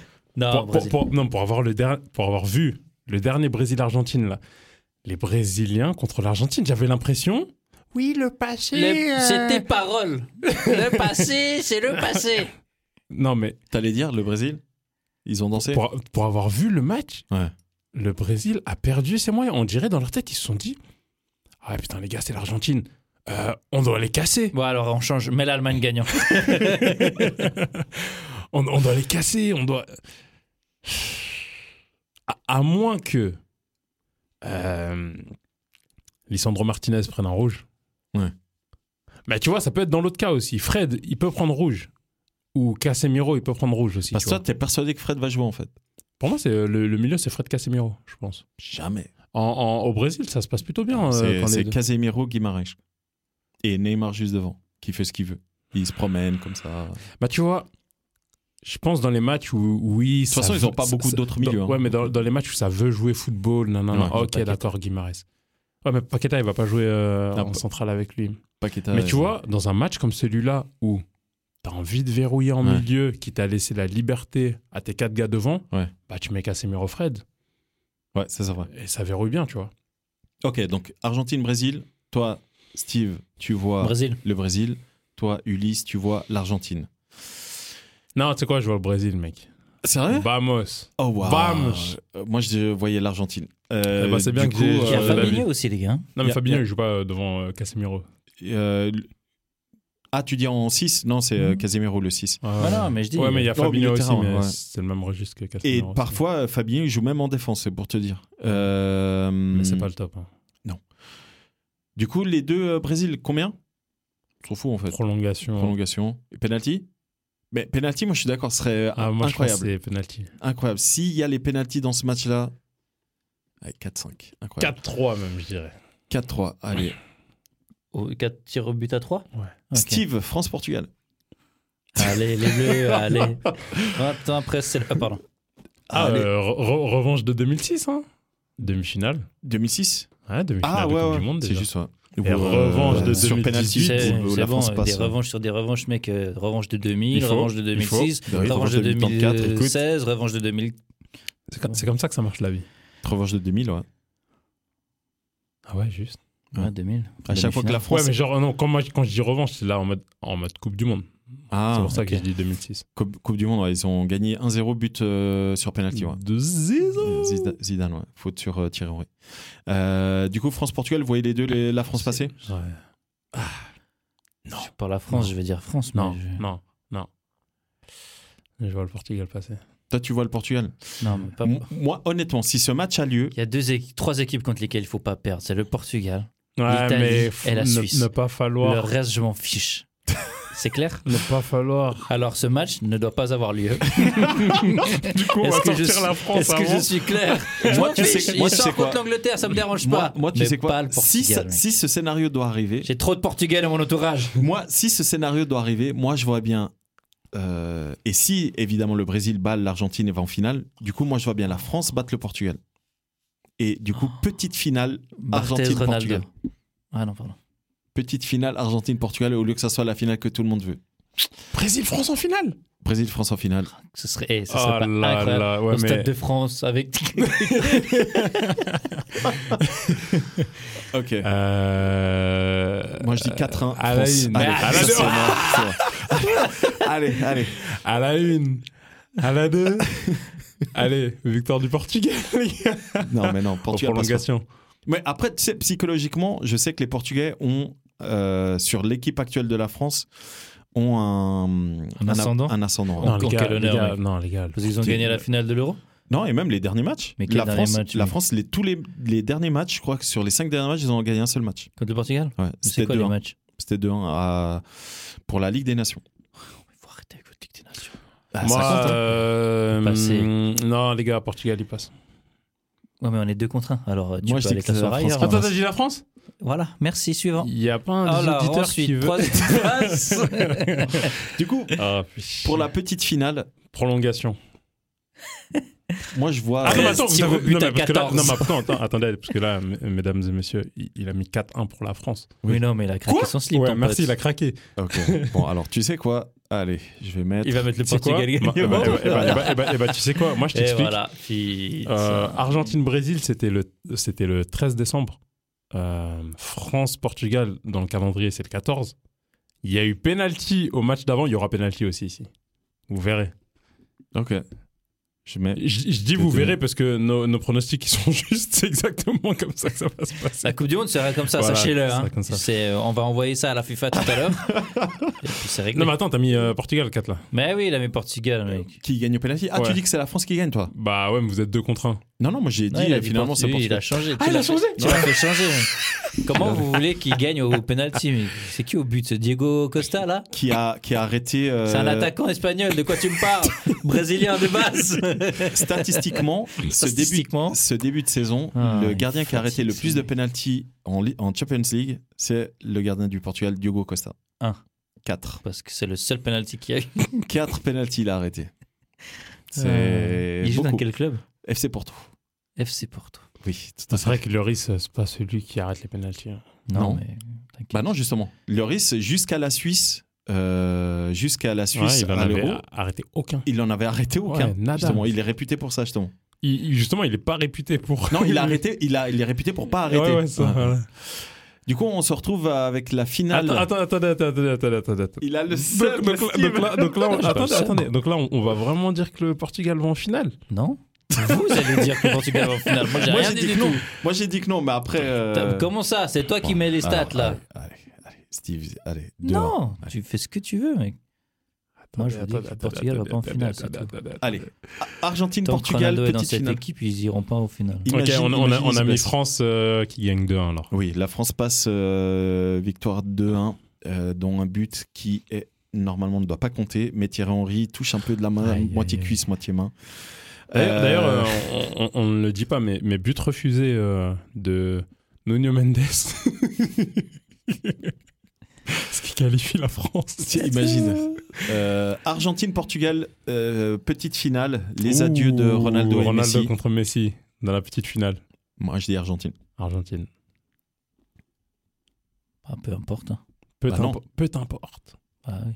Speaker 3: pour,
Speaker 2: Non,
Speaker 3: pour,
Speaker 2: Ah, Brésil.
Speaker 3: pour- non, pour avoir le derni- pour avoir vu le dernier Brésil-Argentine, là, les Brésiliens contre l'Argentine, j'avais l'impression. Oui, le passé. euh.
Speaker 2: Le- C'est tes paroles. Le passé, c'est le passé.
Speaker 3: Non, mais
Speaker 1: T'allais dire le Brésil Ils ont dansé
Speaker 3: pour, pour avoir vu le match,
Speaker 1: Ouais.
Speaker 3: le Brésil a perdu ses moyens. On dirait dans leur tête, ils se sont dit Ah putain, les gars, c'est l'Argentine. Euh, on doit les casser.
Speaker 2: Bon, alors on change. Mais l'Allemagne gagnant.
Speaker 3: <laughs> on, on doit les casser. On doit. À, à moins que. euh, Lisandro Martinez prenne un rouge.
Speaker 1: Ouais.
Speaker 3: Mais tu vois, ça peut être dans l'autre cas aussi. Fred, il peut prendre rouge. Ou Casemiro, il peut prendre rouge aussi.
Speaker 1: Parce
Speaker 3: tu
Speaker 1: que Bah, toi,
Speaker 3: vois.
Speaker 1: t'es persuadé que Fred va jouer en fait.
Speaker 3: Pour moi, c'est euh, le, le milieu, c'est Fred Casemiro, je pense.
Speaker 1: Jamais.
Speaker 3: En- en- au Brésil, ça se passe plutôt bien. euh,
Speaker 1: c'est
Speaker 3: quand les
Speaker 1: c'est
Speaker 3: deux-
Speaker 1: Casemiro, Guimarães. Et Neymar juste devant, qui fait ce qu'il veut. Il se promène comme ça. De toute
Speaker 3: Bah, tu vois, je pense dans les matchs où, oui. De
Speaker 1: façon, ils n'ont pas beaucoup d'autres milieux. hein.
Speaker 3: Ouais, mais dans, dans les matchs où ça veut jouer football, non, non,
Speaker 1: Ouais,
Speaker 3: ok,
Speaker 2: Paqueta.
Speaker 3: d'accord, Guimarães. Ouais, mais Paqueta, il va pas jouer euh,
Speaker 1: Ah,
Speaker 3: en
Speaker 1: bah.
Speaker 3: centrale avec lui.
Speaker 1: Paqueta,
Speaker 3: mais tu
Speaker 1: euh,
Speaker 3: vois, dans un match comme celui-là où t'as envie de verrouiller en
Speaker 1: Ouais.
Speaker 3: milieu, qui t'a laissé la liberté à tes quatre gars devant,
Speaker 1: Ouais.
Speaker 3: bah, tu mets Casemiro Fred.
Speaker 1: Ouais, ça c'est vrai.
Speaker 3: Et ça verrouille bien, tu vois.
Speaker 1: Ok, donc Argentine-Brésil. Toi, Steve, tu vois
Speaker 2: <laughs> Brésil.
Speaker 1: le Brésil. Toi, Ulysse, tu vois l'Argentine.
Speaker 3: Non, tu sais quoi, je vois le Brésil, mec.
Speaker 1: Sérieux
Speaker 3: Vamos.
Speaker 1: Oh, wow.
Speaker 3: Bam
Speaker 1: Euh, Moi, je voyais l'Argentine. Euh,
Speaker 3: Eh ben, c'est bien
Speaker 1: du
Speaker 3: que j'ai-
Speaker 1: coup,
Speaker 2: Il y a
Speaker 3: Euh,
Speaker 2: Fabinho
Speaker 3: David.
Speaker 2: aussi, les gars.
Speaker 3: Non,
Speaker 1: Y
Speaker 3: mais
Speaker 1: a-
Speaker 3: Fabinho,
Speaker 1: y a-
Speaker 3: il joue pas euh, devant euh, Casemiro.
Speaker 1: Euh, l- ah, tu dis en 6 Non, c'est
Speaker 3: Hmm.
Speaker 1: euh,
Speaker 2: Mhm.
Speaker 1: Casemiro le 6.
Speaker 2: Ah non, mais je dis.
Speaker 3: Ouais, mais il y a
Speaker 1: Oh, au milieu
Speaker 3: Fabinho
Speaker 1: de
Speaker 3: aussi,
Speaker 1: terrain,
Speaker 3: mais
Speaker 1: ouais.
Speaker 3: c'est le même registre que Casemiro.
Speaker 1: Et
Speaker 3: aussi.
Speaker 1: parfois, euh, Fabien, il joue même en défense, c'est pour te dire. Euh,
Speaker 3: Mais c'est pas le top. hein.
Speaker 1: Du coup, les deux euh, Brésil, combien Trop fou en fait.
Speaker 3: Prolongation.
Speaker 1: Prolongation. Et penalty Mais penalty, moi je suis d'accord, ce serait
Speaker 3: Ah, moi,
Speaker 1: incroyable.
Speaker 3: je pense que c'est penalty.
Speaker 1: Incroyable. S'il y a les penalties dans ce match-là. Allez, 4-5. Incroyable.
Speaker 3: 4-3 même, je dirais.
Speaker 1: 4-3. Allez.
Speaker 2: Oh, Quatre tirs au but à 3
Speaker 3: Ouais.
Speaker 1: Steve, France-Portugal.
Speaker 2: Allez, les
Speaker 3: <laughs>
Speaker 2: bleus, allez. 20 ans après, c'est. Ah, pardon.
Speaker 3: Ah,
Speaker 1: Allez.
Speaker 3: euh, re- re- revanche de 2006, hein Demi-finale.
Speaker 1: 2006
Speaker 3: Ouais, demi-finale
Speaker 1: Ah
Speaker 3: de
Speaker 1: ouais,
Speaker 3: Coupe
Speaker 1: ouais.
Speaker 3: du Monde
Speaker 1: c'est
Speaker 3: déjà.
Speaker 1: juste ça.
Speaker 3: Et revanche de
Speaker 1: sur
Speaker 3: 2018,
Speaker 1: penalty,
Speaker 2: C'est
Speaker 1: où
Speaker 2: c'est
Speaker 1: la
Speaker 2: bon,
Speaker 1: France
Speaker 2: des
Speaker 1: passe.
Speaker 2: revanches sur des revanches, mec. euh, revanche de
Speaker 3: hein. Il
Speaker 2: 2000,
Speaker 3: faut,
Speaker 2: revanche de
Speaker 3: il faut.
Speaker 2: 2006,
Speaker 1: Oui,
Speaker 2: revanche de
Speaker 1: 84, écoute.
Speaker 2: 2016, revanche de 2000.
Speaker 3: C'est comme- C'est comme ça que ça marche la vie.
Speaker 1: Revanche de 2000, ouais.
Speaker 3: Ah ouais, juste.
Speaker 2: Ouais, 2000.
Speaker 1: À chaque fois que la
Speaker 3: Ouais,
Speaker 1: France.
Speaker 3: mais genre, non, quand, moi, quand je dis revanche, c'est là en mode, en mode Coupe du Monde.
Speaker 1: Ah,
Speaker 3: c'est pour ça
Speaker 1: ok.
Speaker 3: que je dis 2006.
Speaker 1: Coupe, Coupe du Monde, ouais, ils ont gagné 1-0 but euh, sur
Speaker 2: Ah,
Speaker 1: penalty. Ouais.
Speaker 3: De Zizou.
Speaker 1: Euh, Zida- Zidane, ouais. faute sur euh, Thierry Henry. Euh, du coup, France-Portugal, vous voyez les deux, les- la France passer
Speaker 3: Ouais.
Speaker 2: Non. Par la France, je vais dire France.
Speaker 3: Non,
Speaker 2: mais je-
Speaker 3: non, non. Je vois le Portugal passer.
Speaker 1: Toi, tu vois le Portugal.
Speaker 2: non, mais pas.
Speaker 1: M- Moi, honnêtement, si ce match a lieu,
Speaker 2: Il y a deux équ- trois équipes contre lesquelles il faut pas perdre. C'est le Portugal.
Speaker 3: Ouais,
Speaker 2: L'Italie
Speaker 3: mais
Speaker 2: et
Speaker 3: faut-
Speaker 2: la
Speaker 3: ne-
Speaker 2: Suisse.
Speaker 3: Ne, pas falloir.
Speaker 2: Le reste, je m'en fiche.
Speaker 3: <laughs>
Speaker 2: C'est clair
Speaker 3: Ne pas falloir.
Speaker 2: Alors, ce match ne doit pas avoir lieu.
Speaker 3: <laughs> Du coup, on va
Speaker 2: <laughs> Est-ce que
Speaker 3: sortir
Speaker 2: je suis-
Speaker 3: la France
Speaker 2: Est-ce que
Speaker 3: avant.
Speaker 2: je suis clair <laughs>
Speaker 1: Moi, tu sais- moi,
Speaker 2: Ils
Speaker 1: tu
Speaker 2: sortent
Speaker 1: sais quoi
Speaker 2: contre l'Angleterre, ça me dérange
Speaker 1: moi,
Speaker 2: pas.
Speaker 1: moi, tu
Speaker 2: Mais
Speaker 1: sais
Speaker 2: pas
Speaker 1: quoi
Speaker 2: le
Speaker 1: si,
Speaker 2: Portugal,
Speaker 1: ça-
Speaker 2: mec.
Speaker 1: si ce scénario doit arriver,
Speaker 2: J'ai trop de Portugais dans mon entourage.
Speaker 1: moi, si ce scénario doit arriver, moi, je vois bien. euh, et si évidemment le Brésil bat l'Argentine et va en finale, du coup, moi, je vois bien la France battre le Portugal. Et du coup, petite finale
Speaker 2: Oh. Barthez Ronaldo.
Speaker 1: Argentine-Portugal.
Speaker 2: Ah non, pardon.
Speaker 1: Petite finale Argentine-Portugal au lieu que ça soit la finale que tout le monde veut.
Speaker 3: Brésil-France en finale.
Speaker 1: Brésil-France en finale.
Speaker 2: Ce serait, eh, ce
Speaker 3: Oh
Speaker 2: serait pas
Speaker 3: là
Speaker 2: incroyable.
Speaker 3: là, ouais,
Speaker 2: Au Stade
Speaker 3: mais-
Speaker 2: de France avec.
Speaker 1: Ok.
Speaker 3: Euh...
Speaker 1: Moi je dis 4-1.
Speaker 2: Ah
Speaker 3: À la
Speaker 1: France.
Speaker 3: une.
Speaker 1: Allez,
Speaker 3: À la
Speaker 1: ça,
Speaker 3: deux.
Speaker 1: c'est moi, c'est
Speaker 2: <laughs>
Speaker 1: moi. allez, allez.
Speaker 3: À la une. À la <laughs> deux. Allez, victoire du Portugal, les gars.
Speaker 1: Non, mais non,
Speaker 3: En
Speaker 1: Portugal. passe pas.
Speaker 3: prolongation.
Speaker 1: Mais après, tu sais, psychologiquement, je sais que les Portugais ont, euh, sur l'équipe actuelle de la France, ont un,
Speaker 2: Un ascendant
Speaker 1: un ascendant.
Speaker 2: Non, les
Speaker 3: les
Speaker 2: gars,
Speaker 3: gars,
Speaker 2: les gars,
Speaker 3: non, les gars.
Speaker 2: Parce qu'ils ont
Speaker 3: Portu-
Speaker 2: gagné la finale de l'Euro.
Speaker 1: Non, et même les derniers matchs.
Speaker 2: Mais quels
Speaker 1: la,
Speaker 2: derniers
Speaker 1: France,
Speaker 2: matchs,
Speaker 1: la
Speaker 2: oui.
Speaker 1: France, les, tous les, les derniers matchs, je crois que sur les cinq derniers matchs, ils ont gagné un seul match.
Speaker 4: Contre le Portugal
Speaker 1: Ouais,
Speaker 2: C'est
Speaker 1: C'était hein.
Speaker 2: quoi les
Speaker 1: 2-1.
Speaker 2: matchs
Speaker 1: C'était 2-1 à- pour la Ligue des Nations.
Speaker 2: Il faut arrêter avec votre Ligue des Nations.
Speaker 1: Bah,
Speaker 3: Moi,
Speaker 1: ça compte, hein.
Speaker 3: euh,
Speaker 2: Passer.
Speaker 3: hum, non, les gars, Portugal, ils passent.
Speaker 4: Ouais, mais on est deux contre un. Alors, euh, tu
Speaker 1: Moi, je
Speaker 4: peux
Speaker 1: dis
Speaker 4: aller
Speaker 1: que c'est
Speaker 4: t'asseoir
Speaker 1: la France
Speaker 4: ailleurs.
Speaker 1: qui
Speaker 2: hein.
Speaker 3: Attends, t'as dit la France
Speaker 4: Voilà, merci, suivant.
Speaker 3: Il n'y a pas
Speaker 2: Ah, Oh
Speaker 3: un
Speaker 4: Alors,
Speaker 3: auditeur
Speaker 4: ensuite,
Speaker 3: qui veut.
Speaker 4: troisième phrase.
Speaker 1: Du coup,
Speaker 3: Ah, putain.
Speaker 1: pour la petite finale,
Speaker 3: prolongation.
Speaker 1: moi, je vois.
Speaker 3: Ah, non, mais
Speaker 1: euh,
Speaker 3: attends, vous
Speaker 2: tir au
Speaker 3: avez...
Speaker 2: but
Speaker 3: non, mais
Speaker 2: à
Speaker 3: parce que là-
Speaker 2: 14.
Speaker 3: non, mais attends, attends, attendez, parce que là, m- mesdames et messieurs, il, il a mis 4-1 pour la France.
Speaker 4: Oui, non, mais il a craqué
Speaker 3: Quoi
Speaker 4: son slip.
Speaker 3: ouais,
Speaker 4: ton
Speaker 3: merci,
Speaker 4: pote.
Speaker 3: il a craqué.
Speaker 1: ok. <laughs> Bon, alors, tu sais quoi Allez, je vais mettre.
Speaker 2: Il va mettre le
Speaker 3: C'est quoi
Speaker 2: Portugal
Speaker 3: Bah, eh bah, eh bah, eh bah, eh bah, eh bah, tu sais quoi Moi, je
Speaker 2: Et
Speaker 3: t'explique.
Speaker 2: voilà. Puis-
Speaker 3: Euh, Argentine-Brésil, c'était le, c'était le 13 décembre. Euh, France-Portugal, dans le calendrier, c'est le 14. Il y a eu penalty au match d'avant, il y aura penalty aussi ici. Vous verrez.
Speaker 1: Ok. Je mets.
Speaker 3: Je, je dis vous
Speaker 1: C'était-
Speaker 3: verrez parce que nos, nos pronostics ils sont <laughs> juste c'est exactement comme ça que ça va se passer.
Speaker 2: La Coupe du Monde sera comme ça,
Speaker 3: Voilà,
Speaker 2: sachez-le.
Speaker 3: ça sera
Speaker 2: hein.
Speaker 3: comme ça.
Speaker 2: C'est, euh, on va envoyer ça à la FIFA tout
Speaker 1: <laughs>
Speaker 2: à l'heure. Et puis c'est réglé.
Speaker 3: Non mais attends, t'as mis euh, Portugal 4 là.
Speaker 2: Mais oui, il a mis Portugal, mec.
Speaker 1: Qui gagne au penalty Ah,
Speaker 3: Ouais.
Speaker 1: tu dis que c'est la France qui gagne, toi
Speaker 3: Bah ouais, mais vous êtes 2 contre 1.
Speaker 1: Non, non, moi j'ai dit, euh,
Speaker 2: Non, il a dit
Speaker 1: finalement, c'est
Speaker 2: Portu-
Speaker 1: pour
Speaker 2: Il a changé.
Speaker 3: Ah, il
Speaker 2: Tu
Speaker 3: a
Speaker 2: l'as
Speaker 3: changé
Speaker 2: fait- Tu l'as fait changer.
Speaker 3: <laughs>
Speaker 2: mec. Comment vous voulez qu'il gagne au penalty mec C'est qui au but C'est Diego Costa, là
Speaker 1: qui a, qui a arrêté. euh,
Speaker 2: C'est un attaquant espagnol, de quoi tu
Speaker 1: <laughs>
Speaker 2: me parles Brésilien de base <laughs>
Speaker 1: Statistiquement, ce début,
Speaker 2: Statistiquement.
Speaker 1: ce début de saison,
Speaker 2: Ah,
Speaker 1: le
Speaker 2: il
Speaker 1: gardien qui a arrêté le
Speaker 2: fatigue,
Speaker 1: plus
Speaker 2: ce
Speaker 1: de
Speaker 2: mec.
Speaker 1: penalty en, li- en Champions League, c'est le gardien du Portugal, Diogo Costa.
Speaker 2: Un.
Speaker 1: 4.
Speaker 2: Parce que c'est le seul penalty qu'il y a.
Speaker 1: 4 penalties il a arrêté. C'est.
Speaker 2: Euh, Il joue dans
Speaker 1: beaucoup.
Speaker 2: quel Ah, club
Speaker 1: FC Porto.
Speaker 2: FC Porto.
Speaker 1: Oui, tout à
Speaker 3: C'est
Speaker 1: fait.
Speaker 3: vrai que Loris c'est pas celui qui arrête les penalties. hein.
Speaker 1: Non.
Speaker 2: mais t'inquiète.
Speaker 1: Bah non, justement. Loris, jusqu'à la Suisse, euh, jusqu'à la Suisse,
Speaker 3: il en
Speaker 1: à
Speaker 3: avait
Speaker 1: l'Euro,
Speaker 3: arrêté aucun.
Speaker 1: il en avait arrêté aucun.
Speaker 3: Ouais, nada.
Speaker 1: justement, il est réputé pour ça,
Speaker 3: <laughs>
Speaker 1: justement.
Speaker 3: Il- il- justement, il est pas réputé pour
Speaker 1: Non, il
Speaker 3: <laughs>
Speaker 1: a arrêté, il, a, il est réputé pour pas arrêter.
Speaker 3: Ouais, ouais, ça,
Speaker 1: Ouais.
Speaker 3: voilà.
Speaker 1: Du coup, on se retrouve avec la finale.
Speaker 3: Attends, attends, attendez, attendez, attendez, attendez, attendez.
Speaker 1: Il a le
Speaker 3: Donc,
Speaker 1: seul.
Speaker 3: donc
Speaker 1: <laughs>
Speaker 3: là- donc là, donc là, on-
Speaker 2: Je suis pas
Speaker 3: attendez,
Speaker 2: seul.
Speaker 3: attendez. Donc là, on, on va vraiment dire que le Portugal va en finale.
Speaker 2: Non Vous allez dire que le Portugal va en finale. Moi, j'ai
Speaker 1: Moi,
Speaker 2: rien
Speaker 1: j'ai
Speaker 2: dit
Speaker 1: dit que
Speaker 2: du
Speaker 1: non.
Speaker 2: tout.
Speaker 1: Moi j'ai dit que non, mais après. euh,
Speaker 2: T'as- Comment ça C'est toi qui
Speaker 1: bon,
Speaker 2: mets les stats,
Speaker 1: alors,
Speaker 2: là.
Speaker 1: Allez, allez, allez, Steve, allez. dehors.
Speaker 2: Non, tu fais ce que tu veux, mec. Moi, je vous dis que le Portugal va pas en finale, c'est tout.
Speaker 1: Allez. A- Argentine,
Speaker 2: Tant que
Speaker 1: Portugal,
Speaker 2: Ronaldo est dans
Speaker 1: petite
Speaker 2: cette
Speaker 1: finale.
Speaker 2: équipe, ils iront pas en finale.
Speaker 3: Ok,
Speaker 1: Imagine-
Speaker 3: on, a- on a,
Speaker 1: imagine,
Speaker 3: on a
Speaker 1: il se
Speaker 3: mis
Speaker 1: blesse.
Speaker 3: France euh, qui gagne 2-1 alors.
Speaker 1: Oui, la France passe euh, victoire 2-1, euh, dont un but qui est normalement ne doit pas compter, mais Thierry Henry touche un peu de la main,
Speaker 2: Aïe, aïe,
Speaker 1: moitié
Speaker 2: aïe.
Speaker 1: cuisse, moitié main.
Speaker 3: D'ailleurs,
Speaker 1: Euh,
Speaker 3: d'ailleurs, euh, on- on on ne le dit pas, mais, mais but refusé euh, de Nuno Mendes. <laughs> Ce qui qualifie la France.
Speaker 1: Tiens, imagine. Euh, Argentine, Portugal, euh, petite finale, les adieux de
Speaker 3: Ouh,
Speaker 1: Ronaldo, et
Speaker 3: Ronaldo
Speaker 1: Messi.
Speaker 3: contre Messi dans la petite finale.
Speaker 1: Moi, je dis Argentine.
Speaker 3: Argentine.
Speaker 2: Ah, peu importe. hein.
Speaker 3: Peu
Speaker 1: Bah non.
Speaker 3: t'impo- peu t'importe.
Speaker 2: Ah oui.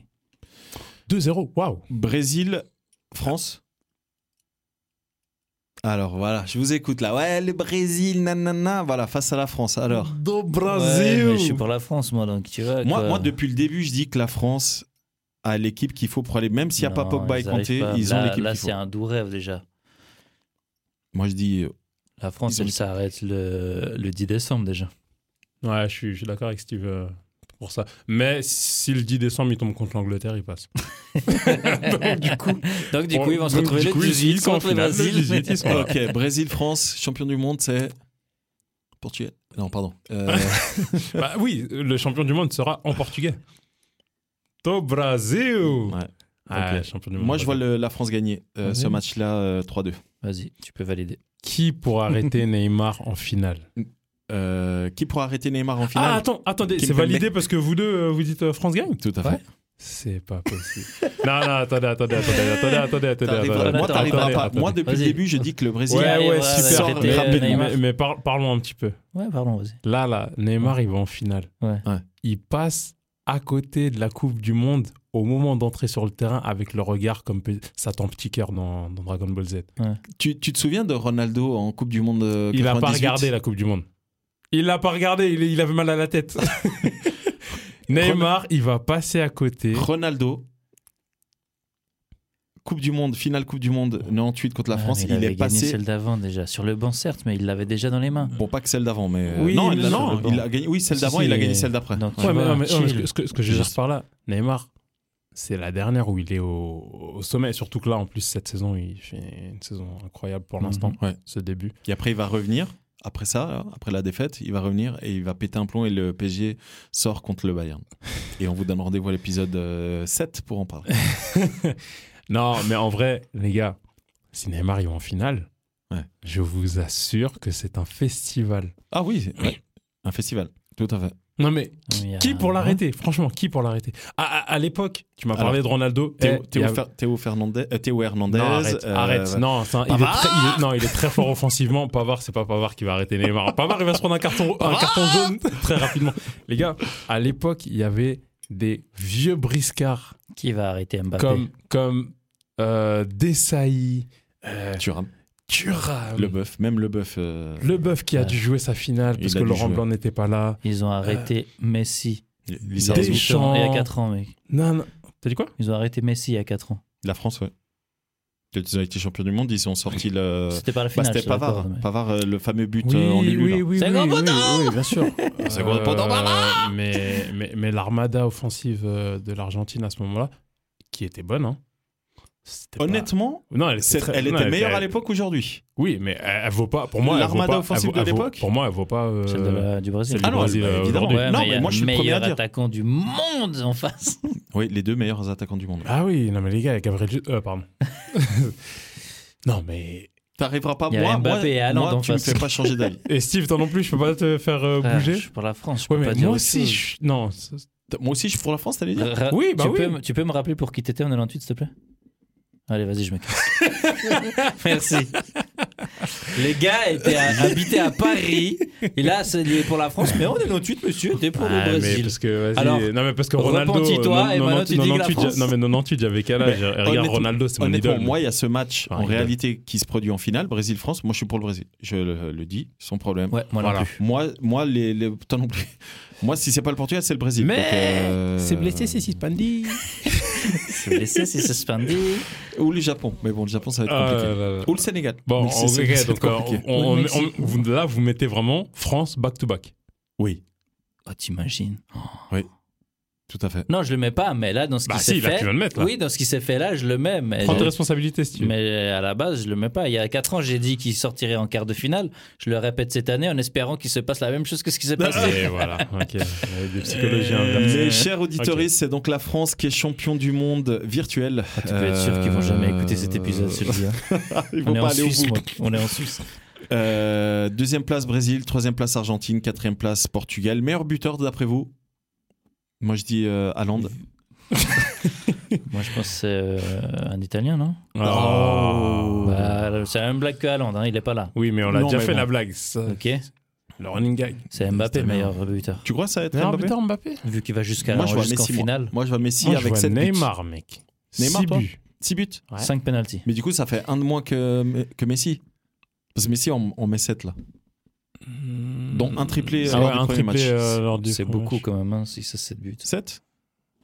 Speaker 3: 2-0, waouh.
Speaker 1: Brésil, France. Alors voilà, je vous écoute là. Ouais, le Brésil, nanana, voilà, face à la France. Alors,
Speaker 3: Do
Speaker 2: Ouais, mais je suis pour la France, moi, donc tu vois.
Speaker 1: moi,
Speaker 2: quoi.
Speaker 1: moi, depuis le début, je dis que la France a l'équipe qu'il faut pour aller, même s'il n'y a pas
Speaker 2: Non,
Speaker 1: Pogba et
Speaker 2: ils arrivent
Speaker 1: Kanté,
Speaker 2: pas.
Speaker 1: ils ont
Speaker 2: Là-
Speaker 1: l'équipe
Speaker 2: Là,
Speaker 1: qu'il faut.
Speaker 2: c'est un doux rêve déjà.
Speaker 1: Moi, je dis, euh,
Speaker 2: La France,
Speaker 1: Ils ont
Speaker 2: elle
Speaker 1: dit-
Speaker 2: s'arrête le, le 10 décembre
Speaker 1: <laughs>
Speaker 2: déjà.
Speaker 3: Ouais, je suis, je suis d'accord avec Steve euh, pour ça. Mais si le 10 décembre, il tombe contre l'Angleterre, il passe. Donc, du coup,
Speaker 2: <laughs> Donc du
Speaker 3: on-
Speaker 2: coup, ils vont se
Speaker 3: donc,
Speaker 2: retrouver
Speaker 3: du
Speaker 2: le
Speaker 3: coup, ils-
Speaker 2: 18
Speaker 3: ils sont en
Speaker 2: contre le
Speaker 3: finale, le
Speaker 2: Brésil.
Speaker 3: 18, ils sont là.
Speaker 1: ok, Brésil, France, champion du monde, c'est Portugal. Non, pardon. Euh,
Speaker 3: bah oui, le champion du monde sera en portugais. Do Brasil
Speaker 1: ouais.
Speaker 3: Ah,
Speaker 1: Ok.
Speaker 3: champion du monde.
Speaker 1: Moi, je vois le- la France gagner euh,
Speaker 3: Ouais.
Speaker 1: ce match-là euh, 3-2.
Speaker 2: Vas-y, tu peux valider.
Speaker 3: Qui
Speaker 1: <laughs>
Speaker 3: pour arrêter Neymar en finale
Speaker 1: Euh, qui pourra arrêter Neymar en
Speaker 3: Ah,
Speaker 1: finale
Speaker 3: attends, attendez,
Speaker 1: Kim
Speaker 3: c'est validé
Speaker 1: Pembe.
Speaker 3: parce que vous deux, euh, vous dites euh, France gagne
Speaker 1: Tout à fait.
Speaker 2: Ouais.
Speaker 3: C'est
Speaker 1: <laughs>
Speaker 3: pas possible. non, non, attendez, attendez, attendez, attendez, attendez, attendez.
Speaker 1: T'arriveras-
Speaker 3: attendez,
Speaker 1: moi,
Speaker 2: attends,
Speaker 1: t'arriveras
Speaker 3: attendez,
Speaker 1: pas.
Speaker 3: attendez.
Speaker 1: Moi, depuis le
Speaker 2: Vas-y.
Speaker 1: début, je dis que le Brésil.
Speaker 3: Ouais,
Speaker 2: Allez,
Speaker 3: ouais,
Speaker 2: voilà,
Speaker 3: super.
Speaker 1: arrêtez,
Speaker 3: mais-
Speaker 1: euh,
Speaker 3: mais-
Speaker 1: Neymar.
Speaker 3: mais- mais par- parlons un petit peu.
Speaker 2: Ouais, pardon, vas-y.
Speaker 3: Là, là, Neymar, il va en finale.
Speaker 2: Ouais.
Speaker 1: Ouais.
Speaker 3: Il passe à côté de la Coupe du Monde au moment d'entrer sur le terrain avec le regard comme pe- Satan Petit Cœur dans, dans Dragon Ball Z.
Speaker 1: Tu, tu te souviens de Ronaldo en Coupe du Monde euh,
Speaker 3: Il a pas
Speaker 1: 98?
Speaker 3: regardé la Coupe du Monde. Il l'a pas regardé, il, il avait mal à
Speaker 1: <laughs>
Speaker 3: la tête. Neymar, il va passer à côté.
Speaker 1: Ronaldo. Coupe du Monde, finale Coupe du Monde 98 contre la France.
Speaker 2: Ah, mais
Speaker 1: Il,
Speaker 2: il, avait
Speaker 1: est
Speaker 2: gagné
Speaker 1: passé.
Speaker 2: celle d'avant déjà. Sur le banc, certes, mais il l'avait déjà dans les mains.
Speaker 1: Bon, pas que celle d'avant, mais. euh,
Speaker 3: Oui,
Speaker 1: non, il,
Speaker 3: non,
Speaker 1: non,
Speaker 3: non.
Speaker 1: il a gagné. Oui, celle
Speaker 2: Si,
Speaker 1: d'avant,
Speaker 2: si,
Speaker 1: il a gagné
Speaker 2: mais-
Speaker 1: celle d'après.
Speaker 2: Donc,
Speaker 1: Ouais.
Speaker 2: tu
Speaker 3: Ouais, mais,
Speaker 2: vois,
Speaker 3: non, mais- non, mais ce
Speaker 2: chill.
Speaker 3: que- ce que, ce que je veux dire par là, Neymar, c'est la dernière où il est au, au sommet. Surtout que là, en plus, cette saison, il fait une saison incroyable pour l'instant,
Speaker 1: Mhm. Ouais.
Speaker 3: ce début.
Speaker 1: Et après, il va revenir. Après ça, là, après la défaite, il va revenir et il va péter un plomb et le PSG sort contre le Bayern. Et on vous donne rendez-vous à l'épisode euh, 7 pour en parler.
Speaker 3: Non, mais en vrai, les gars, si Neymar il va en finale,
Speaker 1: Ouais.
Speaker 3: je vous assure que c'est un festival.
Speaker 1: Ah oui, ouais. un festival. Tout à fait.
Speaker 3: Non mais
Speaker 2: Il y a-
Speaker 3: qui pour l'arrêter Franchement, qui pour l'arrêter À, à- à l'époque, tu m'as
Speaker 1: Alors,
Speaker 3: parlé de Ronaldo.
Speaker 1: Théo,
Speaker 3: Eh,
Speaker 1: Théo
Speaker 3: il y a-
Speaker 1: Fer- Théo Fernandez. euh, Théo Hernandez.
Speaker 3: Non, arrête,
Speaker 1: euh,
Speaker 3: arrête. Non, c'est un- il est
Speaker 1: Pavard
Speaker 3: très, il est- non, il est très fort offensivement. Pavard, c'est pas Pavard qui va arrêter Neymar. Pavard, il va se prendre un carton, un carton jaune très rapidement. Les gars, à l'époque, il y avait des vieux briscards
Speaker 2: Qui va arrêter Mbappé
Speaker 3: comme, comme euh, Desailly, euh,
Speaker 1: Thuram.
Speaker 3: Thuram,
Speaker 1: Le bœuf, même le bœuf. euh,
Speaker 3: Le bœuf qui a
Speaker 2: Ouais.
Speaker 3: dû jouer sa finale
Speaker 1: Il
Speaker 3: parce
Speaker 1: a
Speaker 3: que
Speaker 1: dû
Speaker 3: Laurent
Speaker 1: jouer.
Speaker 3: Blanc n'était pas là.
Speaker 2: Ils ont arrêté
Speaker 3: euh,
Speaker 2: Messi. Il y a
Speaker 1: Lizarazu.
Speaker 3: Deschamps.
Speaker 2: huit ans- il y a 4 ans, mec.
Speaker 3: Non, non. T'as dit quoi
Speaker 2: Ils ont arrêté Messi il y a 4 ans.
Speaker 1: La France, ouais. Ils ont été champions du monde, ils ont sorti
Speaker 3: Euh,
Speaker 1: le.
Speaker 2: C'était par la
Speaker 1: Bah,
Speaker 2: finale.
Speaker 1: c'était
Speaker 2: je suis d'accord,
Speaker 1: Pavard.
Speaker 2: mais-
Speaker 1: Pavard, euh, le fameux but euh, en élu. là.
Speaker 3: oui,
Speaker 2: C'est
Speaker 3: oui,
Speaker 2: grand
Speaker 3: oui,
Speaker 2: bonhomme
Speaker 3: oui, bien sûr.
Speaker 1: C'est grand bonhomme,
Speaker 3: Euh, mais mais, mais l'armada offensive euh, de l'Argentine à ce moment-là, qui était bonne, hein. C'était
Speaker 1: <laughs>
Speaker 3: pas-
Speaker 1: Honnêtement,
Speaker 3: Non, elle
Speaker 1: c'est-
Speaker 3: était, très-
Speaker 1: elle
Speaker 3: non,
Speaker 1: était meilleure à
Speaker 3: elle-
Speaker 1: l'époque qu'aujourd'hui.
Speaker 3: Oui, mais elle, elle vaut pas. Pour moi, elle vaut
Speaker 1: L'armada
Speaker 3: pas-
Speaker 1: offensive
Speaker 3: elle vaut-
Speaker 1: de
Speaker 3: elle vaut-
Speaker 1: l'époque
Speaker 3: Pour moi, elle vaut pas. euh,
Speaker 2: Celle de la- du Brésil.
Speaker 3: celle du Brésil,
Speaker 1: bah,
Speaker 3: euh,
Speaker 1: évidemment.
Speaker 3: aujourd'hui.
Speaker 1: Ouais. Non,
Speaker 2: il
Speaker 1: mais
Speaker 2: y a
Speaker 1: moi, je suis le premier
Speaker 2: meilleur
Speaker 1: à dire.
Speaker 2: attaquant du monde en face.
Speaker 1: Oui, les deux meilleurs attaquants du monde.
Speaker 3: Ah oui, non, mais les gars, Gabriel. Je- euh, pardon. <laughs> non, mais.
Speaker 1: T'arriveras pas,
Speaker 2: Il y a
Speaker 1: moi,
Speaker 2: Mbappé
Speaker 1: moi,
Speaker 2: et Haaland
Speaker 1: moi,
Speaker 2: en
Speaker 1: tu me
Speaker 2: face.
Speaker 1: fais pas changer d'avis.
Speaker 3: Et Steve, toi non plus, je peux pas te faire euh,
Speaker 2: Frère,
Speaker 3: bouger.
Speaker 2: Ah, Je suis pour la France. Je
Speaker 3: Ouais,
Speaker 2: peux
Speaker 3: mais
Speaker 2: pas dire
Speaker 3: moi
Speaker 2: autre
Speaker 3: aussi.
Speaker 2: chose.
Speaker 3: je- Non, c'est-
Speaker 1: T'as- Moi aussi, je suis pour la France, t'allais dire
Speaker 2: Ra-
Speaker 3: Oui, bah
Speaker 2: tu
Speaker 3: oui.
Speaker 2: Peux, me- tu peux me rappeler pour qui t'étais en 98, s'il te plaît Allez, vas-y, je me casse.
Speaker 3: <laughs>
Speaker 2: Merci. Les gars étaient à- habitaient à Paris. Et là, c'est lié pour la France. Mais en 98, monsieur, était pour
Speaker 3: Ah,
Speaker 2: le
Speaker 3: mais
Speaker 2: Brésil.
Speaker 3: parce que, vas-y,
Speaker 2: Alors,
Speaker 3: non, mais parce que Ronaldo. euh,
Speaker 2: repentis-toi,
Speaker 3: non-
Speaker 2: et maintenant, tu dis que la
Speaker 3: 98,
Speaker 2: France-
Speaker 3: Non, mais 98, j'avais quel âge Regarde,
Speaker 1: honnêtement-
Speaker 3: Ronaldo, c'est mon
Speaker 1: Honnêtement,
Speaker 3: idole.
Speaker 1: moi, il y a ce match
Speaker 3: Enfin,
Speaker 1: en
Speaker 3: idole.
Speaker 1: réalité qui se produit en finale, Brésil-France. Moi, je suis pour le Brésil. Je le, le dis, sans problème.
Speaker 2: Ouais, moi non
Speaker 3: Voilà.
Speaker 2: plus.
Speaker 1: Moi, moi, les, les- toi non plus. <laughs> Moi, si c'est pas le Portugal, c'est le Brésil.
Speaker 3: Mais
Speaker 1: Donc, euh,
Speaker 3: suspendu.
Speaker 2: <laughs> C'est blessé, c'est suspendu.
Speaker 1: Ou le Japon. Mais bon, le Japon, ça va
Speaker 3: Ah,
Speaker 1: être compliqué. Ou le Sénégal.
Speaker 3: Euh, Bon,
Speaker 1: Mais c'est-
Speaker 3: ok,
Speaker 1: c'est- c'est
Speaker 3: donc
Speaker 1: compliqué.
Speaker 3: euh, on-
Speaker 2: Ou le
Speaker 3: on- on-
Speaker 2: Mexique.
Speaker 3: vous- là, vous mettez vraiment France back-to-back.
Speaker 1: Oui,
Speaker 2: Oh, t'imagines Oh.
Speaker 1: tout à fait.
Speaker 2: Non, je le mets pas, mais là, dans ce
Speaker 3: Bah
Speaker 2: qui
Speaker 3: si,
Speaker 2: s'est
Speaker 3: là,
Speaker 2: fait.
Speaker 3: tu vas le mettre. Là.
Speaker 2: Oui, dans ce qui s'est fait là, je le mets. Mais,
Speaker 3: Prends tes responsabilités, si tu veux.
Speaker 2: mais euh, à la base, je le mets pas. Il y a 4 ans, j'ai dit qu'il sortirait en quart de finale. Je le répète cette année en espérant qu'il se passe la même chose que ce qui s'est passé.
Speaker 3: Ah,
Speaker 1: <laughs>
Speaker 3: Et voilà, ok. Euh, Des psychologies inverses.
Speaker 1: Mais chers auditeurs, c'est donc la France qui est champion du monde virtuel.
Speaker 2: Tu peux être sûr qu'ils vont jamais
Speaker 1: Euh,
Speaker 2: écouter cet épisode, celui-là. <laughs>
Speaker 1: Ah, Ils vont
Speaker 2: On est
Speaker 1: pas
Speaker 2: en
Speaker 1: aller au
Speaker 2: Suisse,
Speaker 1: bout.
Speaker 2: moi. On est en Suisse.
Speaker 1: Euh, deuxième place Brésil, troisième place Argentine, quatrième place Portugal. Meilleur buteur d'après vous Moi je dis euh, Haaland.
Speaker 2: Moi, je pense que c'est euh, un Italien, non
Speaker 3: Oh.
Speaker 2: Bah, C'est la même blague que Haaland, hein, il est pas là.
Speaker 3: Oui, mais on l'a
Speaker 1: Non,
Speaker 3: déjà
Speaker 1: mais
Speaker 3: fait
Speaker 1: bon.
Speaker 3: la blague. ça.
Speaker 1: Euh,
Speaker 2: Ok
Speaker 3: Le running gag.
Speaker 2: C'est Mbappé le
Speaker 3: C'était
Speaker 2: meilleur buteur.
Speaker 1: Tu crois ça va être
Speaker 3: Meilleur
Speaker 1: Mbappé
Speaker 3: buteur, Mbappé
Speaker 2: Vu qu'il va jusqu'à
Speaker 1: Moi je vois
Speaker 2: jusqu'en
Speaker 1: Messi. moi.
Speaker 2: finale.
Speaker 1: Moi. je vois Messi
Speaker 3: Moi, je
Speaker 1: avec
Speaker 3: vois
Speaker 1: 7
Speaker 3: Neymar, mec.
Speaker 1: Neymar,
Speaker 3: Six
Speaker 1: toi
Speaker 3: buts.
Speaker 1: 6 buts.
Speaker 3: Ouais.
Speaker 2: 5 penalties.
Speaker 1: Mais du coup ça fait un de moins que, que Messi. Parce que Messi on, on met 7 là. Dont un triplé, euh,
Speaker 3: Ah ouais,
Speaker 1: lors du
Speaker 3: un
Speaker 1: premier
Speaker 3: triplé,
Speaker 1: match.
Speaker 3: euh, lors du
Speaker 2: C'est
Speaker 3: premier
Speaker 2: beaucoup
Speaker 3: match.
Speaker 2: quand même, hein, si ça 7 buts.
Speaker 1: 7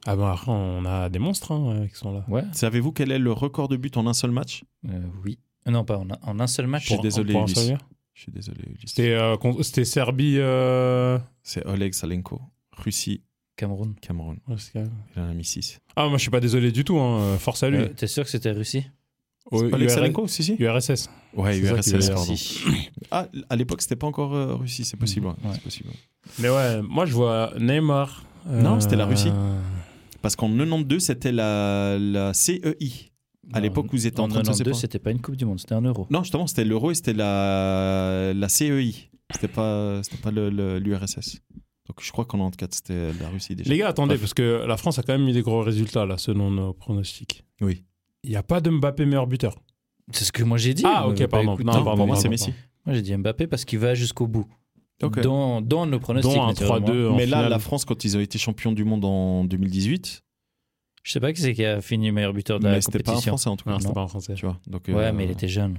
Speaker 3: Ah ben après, on a des monstres hein, qui sont là.
Speaker 2: Ouais,
Speaker 1: Savez-vous quel est le record de buts en un seul match
Speaker 2: euh, oui. Non, pas en, un- en un seul match.
Speaker 1: Je suis désolé,
Speaker 3: Pour un
Speaker 1: Ulysse.
Speaker 3: seul gars.
Speaker 1: Je suis désolé Ulysse.
Speaker 3: C'était euh, con- c'était Serbie. euh,
Speaker 1: C'est Oleg Salenko. Russie,
Speaker 2: Cameroun.
Speaker 1: Cameroun. Il en a mis 6.
Speaker 3: Ah, moi je suis pas désolé du tout. hein. Force à lui.
Speaker 2: Euh, T'es sûr que c'était Russie
Speaker 3: Au-
Speaker 1: Oleg
Speaker 3: URS
Speaker 1: Salenko, si si.
Speaker 3: URSS.
Speaker 1: Ouais,
Speaker 3: C'est ça qui veut
Speaker 1: URSS
Speaker 3: dire.
Speaker 1: pardon. <clears throat> Ah, à l'époque c'était pas encore euh, Russie, c'est possible.
Speaker 3: Mhm,
Speaker 1: ouais,
Speaker 2: Ouais.
Speaker 1: C'est possible.
Speaker 3: Mais ouais, moi je vois Neymar. euh,
Speaker 1: Non, c'était la Russie. Parce qu'en 92, c'était la, la CEI. À
Speaker 2: Non,
Speaker 1: l'époque où vous étiez en,
Speaker 2: En
Speaker 1: train de se
Speaker 2: 92,
Speaker 1: séparer.
Speaker 2: c'était pas une Coupe du Monde, c'était un Euro.
Speaker 1: Non, justement, c'était l'euro et c'était la, la CEI. C'était pas, c'était pas l'URSS. Le, l'URSS. Donc je crois qu'en 94, c'était la Russie déjà.
Speaker 3: Les gars, attendez,
Speaker 1: Bref.
Speaker 3: parce que la France a quand même eu des gros résultats là, selon nos pronostics.
Speaker 1: Oui.
Speaker 3: Il n'y a pas de Mbappé meilleur buteur.
Speaker 2: C'est ce que moi j'ai dit.
Speaker 3: Ah,
Speaker 2: Vous
Speaker 3: ok,
Speaker 2: m'avez pas
Speaker 3: pardon.
Speaker 2: écouté.
Speaker 1: Non,
Speaker 3: Non, pardon,
Speaker 1: pour moi, c'est
Speaker 3: pardon,
Speaker 1: Messi.
Speaker 2: Moi j'ai dit Mbappé parce qu'il va jusqu'au bout.
Speaker 1: Ok.
Speaker 2: Dans, dans nos pronostics.
Speaker 3: Dont un
Speaker 2: naturellement.
Speaker 3: 3-2 en
Speaker 1: Mais là,
Speaker 3: finale.
Speaker 1: la France, quand ils ont été champions du monde en 2018,
Speaker 2: Je sais pas qui c'est qui a fini meilleur buteur de
Speaker 1: mais
Speaker 2: la
Speaker 1: c'était pas un
Speaker 2: compétition.
Speaker 1: Français en tout cas.
Speaker 3: Non, c'était
Speaker 2: Non.
Speaker 3: pas en français.
Speaker 1: Tu vois, donc,
Speaker 2: ouais,
Speaker 1: euh,
Speaker 2: mais il était jeune.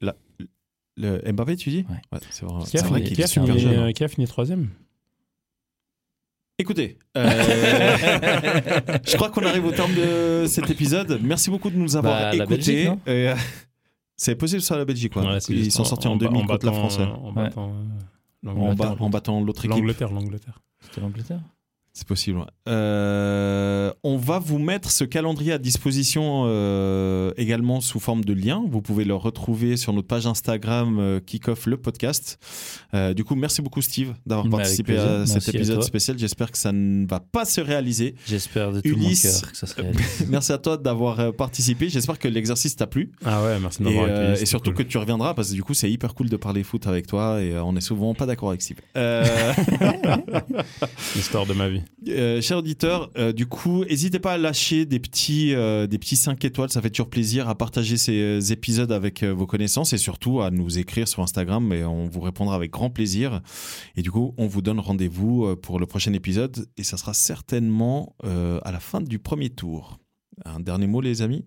Speaker 1: le Mbappé, tu dis
Speaker 2: Ouais.
Speaker 1: c'est vrai.
Speaker 3: Qui a
Speaker 1: c'est vrai
Speaker 3: fini-
Speaker 1: qu'il
Speaker 3: qui a
Speaker 1: était super
Speaker 3: fini
Speaker 1: jeune, hein.
Speaker 3: euh, qui a fini troisième
Speaker 1: Écoutez,
Speaker 2: <laughs>
Speaker 1: euh, je crois qu'on arrive au terme de cet épisode. Merci beaucoup de nous avoir
Speaker 2: Bah, la
Speaker 1: écoutés.
Speaker 2: Belgique, non
Speaker 1: Euh, c'est possible ça la Belgique, quoi.
Speaker 3: Ouais, c'est
Speaker 1: Ils
Speaker 3: juste
Speaker 1: sont sortis en, demi contre la
Speaker 3: battant-
Speaker 1: France. hein.
Speaker 3: En battant, euh,
Speaker 1: En,
Speaker 3: l'Angleterre.
Speaker 1: bat- en battant l'autre équipe.
Speaker 3: L'Angleterre, l'Angleterre.
Speaker 2: C'était l'Angleterre
Speaker 1: C'est possible. ouais. Euh, on va vous mettre ce calendrier à disposition euh, également sous forme de lien. Vous pouvez le retrouver sur notre page Instagram euh, Kickoff le podcast. Euh, du coup, merci beaucoup Steve d'avoir
Speaker 2: Mais
Speaker 1: participé
Speaker 2: Bah, avec plaisir.
Speaker 1: à cet
Speaker 2: Merci à
Speaker 1: épisode
Speaker 2: toi.
Speaker 1: spécial. J'espère que ça ne va pas se
Speaker 2: <laughs>
Speaker 1: réaliser.
Speaker 2: J'espère de tout mon
Speaker 1: Ulysse.
Speaker 2: cœur que ça se réalise.
Speaker 1: Merci à toi d'avoir euh, participé. J'espère que l'exercice t'a plu
Speaker 3: Ah ouais, merci de
Speaker 1: et,
Speaker 3: m'avoir
Speaker 1: euh,
Speaker 3: accueilli.
Speaker 1: et surtout que tu reviendras parce que du coup c'est hyper cool de parler foot avec toi et euh, on est souvent pas d'accord avec Steve. Euh,
Speaker 3: que l'histoire de ma vie.
Speaker 1: Euh, chers auditeurs, euh, du coup, n'hésitez pas à lâcher des petits, euh, des petits 5 étoiles, ça fait toujours plaisir, à partager ces euh, épisodes avec euh, vos connaissances et surtout à nous écrire sur Instagram et on vous répondra avec grand plaisir. Et du coup, on vous donne rendez-vous euh, pour le prochain épisode et ça sera certainement euh, à la fin du premier tour. Un dernier mot, les amis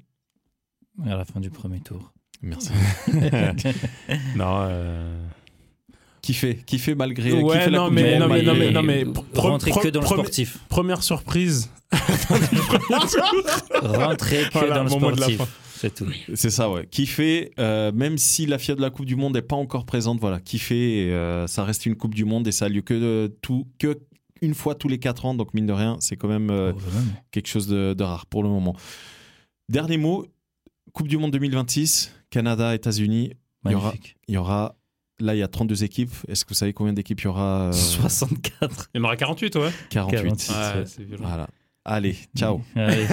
Speaker 2: à la fin du premier tour.
Speaker 1: Merci.
Speaker 3: non, euh,
Speaker 1: Kiffez, kiffez malgré.
Speaker 3: Ouais,
Speaker 1: kiffez la
Speaker 3: non,
Speaker 1: Coupe
Speaker 3: mais-
Speaker 1: du Monde
Speaker 3: non, mais- non, mais-
Speaker 1: malgré-
Speaker 3: non, mais-
Speaker 2: rentrez
Speaker 3: pre-
Speaker 2: que dans le
Speaker 3: premier-
Speaker 2: sportif.
Speaker 3: première <laughs> surprise.
Speaker 2: Rentrez que
Speaker 3: Voilà,
Speaker 2: dans le
Speaker 3: moment de la
Speaker 2: sportif.
Speaker 3: fin.
Speaker 2: C'est tout.
Speaker 1: C'est ça, ouais. Kiffer, euh, même si la FIA de la Coupe du Monde n'est pas encore présente, voilà, kiffer, et, euh, ça reste une Coupe du Monde et ça a lieu que, euh, tout, que une fois tous les 4 ans, donc mine de rien, c'est quand même euh,
Speaker 2: Oh, vraiment.
Speaker 1: quelque chose de, de rare pour le moment. Dernier mot, Coupe du Monde 2026, Canada, États-Unis, il y aura-
Speaker 2: Magnifique.
Speaker 1: il y aura, là il y a 32 équipes, est-ce que vous savez combien d'équipes il y aura euh,
Speaker 2: 64.
Speaker 3: Il y en aura 48, ouais.
Speaker 1: 48.
Speaker 2: 48.
Speaker 3: Ah. Ouais, c'est violent.
Speaker 1: Voilà. Allez, ciao.
Speaker 2: Allez.